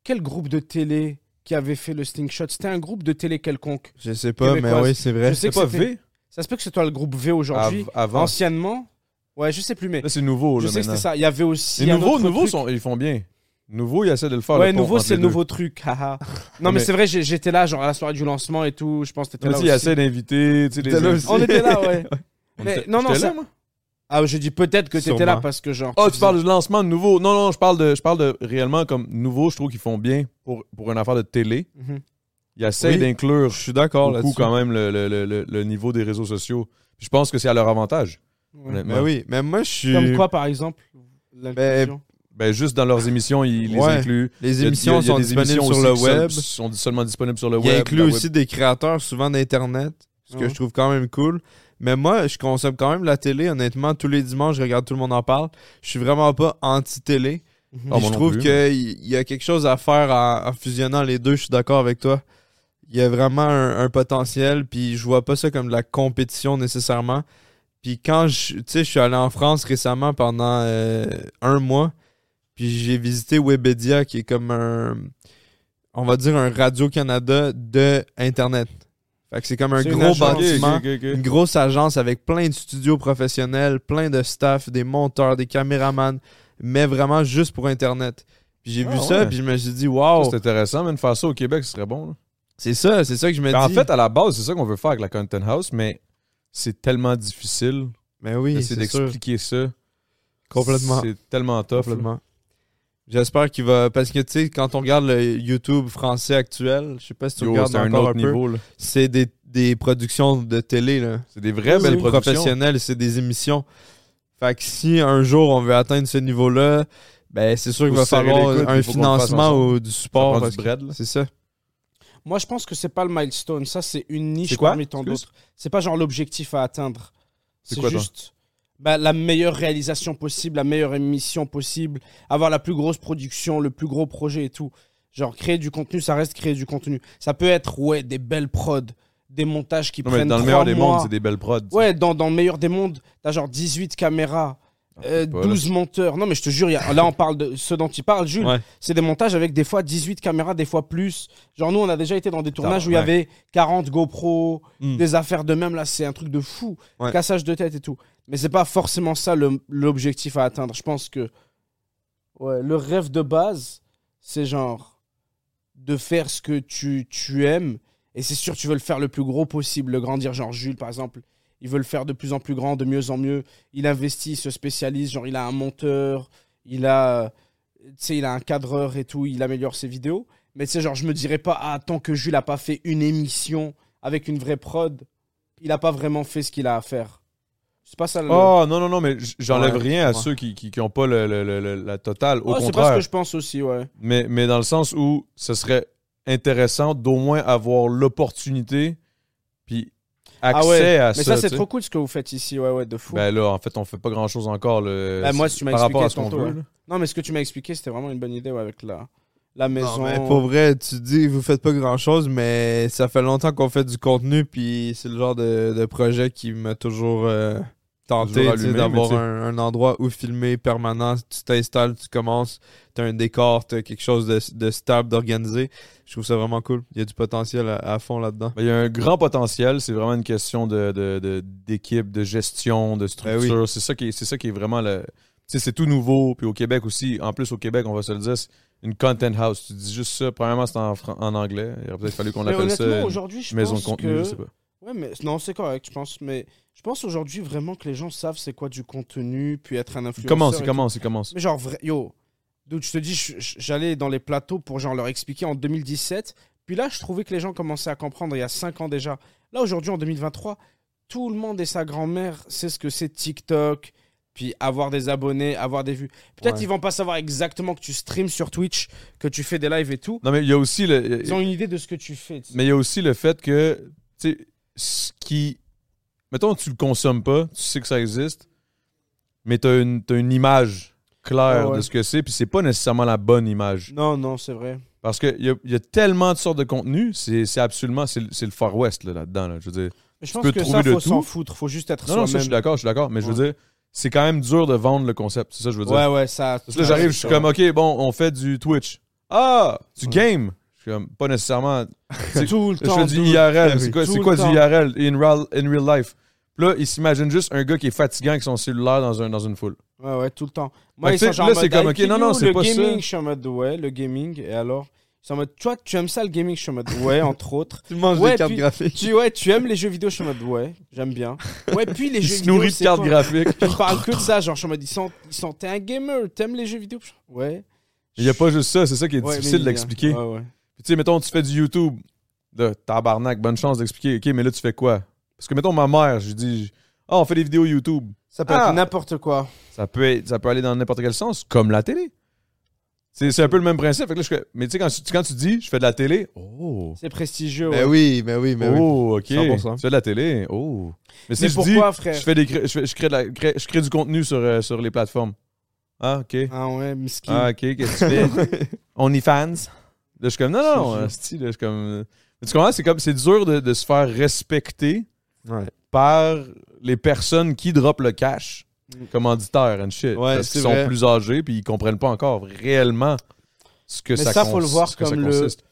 quel groupe de télé qui avait fait le Slingshot C'était un groupe de télé quelconque. Je sais pas, mais Québécoise. oui, c'est vrai. Je sais C'est que pas c'était- V Ça se peut que ce soit le groupe V aujourd'hui. av- avant. Anciennement Ouais, je sais plus, mais. Là, c'est nouveau. je là, sais que maintenant. c'était ça. Il y avait aussi. Les un nouveaux, autre nouveaux truc. sont... ils font bien. Nouveau, ils essaient de le faire. Oh, Ouais, le pont nouveau, entre c'est les le deux. nouveau truc. haha. non, mais Mais- c'est vrai, j'ai- j'étais là, genre, à la soirée du lancement et tout. Je pense que t'étais Mais là. tu sais, Ils aussi. essaient d'inviter. tu sais, T'es là les- aussi. On était là, ouais. On Mais était- non, non, j'étais ça. là, moi. Ah, je dis peut-être que t'étais là Sûrement. parce que, genre. Ah, tu faisais- parles du lancement de nouveau. Non, non, je parle de, je parle de réellement comme nouveau. Je trouve qu'ils font bien pour, pour une affaire de télé. Mhm. Ils essaient Oui. d'inclure Je suis d'accord beaucoup là-dessus. quand même le, le- le- le- le niveau des réseaux sociaux. Puis je pense que c'est à leur avantage. Ouais. Ben honnêtement. Mais oui, mais moi je suis. Comme quoi, par exemple l'inclusion Ben, juste dans leurs émissions, ils les Ouais. incluent. Il Les y a- émissions il y a sont des disponibles émissions sur aussi le qui sont- web. sont seulement disponibles sur le Il web. inclut la web. aussi des créateurs souvent d'Internet, ce que Ouais. je trouve quand même cool. Mais moi, je consomme quand même la télé, honnêtement. Tous les dimanches, je regarde Tout le monde en parle. Je suis vraiment pas anti-télé. Mhm. Ah, Puis moi je non trouve plus, qu'il y a quelque chose à faire en, en fusionnant les deux. Je suis d'accord avec toi. Il y a vraiment un, un potentiel. Puis je vois pas ça comme de la compétition nécessairement. Puis quand je, tu sais, je suis allé en France récemment pendant euh, un mois. Puis j'ai visité Webedia, qui est comme un, on va dire un Radio Canada de Internet. Fait que c'est comme un C'est une gros agence. bâtiment. Ok, ok, ok. Une grosse agence avec plein de studios professionnels, plein de staff, des monteurs, des caméramans, mais vraiment juste pour Internet. Puis j'ai Ah vu ça, ouais. puis je me suis dit, Ça, waouh, C'est intéressant, même faire ça au Québec, ce serait bon. là. c'est ça, c'est ça que je me Ben, en dis. fait, à la base, c'est ça qu'on veut faire avec la Content House, mais c'est tellement difficile mais Ben oui, d'essayer c'est sûr. d'expliquer ça. Complètement. C'est tellement tough. là. Complètement. J'espère qu'il va. Parce que, tu sais, quand on regarde le YouTube français actuel, je sais pas si tu Yo, regardes C'est un autre encore un, peu, niveau. là. c'est des, des productions de télé, là. C'est des vraies belles productions. professionnels, c'est des émissions. Fait que si un jour on veut atteindre ce niveau-là, ben c'est sûr Faut qu'il va se serrer les coudes, falloir un puis faut qu'on le fasse financement ensemble. ou du support. Ça prend du parce que- bread, là. C'est ça. Moi, je pense que c'est pas le milestone. Ça, c'est une niche C'est quoi parmi tant Excuse? d'autres. C'est pas genre l'objectif à atteindre. C'est C'est quoi, toi juste bah, la meilleure réalisation possible, la meilleure émission possible, avoir la plus grosse production, le plus gros projet et tout. Genre, créer du contenu, ça reste créer du contenu. Ça peut être, ouais, des belles prods, des montages qui Non, mais prennent dans le trois meilleur des mondes, mois. c'est des belles prods. tu sais. Ouais, dans, dans le meilleur des mondes, t'as genre 18 caméras, euh, Ah, pas, là. 12 monteurs. Non, mais je te jure, y a- là, on parle de ce dont tu parles, Jules. Ouais. C'est des montages avec des fois 18 caméras, des fois plus. Genre, nous, on a déjà été dans des tournages où il y ouais. Hmm. avait 40 GoPro, Mm. des affaires de même. Là, c'est un truc de fou. Ouais. Cassage de tête et tout. Mais c'est pas forcément ça le- l'objectif à atteindre. Je pense que ouais, le rêve de base, c'est genre de faire ce que tu, tu aimes. Et c'est sûr, tu veux le faire le plus gros possible, le grandir. Genre, Jules, par exemple, il Ils veulent faire de plus en plus grand, de mieux en mieux. Il investit, il se spécialise. Genre, il a un monteur, il a, tu sais, il a un cadreur et tout. Il améliore ses vidéos. Mais tu sais, genre, je me dirais pas, ah, tant que Jules a pas fait une émission avec une vraie prod, il a pas vraiment fait ce qu'il a à faire. C'est pas ça le. Oh non, non, non, mais j- j'enlève Ouais, rien à ouais. ceux qui n'ont qui, qui ont pas le- le- le- le- la totale. Au Oh, c'est pas ce contraire. que je pense aussi, ouais. mais, mais dans le sens où ce serait intéressant d'au moins avoir l'opportunité puis accès ah ouais. à Mais ça. ça, c'est tu sais. trop cool ce que vous faites ici, ouais, ouais, de fou. Ben là, en fait, on fait pas grand chose encore. le- Ben, moi, si tu m'as par rapport expliqué à ce qu'on tantôt, veut. ouais. là. Non, mais ce que tu m'as expliqué, c'était vraiment une bonne idée ouais, avec la, la maison. Non, mais pour vrai, tu dis vous faites pas grand chose, mais ça fait longtemps qu'on fait du contenu, puis c'est le genre de, de projet qui m'a toujours euh, tenté Toujours tu sais, allumé, d'avoir mais tu- un, un endroit où filmer permanent. Tu t'installes, tu commences, t'as un décor, t'as quelque chose de, de stable, d'organisé. Je trouve ça vraiment cool. Il y a du potentiel à, à fond là-dedans. Ben, Il y a un grand potentiel. C'est vraiment une question de, de- de- d'équipe, de gestion, de Ben oui. structure. c'est, ça qui est, c'est ça qui est vraiment le. Tu sais, c'est tout nouveau. Puis au Québec aussi, en plus au Québec, on va se le dire, c'est une content house. Tu dis juste ça. Premièrement, c'est en, fran- en anglais. Il aurait peut-être fallu qu'on Mais appelle ça honnêtement, une aujourd'hui, je maison de pense contenu. que- Je sais pas. Ouais, mais non, c'est correct, je pense. Mais je pense aujourd'hui vraiment que les gens savent c'est quoi du contenu, puis être un Il influenceur. commence, et il tout. commence, il commence. Mais genre, vrai- yo, donc je te dis, je- je- j'allais dans les plateaux pour genre leur expliquer en 2017. Puis là, je trouvais que les gens commençaient à comprendre il y a 5 ans déjà. Là, aujourd'hui, en 2023, tout le monde et sa grand-mère sait ce que c'est TikTok, puis avoir des abonnés, avoir des vues. Peut-être Ouais. ils vont pas savoir exactement que tu streams sur Twitch, que tu fais des lives et tout. Non, mais il y a aussi le. Ils ont une idée de ce que tu fais. tu sais. Mais il y a aussi le fait que, tu sais, ce qui. Mettons, tu le consommes pas, tu sais que ça existe, mais tu as une, t'as une image claire Ah ouais. de ce que c'est, puis c'est pas nécessairement la bonne image. Non, non, c'est vrai. Parce qu'il y a, il y a tellement de sortes de contenus, c'est c'est absolument. C'est le- c'est le Far West là, là-dedans. là. je veux dire. Mais je Tu pense peux que trouver ça, de faut s'en tout. foutre, faut juste être Non, non, ça, je suis soi-même. d'accord, je suis d'accord, mais je veux dire, c'est quand même dur de vendre le concept, c'est ça que je veux dire. Ouais, ouais, ça. Parce que là, j'arrive, je suis comme, ok, bon, on fait du Twitch. Ah, du game. Je suis comme, pas nécessairement. tout le Je temps. fais du tout- IRL. C'est oui. quoi, Tout c'est le quoi du temps. IRL in real, in real life? Puis là, il s'imagine juste un gars qui est fatigant avec son cellulaire dans, un, dans une foule. Ouais, ouais, tout le temps. Fait Moi, que ils sont tu sais, genre en là, c'est mode, comme, ah, ok, non, Kidou, non, c'est le pas ça. gaming, je suis en mode, ouais, le gaming, et alors Ils sont en mode, tu vois, tu aimes ça le gaming Je suis en mode, ouais, *laughs* entre autres. Tu manges Ouais, des cartes puis- graphiques. Tu, ouais, tu aimes les jeux vidéo Je suis en mode, ouais, j'aime bien. Ouais, puis *laughs* les Il jeux se vidéo. nourrit de c'est cartes quoi graphiques. *laughs* Puis ils parlent que de ça, genre, je suis en mode, ils sont, ils sont, t'es un gamer, t'aimes les jeux vidéo Je suis en mode, Ouais. Il n'y a pas juste ça, c'est ça qui est Ouais, mais difficile il y a- d'expliquer. Ouais, ouais. Puis tu sais, mettons, tu fais du YouTube. Là, tabarnak, bonne chance d'expliquer. OK, mais là, tu fais quoi? Parce que, mettons, ma mère, je lui dis, ah, on fait des vidéos YouTube. Ça peut Ah. être n'importe quoi. Ça peut, être- ça peut aller dans n'importe quel sens, comme la télé. C'est c'est un peu le même principe. Fait que là, je fais- mais tu sais, quand, tu- quand tu dis, je fais de la télé, oh, C'est prestigieux. Ben ouais. oui, ben oui, ben *laughs* oui. oh, OK, 100%. tu fais de la télé, oh. Mais si Mais je pourquoi, dis, frère je, fais des, cré- je, fais- je crée de la- crée- je crée du contenu sur, euh, sur les plateformes. Ah, OK. Ah ouais, miskin. Ah, ok, qu'est-ce *laughs* que tu fais? OnlyFans. Là, je suis comme, non, non, hostie, là, je suis comme. euh, Mais tu comprends, c'est comme, c'est dur de, de se faire respecter Ouais. par les personnes qui droppent le cash, Mm. commanditaires and shit. Ouais, parce c'est qu'ils sont vrai. plus âgés, puis ils comprennent pas encore réellement ce que Mais ça ça, faut cons- le voir ce que ça comme le- consiste.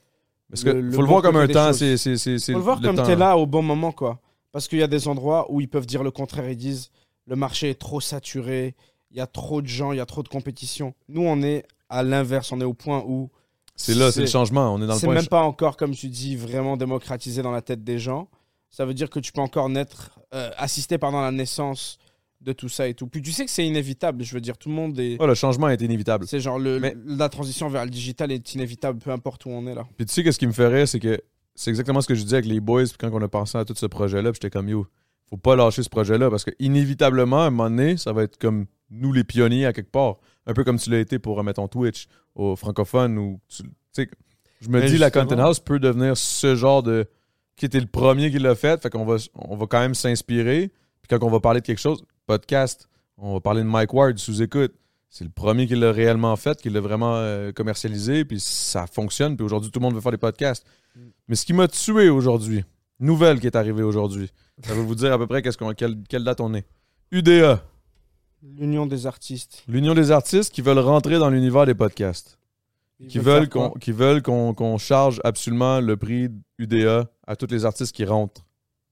Parce que le- le faut le bon voir comme côté un des temps, choses. c'est. c'est, c'est, c'est Faut le voir comme temps. t'es là au bon moment, quoi. Parce qu'il y a des endroits où ils peuvent dire le contraire. Ils disent le marché est trop saturé, il y a trop de gens, il y a trop de compétition. Nous, on est à l'inverse, on est au point où C'est là, c'est le C'est- changement. On est dans le c'est point. même pas encore, comme tu dis, vraiment démocratisé dans la tête des gens. Ça veut dire que tu peux encore naître, euh, assister pardon, à la naissance de tout ça et tout. Puis tu sais que c'est inévitable, je veux dire, tout le monde est. Ouais, Ah, le changement est inévitable. C'est genre le, Mais- la transition vers le digital est inévitable, peu importe où on est là. Puis tu sais, qu'est-ce qui me ferait, c'est que c'est exactement ce que je disais avec les boys puis quand on a pensé à tout ce projet-là. Puis j'étais comme, yo, faut pas lâcher ce projet-là parce que inévitablement, à un moment donné, ça va être comme nous les pionniers à quelque part. Un peu comme tu l'as été pour, euh, mettons, Twitch aux francophones ou tu tu sais. Je me Mais dis, la justement- Content House peut devenir ce genre de. qui était le premier qui l'a fait. Fait qu'on va, on va quand même s'inspirer. Puis quand on va parler de quelque chose, podcast, on va parler de Mike Ward sous écoute. C'est le premier qui l'a réellement fait, qui l'a vraiment euh, commercialisé, puis ça fonctionne. Puis aujourd'hui, tout le monde veut faire des podcasts. Mais ce qui m'a tué aujourd'hui, nouvelle qui est arrivée aujourd'hui, ça va vous dire à peu près qu'est-ce qu'on, quelle, quelle date on est. UDA, L'union des artistes. l'Union des artistes qui veulent rentrer dans l'univers des podcasts, Ils qui veulent, faire quoi qu'on, qui veulent qu'on, qu'on charge absolument le prix UDA à tous les artistes qui rentrent.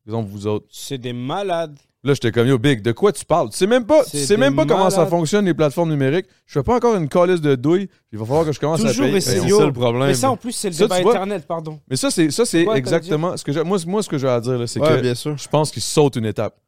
Exemple, vous autres. C'est des malades. Là, j'étais comme, yo, Big, de quoi tu parles? Tu sais même pas, tu C'est sais même des pas comment ça malades. fonctionne, les plateformes numériques. Je fais pas encore une calice de douille. Il va falloir que je commence Toujours à payer. essayer. Ben, C'est yo, ça le problème. Mais ça, en plus, c'est le Ça, débat tu vois- Internet, pardon. Mais ça, c'est, ça, c'est quoi, t'allais exactement ce que j'ai. Moi, c- moi, ce que j'ai à dire, là, c'est Ouais, que bien sûr. je pense qu'ils sautent une étape.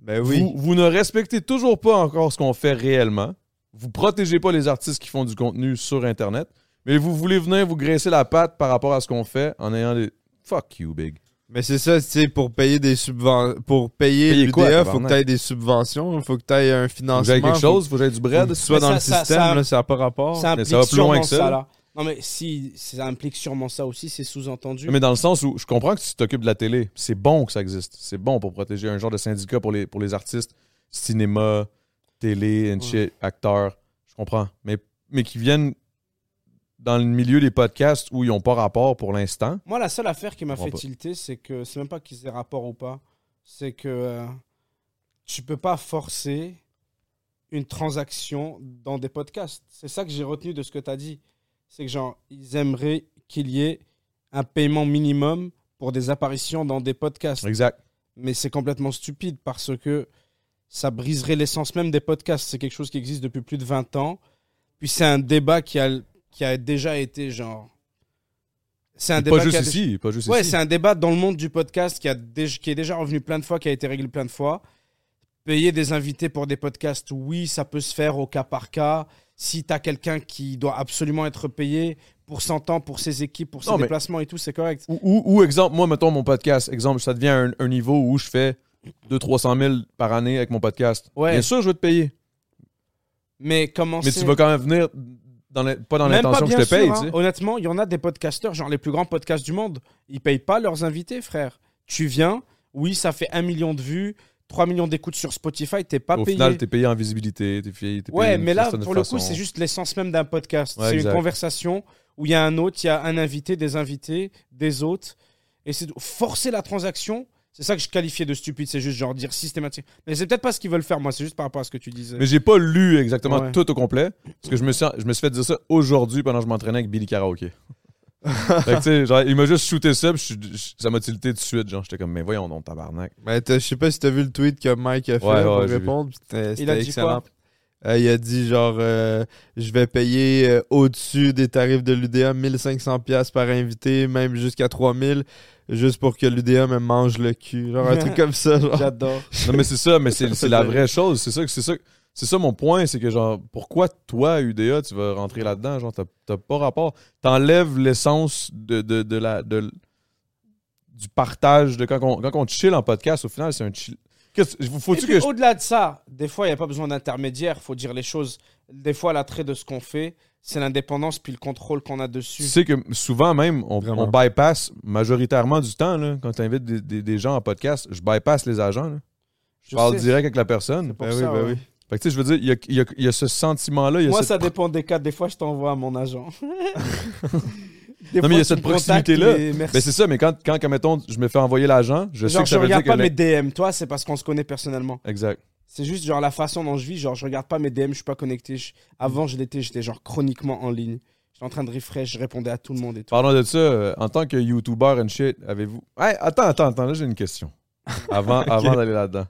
Ben oui. Vous, vous ne respectez toujours pas encore ce qu'on fait réellement. Vous protégez pas les artistes qui font du contenu sur Internet. Mais vous voulez venir vous graisser la patte par rapport à ce qu'on fait en ayant des. Fuck you, big. Mais c'est ça, tu sais, pour payer des subventions. Pour payer Payer quoi, l'UDA, faut que tabarnak? tu aies des subventions, faut que tu aies un Vous financement. avez quelque faut chose, vous avez du que bread. tu sois Mais dans ça- le ça- système, ça- là, ça n'a pas rapport. Ça mais implique ça va plus loin sûrement que ça. ça, là. Non, mais si, ça implique sûrement ça aussi, c'est sous-entendu. Mais dans le sens où je comprends que tu t'occupes de la télé. C'est bon que ça existe. C'est bon pour protéger un genre de syndicat pour les, pour les artistes, cinéma, télé, and shit, acteurs. Je comprends. Mais, mais qui viennent dans le milieu des podcasts où ils n'ont pas rapport pour l'instant. Moi, la seule affaire qui m'a Comprends fait pas. tilter, c'est que c'est même pas qu'ils aient rapport ou pas, c'est que euh, tu peux pas forcer une transaction dans des podcasts. C'est ça que j'ai retenu de ce que tu as dit. C'est que, genre, ils aimeraient qu'il y ait un paiement minimum pour des apparitions dans des podcasts. Exact. Mais c'est complètement stupide parce que ça briserait l'essence même des podcasts. C'est quelque chose qui existe depuis plus de 20 ans. Puis c'est un débat qui a, qui a déjà été genre. C'est un Et débat Pas qui juste a- ici. Pas juste Ouais, ici. c'est un débat dans le monde du podcast qui, a déj- qui est déjà revenu plein de fois, qui a été réglé plein de fois. Payer des invités pour des podcasts, oui, ça peut se faire au cas par cas. Si tu as quelqu'un qui doit absolument être payé pour son temps, pour ses équipes, pour ses Non, mais- déplacements et tout, c'est correct. Ou, ou- ou exemple, moi, mettons mon podcast. Exemple, ça devient un, un niveau où je fais 200-300 000 par année avec mon podcast. Ouais. Bien sûr, je vais te payer. Mais comment Mais c'est- tu vas quand même venir dans la- pas dans Même pas l'intention que je bien te sûr, paye. hein. tu sais. Honnêtement, il y en a des podcasteurs, genre les plus grands podcasts du monde. Ils payent pas leurs invités, frère. Tu viens, oui, ça fait un million de vues, 3 millions d'écoutes sur Spotify, t'es pas Au payé. final, t'es payé en visibilité. T'es payé, t'es payé Ouais, d'une mais là, certaine pour le façon. coup, c'est juste l'essence même d'un podcast. Ouais, c'est une exact. conversation où il y a un hôte, il y a un invité, des invités, des hôtes. Et c'est tout. forcer la transaction. C'est ça que je qualifiais de stupide. C'est juste genre dire systématique. Mais c'est peut-être pas ce qu'ils veulent faire, moi. C'est juste par rapport à ce que tu disais. Mais j'ai pas lu exactement Ouais. tout au complet. Parce que je me suis, je me suis fait dire ça aujourd'hui pendant que je m'entraînais avec Billy Karaoke. *laughs* Fait que, tu sais, genre, il m'a juste shooté ça, puis je suis- je- ça m'a tilté tout de suite. Genre, j'étais comme, mais voyons donc, tabarnak. Mais t'as- je sais pas si t'as vu le tweet que Mike a fait Ouais, pour ouais, j'ai répondre. puis C'était Il a c'était dit excellent. Euh, il a dit genre euh, je vais payer euh, au-dessus des tarifs de l'UDA 1500 pièces par invité, même jusqu'à 3000 juste pour que l'UDA me mange le cul, genre un *laughs* truc comme ça. genre. J'adore. Non, mais c'est ça, mais c'est c'est *laughs* la vraie chose. C'est ça, que- c'est ça, que- c'est ça mon point, c'est que genre, pourquoi toi, UDA, tu vas rentrer là-dedans? Genre, t'as- t'as pas rapport. T'enlèves l'essence de, de, de la, de l- du partage de quand on, quand on chill en podcast, au final, c'est un chill. Qu'est-ce- Et Faut-tu puis, que je- Au-delà de ça, des fois, il n'y a pas besoin d'intermédiaire. faut dire les choses. Des fois, l'attrait de ce qu'on fait, c'est l'indépendance puis le contrôle qu'on a dessus. Tu sais que souvent même, on, Vraiment. on bypass majoritairement du temps, là, quand tu invites des, des- des gens en podcast, je bypass les agents. là. Je, Je parle sais. direct avec la personne. pour Ben oui, ça, ben ouais. oui. Fait que tu sais, je veux dire, il y a, il y a- il y a ce sentiment-là. il y a Moi, cette- ça dépend des cas. Des fois, je t'envoie à *laughs* mon agent. Des Non, fois, mais il y a tu cette me contactes, proximité-là. mais merci. Mais c'est ça, mais quand, quand, comme mettons, je me fais envoyer l'agent, je sais Genre, que ça je veut dire regarde que. pas mes l'in- DM. Toi, c'est parce qu'on se connaît personnellement. Exact. C'est juste genre la façon dont je vis. Genre, je regarde pas mes DM, je suis pas connecté. Je- Avant, je l'étais, j'étais genre chroniquement en ligne. J'étais en train de refresh, je répondais à tout le monde et tout. Parlons de ça, euh, en tant que YouTuber and shit, avez-vous. Hey, attends, attends, attends, là j'ai une *laughs* question. Avant, avant d'aller là-dedans.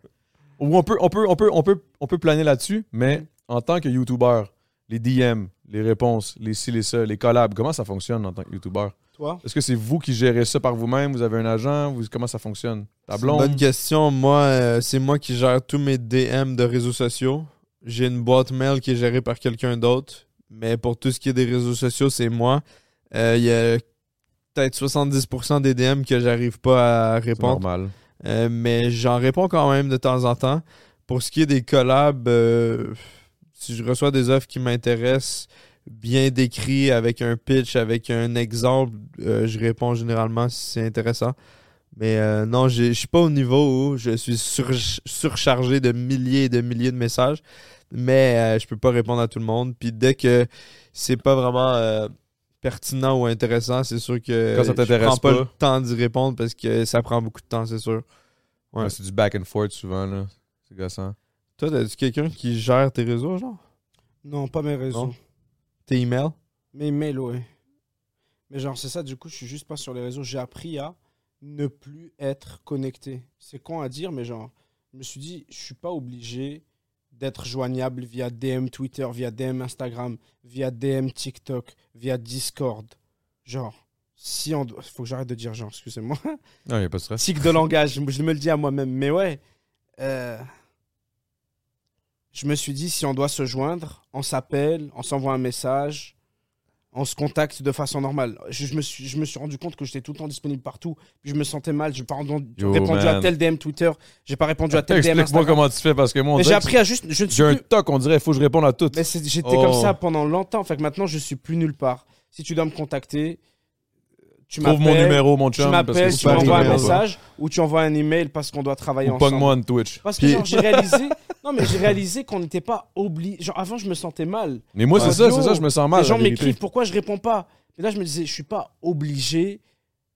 Ou on peut, on peut, on peut, on peut, on peut planer là-dessus, mais Mm. en tant que YouTuber, les DM, les réponses, les ci, les ça, les collabs, comment ça fonctionne en tant que YouTuber? Toi Est-ce que c'est vous qui gérez ça par vous-même? Vous avez un agent? Vous, comment ça fonctionne? Ta blonde? Bonne question. Moi, euh, c'est moi qui gère tous mes DM de réseaux sociaux. J'ai une boîte mail qui est gérée par quelqu'un d'autre. Mais pour tout ce qui est des réseaux sociaux, c'est moi. Euh, Il y a peut-être 70% des DM que j'arrive pas à C'est répondre. normal. Euh, mais j'en réponds quand même de temps en temps. Pour ce qui est des collabs, euh, si je reçois des offres qui m'intéressent, bien décrites, avec un pitch, avec un exemple, euh, je réponds généralement si c'est intéressant. Mais euh, non, j'ai- je suis pas au niveau où je suis sur- surchargé de milliers et de milliers de messages, mais euh, je peux pas répondre à tout le monde. Puis dès que c'est pas vraiment euh, pertinent ou intéressant, c'est sûr que Quand ça je t'intéresse prends pas pas. le temps d'y répondre parce que ça prend beaucoup de temps, c'est sûr. Ouais. Ouais, c'est du back and forth souvent, là. C'est gossant. Toi, t'as-tu quelqu'un qui gère tes réseaux, genre? Non, pas mes réseaux. Non. Tes emails? Mes mails, ouais. Mais genre, c'est ça, du coup, je suis juste pas sur les réseaux. J'ai appris à ne plus être connecté. C'est con à dire, mais genre, je me suis dit, je suis pas obligé d'être joignable via DM Twitter, via DM Instagram, via DM TikTok, via Discord. Genre, si on doit. Faut que j'arrête de dire genre, excusez-moi. *laughs* Non, il n'y a pas de stress. Tic de langage, je me le dis à moi-même. Mais ouais, euh, je me suis dit, si on doit se joindre, on s'appelle, on s'envoie un message, on se contacte de façon normale. Je, je me, suis, je me suis rendu compte que j'étais tout le temps disponible partout. puis je me sentais mal. Je n'ai pas rendu- Yo, répondu man. à tel DM Twitter. J'ai pas répondu à tel DM Explique-moi Instagram. comment tu fais parce que moi, on Mais j'ai dirait que appris à juste. Je ne suis j'ai un plus- toc, on dirait, il faut que je réponde à tout. mais c'est- j'étais Oh. comme ça pendant longtemps. Fait que maintenant, je suis plus nulle part. Si tu dois me contacter, tu Trouve mon m'appelles, numéro, mon Tu chum, parce que m'appelles, c'est tu pas m'envoies un numéro, toi. message ou tu envoies un email parce qu'on doit travailler Ou ensemble. pogne-moi on Twitch. Parce que Puis- genre, j'ai réalisé. *laughs* Non, mais j'ai réalisé qu'on n'était pas obligé. Genre, avant, je me sentais mal. Mais moi, Ouais. c'est ça, Yo, c'est ça, je me sens mal. Les gens la vérité. m'écrivent, pourquoi je réponds pas Mais là, je me disais, je suis pas obligé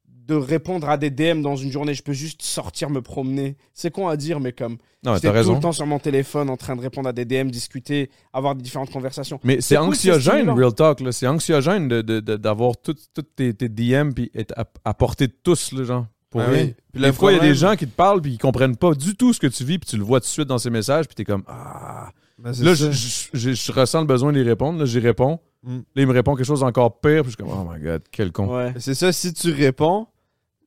de répondre à des DM dans une journée. Je peux juste sortir, me promener. C'est con à dire, mais comme. Non, mais J'étais t'as tout raison. le temps sur mon téléphone en train de répondre à des DM, discuter, avoir des différentes conversations. Mais c'est cool, anxiogène, stimulant. Real Talk. là. C'est anxiogène de- de- de- d'avoir tout- toutes tes, tes DM puis être à, à portée de tous, là, genre. Pour Ah vrai. oui. Puis Des le fois, il y a des problème- gens qui te parlent puis ils comprennent pas du tout ce que tu vis puis tu le vois tout de suite dans ces messages puis t'es comme ah. Ben, c'est Là, je, ça. je- je- je ressens le besoin d'y répondre. Là, j'y réponds. Mm. Là, il me répond quelque chose encore pire puis je suis comme oh my god, quel con. Ouais. C'est ça, si tu réponds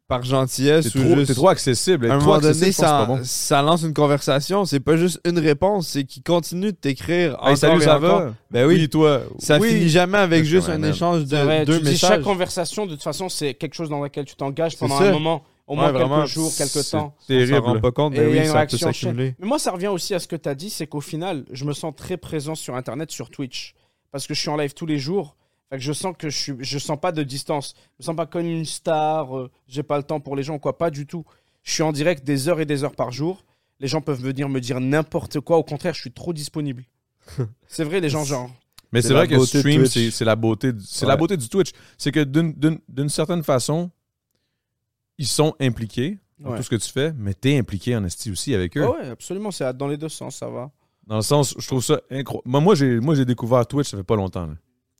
par T'es gentillesse ou trop, juste- t'es trop accessible. à un Être trop moment accessible, donné, je pense que ça, c'est pas bon. ça lance une conversation. C'est pas juste une réponse, c'est qu'il continue de t'écrire Hey, encore salut, et ça encore. va? Ben oui, toi. ça Oui. finit jamais avec C'est juste quand un même- échange C'est vrai, de deux tu dis, chaque messages. conversation, de toute façon, c'est quelque chose dans laquelle tu t'engages pendant ça. un moment, au moins Ouais, vraiment, quelques jours, quelques c'est- temps. On s'en rend Terrible. pas compte, Et mais il y a oui, une ça peut réaction en s'accumuler. Mais moi, ça revient aussi à ce que tu as dit, c'est qu'au final, je me sens très présent sur Internet, sur Twitch, parce que je suis en live tous les jours. Fait que je sens que je suis, je sens pas de distance. Je me sens pas comme une star. euh, J'ai pas le temps pour les gens, quoi, pas du tout. Je suis en direct des heures et des heures par jour. Les gens peuvent venir me dire n'importe quoi. Au contraire, je suis trop *laughs* disponible. c'est vrai, les gens, genre. Mais C'est c'est la vrai que beauté de stream, Twitch. c'est c'est la beauté, du- c'est Ouais. la beauté du Twitch. C'est que d'une- d'une d'une certaine façon, ils sont impliqués dans Ouais. tout ce que tu fais, mais t'es impliqué en esti aussi avec eux. Ah ouais, absolument. C'est dans les deux sens, ça va. Dans le sens, je trouve ça incroyable. Moi, moi, j'ai moi, j'ai découvert Twitch, ça fait pas longtemps. là.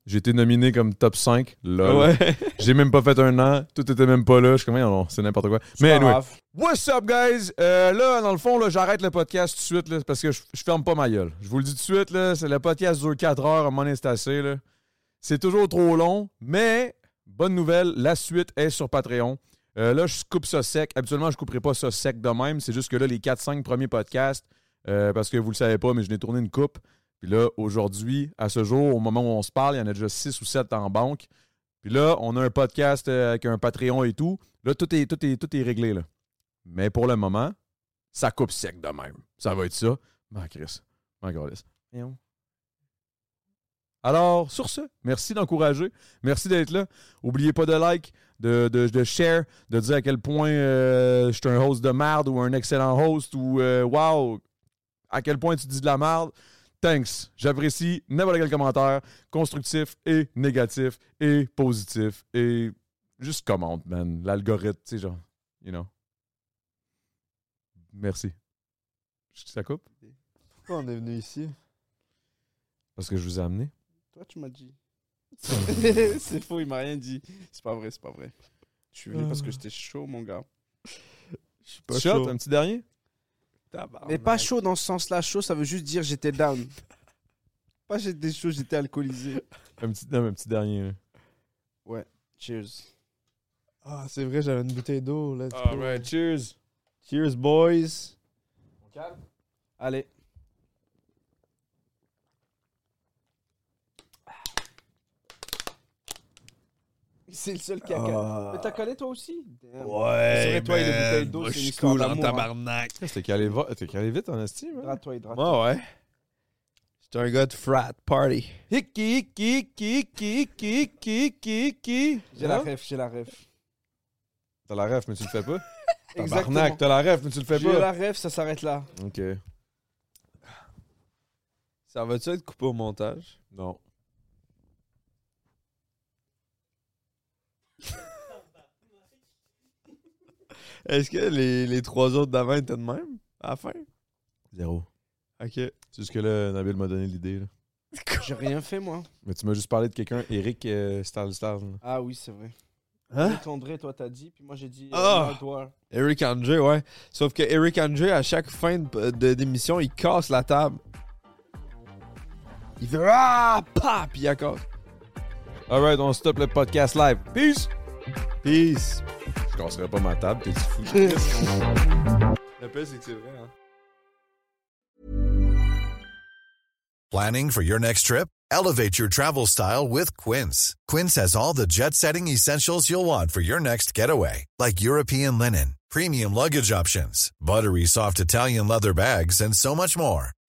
J'ai été nominé comme top 5. Lol. Ouais. J'ai même pas fait un an. Tout était même pas là. Je suis comme, non, c'est n'importe quoi. C'est Mais pas anyway. grave. What's up, guys? Euh, là, dans le fond, là, j'arrête le podcast tout de suite là, parce que je, je ferme pas ma gueule. Je vous le dis tout de suite, là, c'est le podcast dure 4 heures, à mon moment donné, c'est assez. là. C'est toujours trop long, mais bonne nouvelle, la suite est sur Patreon. Euh, là, je coupe ça sec. Habituellement, je ne couperai pas ça sec de même. C'est juste que là, les 4-5 premiers podcasts, euh, parce que vous le savez pas, mais je n'ai tourné une coupe. Puis là, aujourd'hui, à ce jour, au moment où on se parle, il y en a déjà 6 ou 7 en banque. Puis là, on a un podcast euh, avec un Patreon et tout. Là, tout est, tout est, tout est réglé. Là. Mais pour le moment, ça coupe sec de même. Ça va être ça. Ma Chris. Ma Calisse. Voyons. Alors, sur ce, merci d'encourager. Merci d'être là. Oubliez pas de like, de, de, de share, de dire à quel point euh, je suis un host de merde ou un excellent host ou euh, wow, à quel point tu dis de la merde. Thanks. J'apprécie n'importe quel commentaire, constructif et négatif et positif et juste commente, man. L'algorithme, tu sais, genre, you know. Merci. Ça coupe? Pourquoi on est venu ici? Parce que je vous ai amené. Toi, tu m'as *laughs* dit. c'est faux, il m'a rien dit. C'est pas vrai, c'est pas vrai. Je suis venu parce que j'étais chaud, mon gars. Je suis Shot, pas chaud. un petit dernier? Mais pas chaud dans ce sens-là. Chaud, ça veut juste dire j'étais down. *laughs* pas j'étais chaud, j'étais alcoolisé. Un petit, non, un petit dernier. là. Cheers. Ah, c'est vrai, j'avais une bouteille d'eau. Let's go. cheers. Cheers, boys. Allez. C'est le seul qui a calé. Mais t'as calé toi aussi Damn. C'est vrai, toi et les bouteilles d'eau, c'est une histoire d'amour, hein. tabarnak. T'es calé, va- t'es calé vite en estime. hein? Hydrate-toi, hydrate-toi. Ouais, ouais. J'étais un gars de frat party. J'ai la ref, j'ai la ref. T'as la ref, mais tu le fais pas. Exactement. Tabarnak, t'as la ref, mais tu le fais J'ai pas. la ref, ça s'arrête *laughs* là. Ok. Ça va-tu être coupé au montage? Non. *laughs* Est-ce que les, les trois autres d'avant étaient de même à la fin? Zéro. Ok. C'est juste que là, Nabil m'a donné l'idée. là. J'ai rien fait, moi. Mais tu m'as juste parlé de quelqu'un, Eric euh, Stalstar. là. Ah oui, c'est vrai. Hein? Eric André, toi, t'as dit, puis moi, j'ai dit euh, Ah. Hardware. Eric André, ouais. Sauf que Eric André, à chaque fin de- de- d'émission, il casse la table. Il fait Ah! Pa! Puis il la casse. Alright, on stoppe le podcast live. Peace! Peace. Je casserai pas ma table, t'es *laughs* fou. Le pire, c'est que c'est vrai, hein. Planning for your next trip? Elevate your travel style with Quince. Quince has all the jet setting essentials you'll want for your next getaway, like European linen, premium luggage options, buttery soft Italian leather bags, and so much more.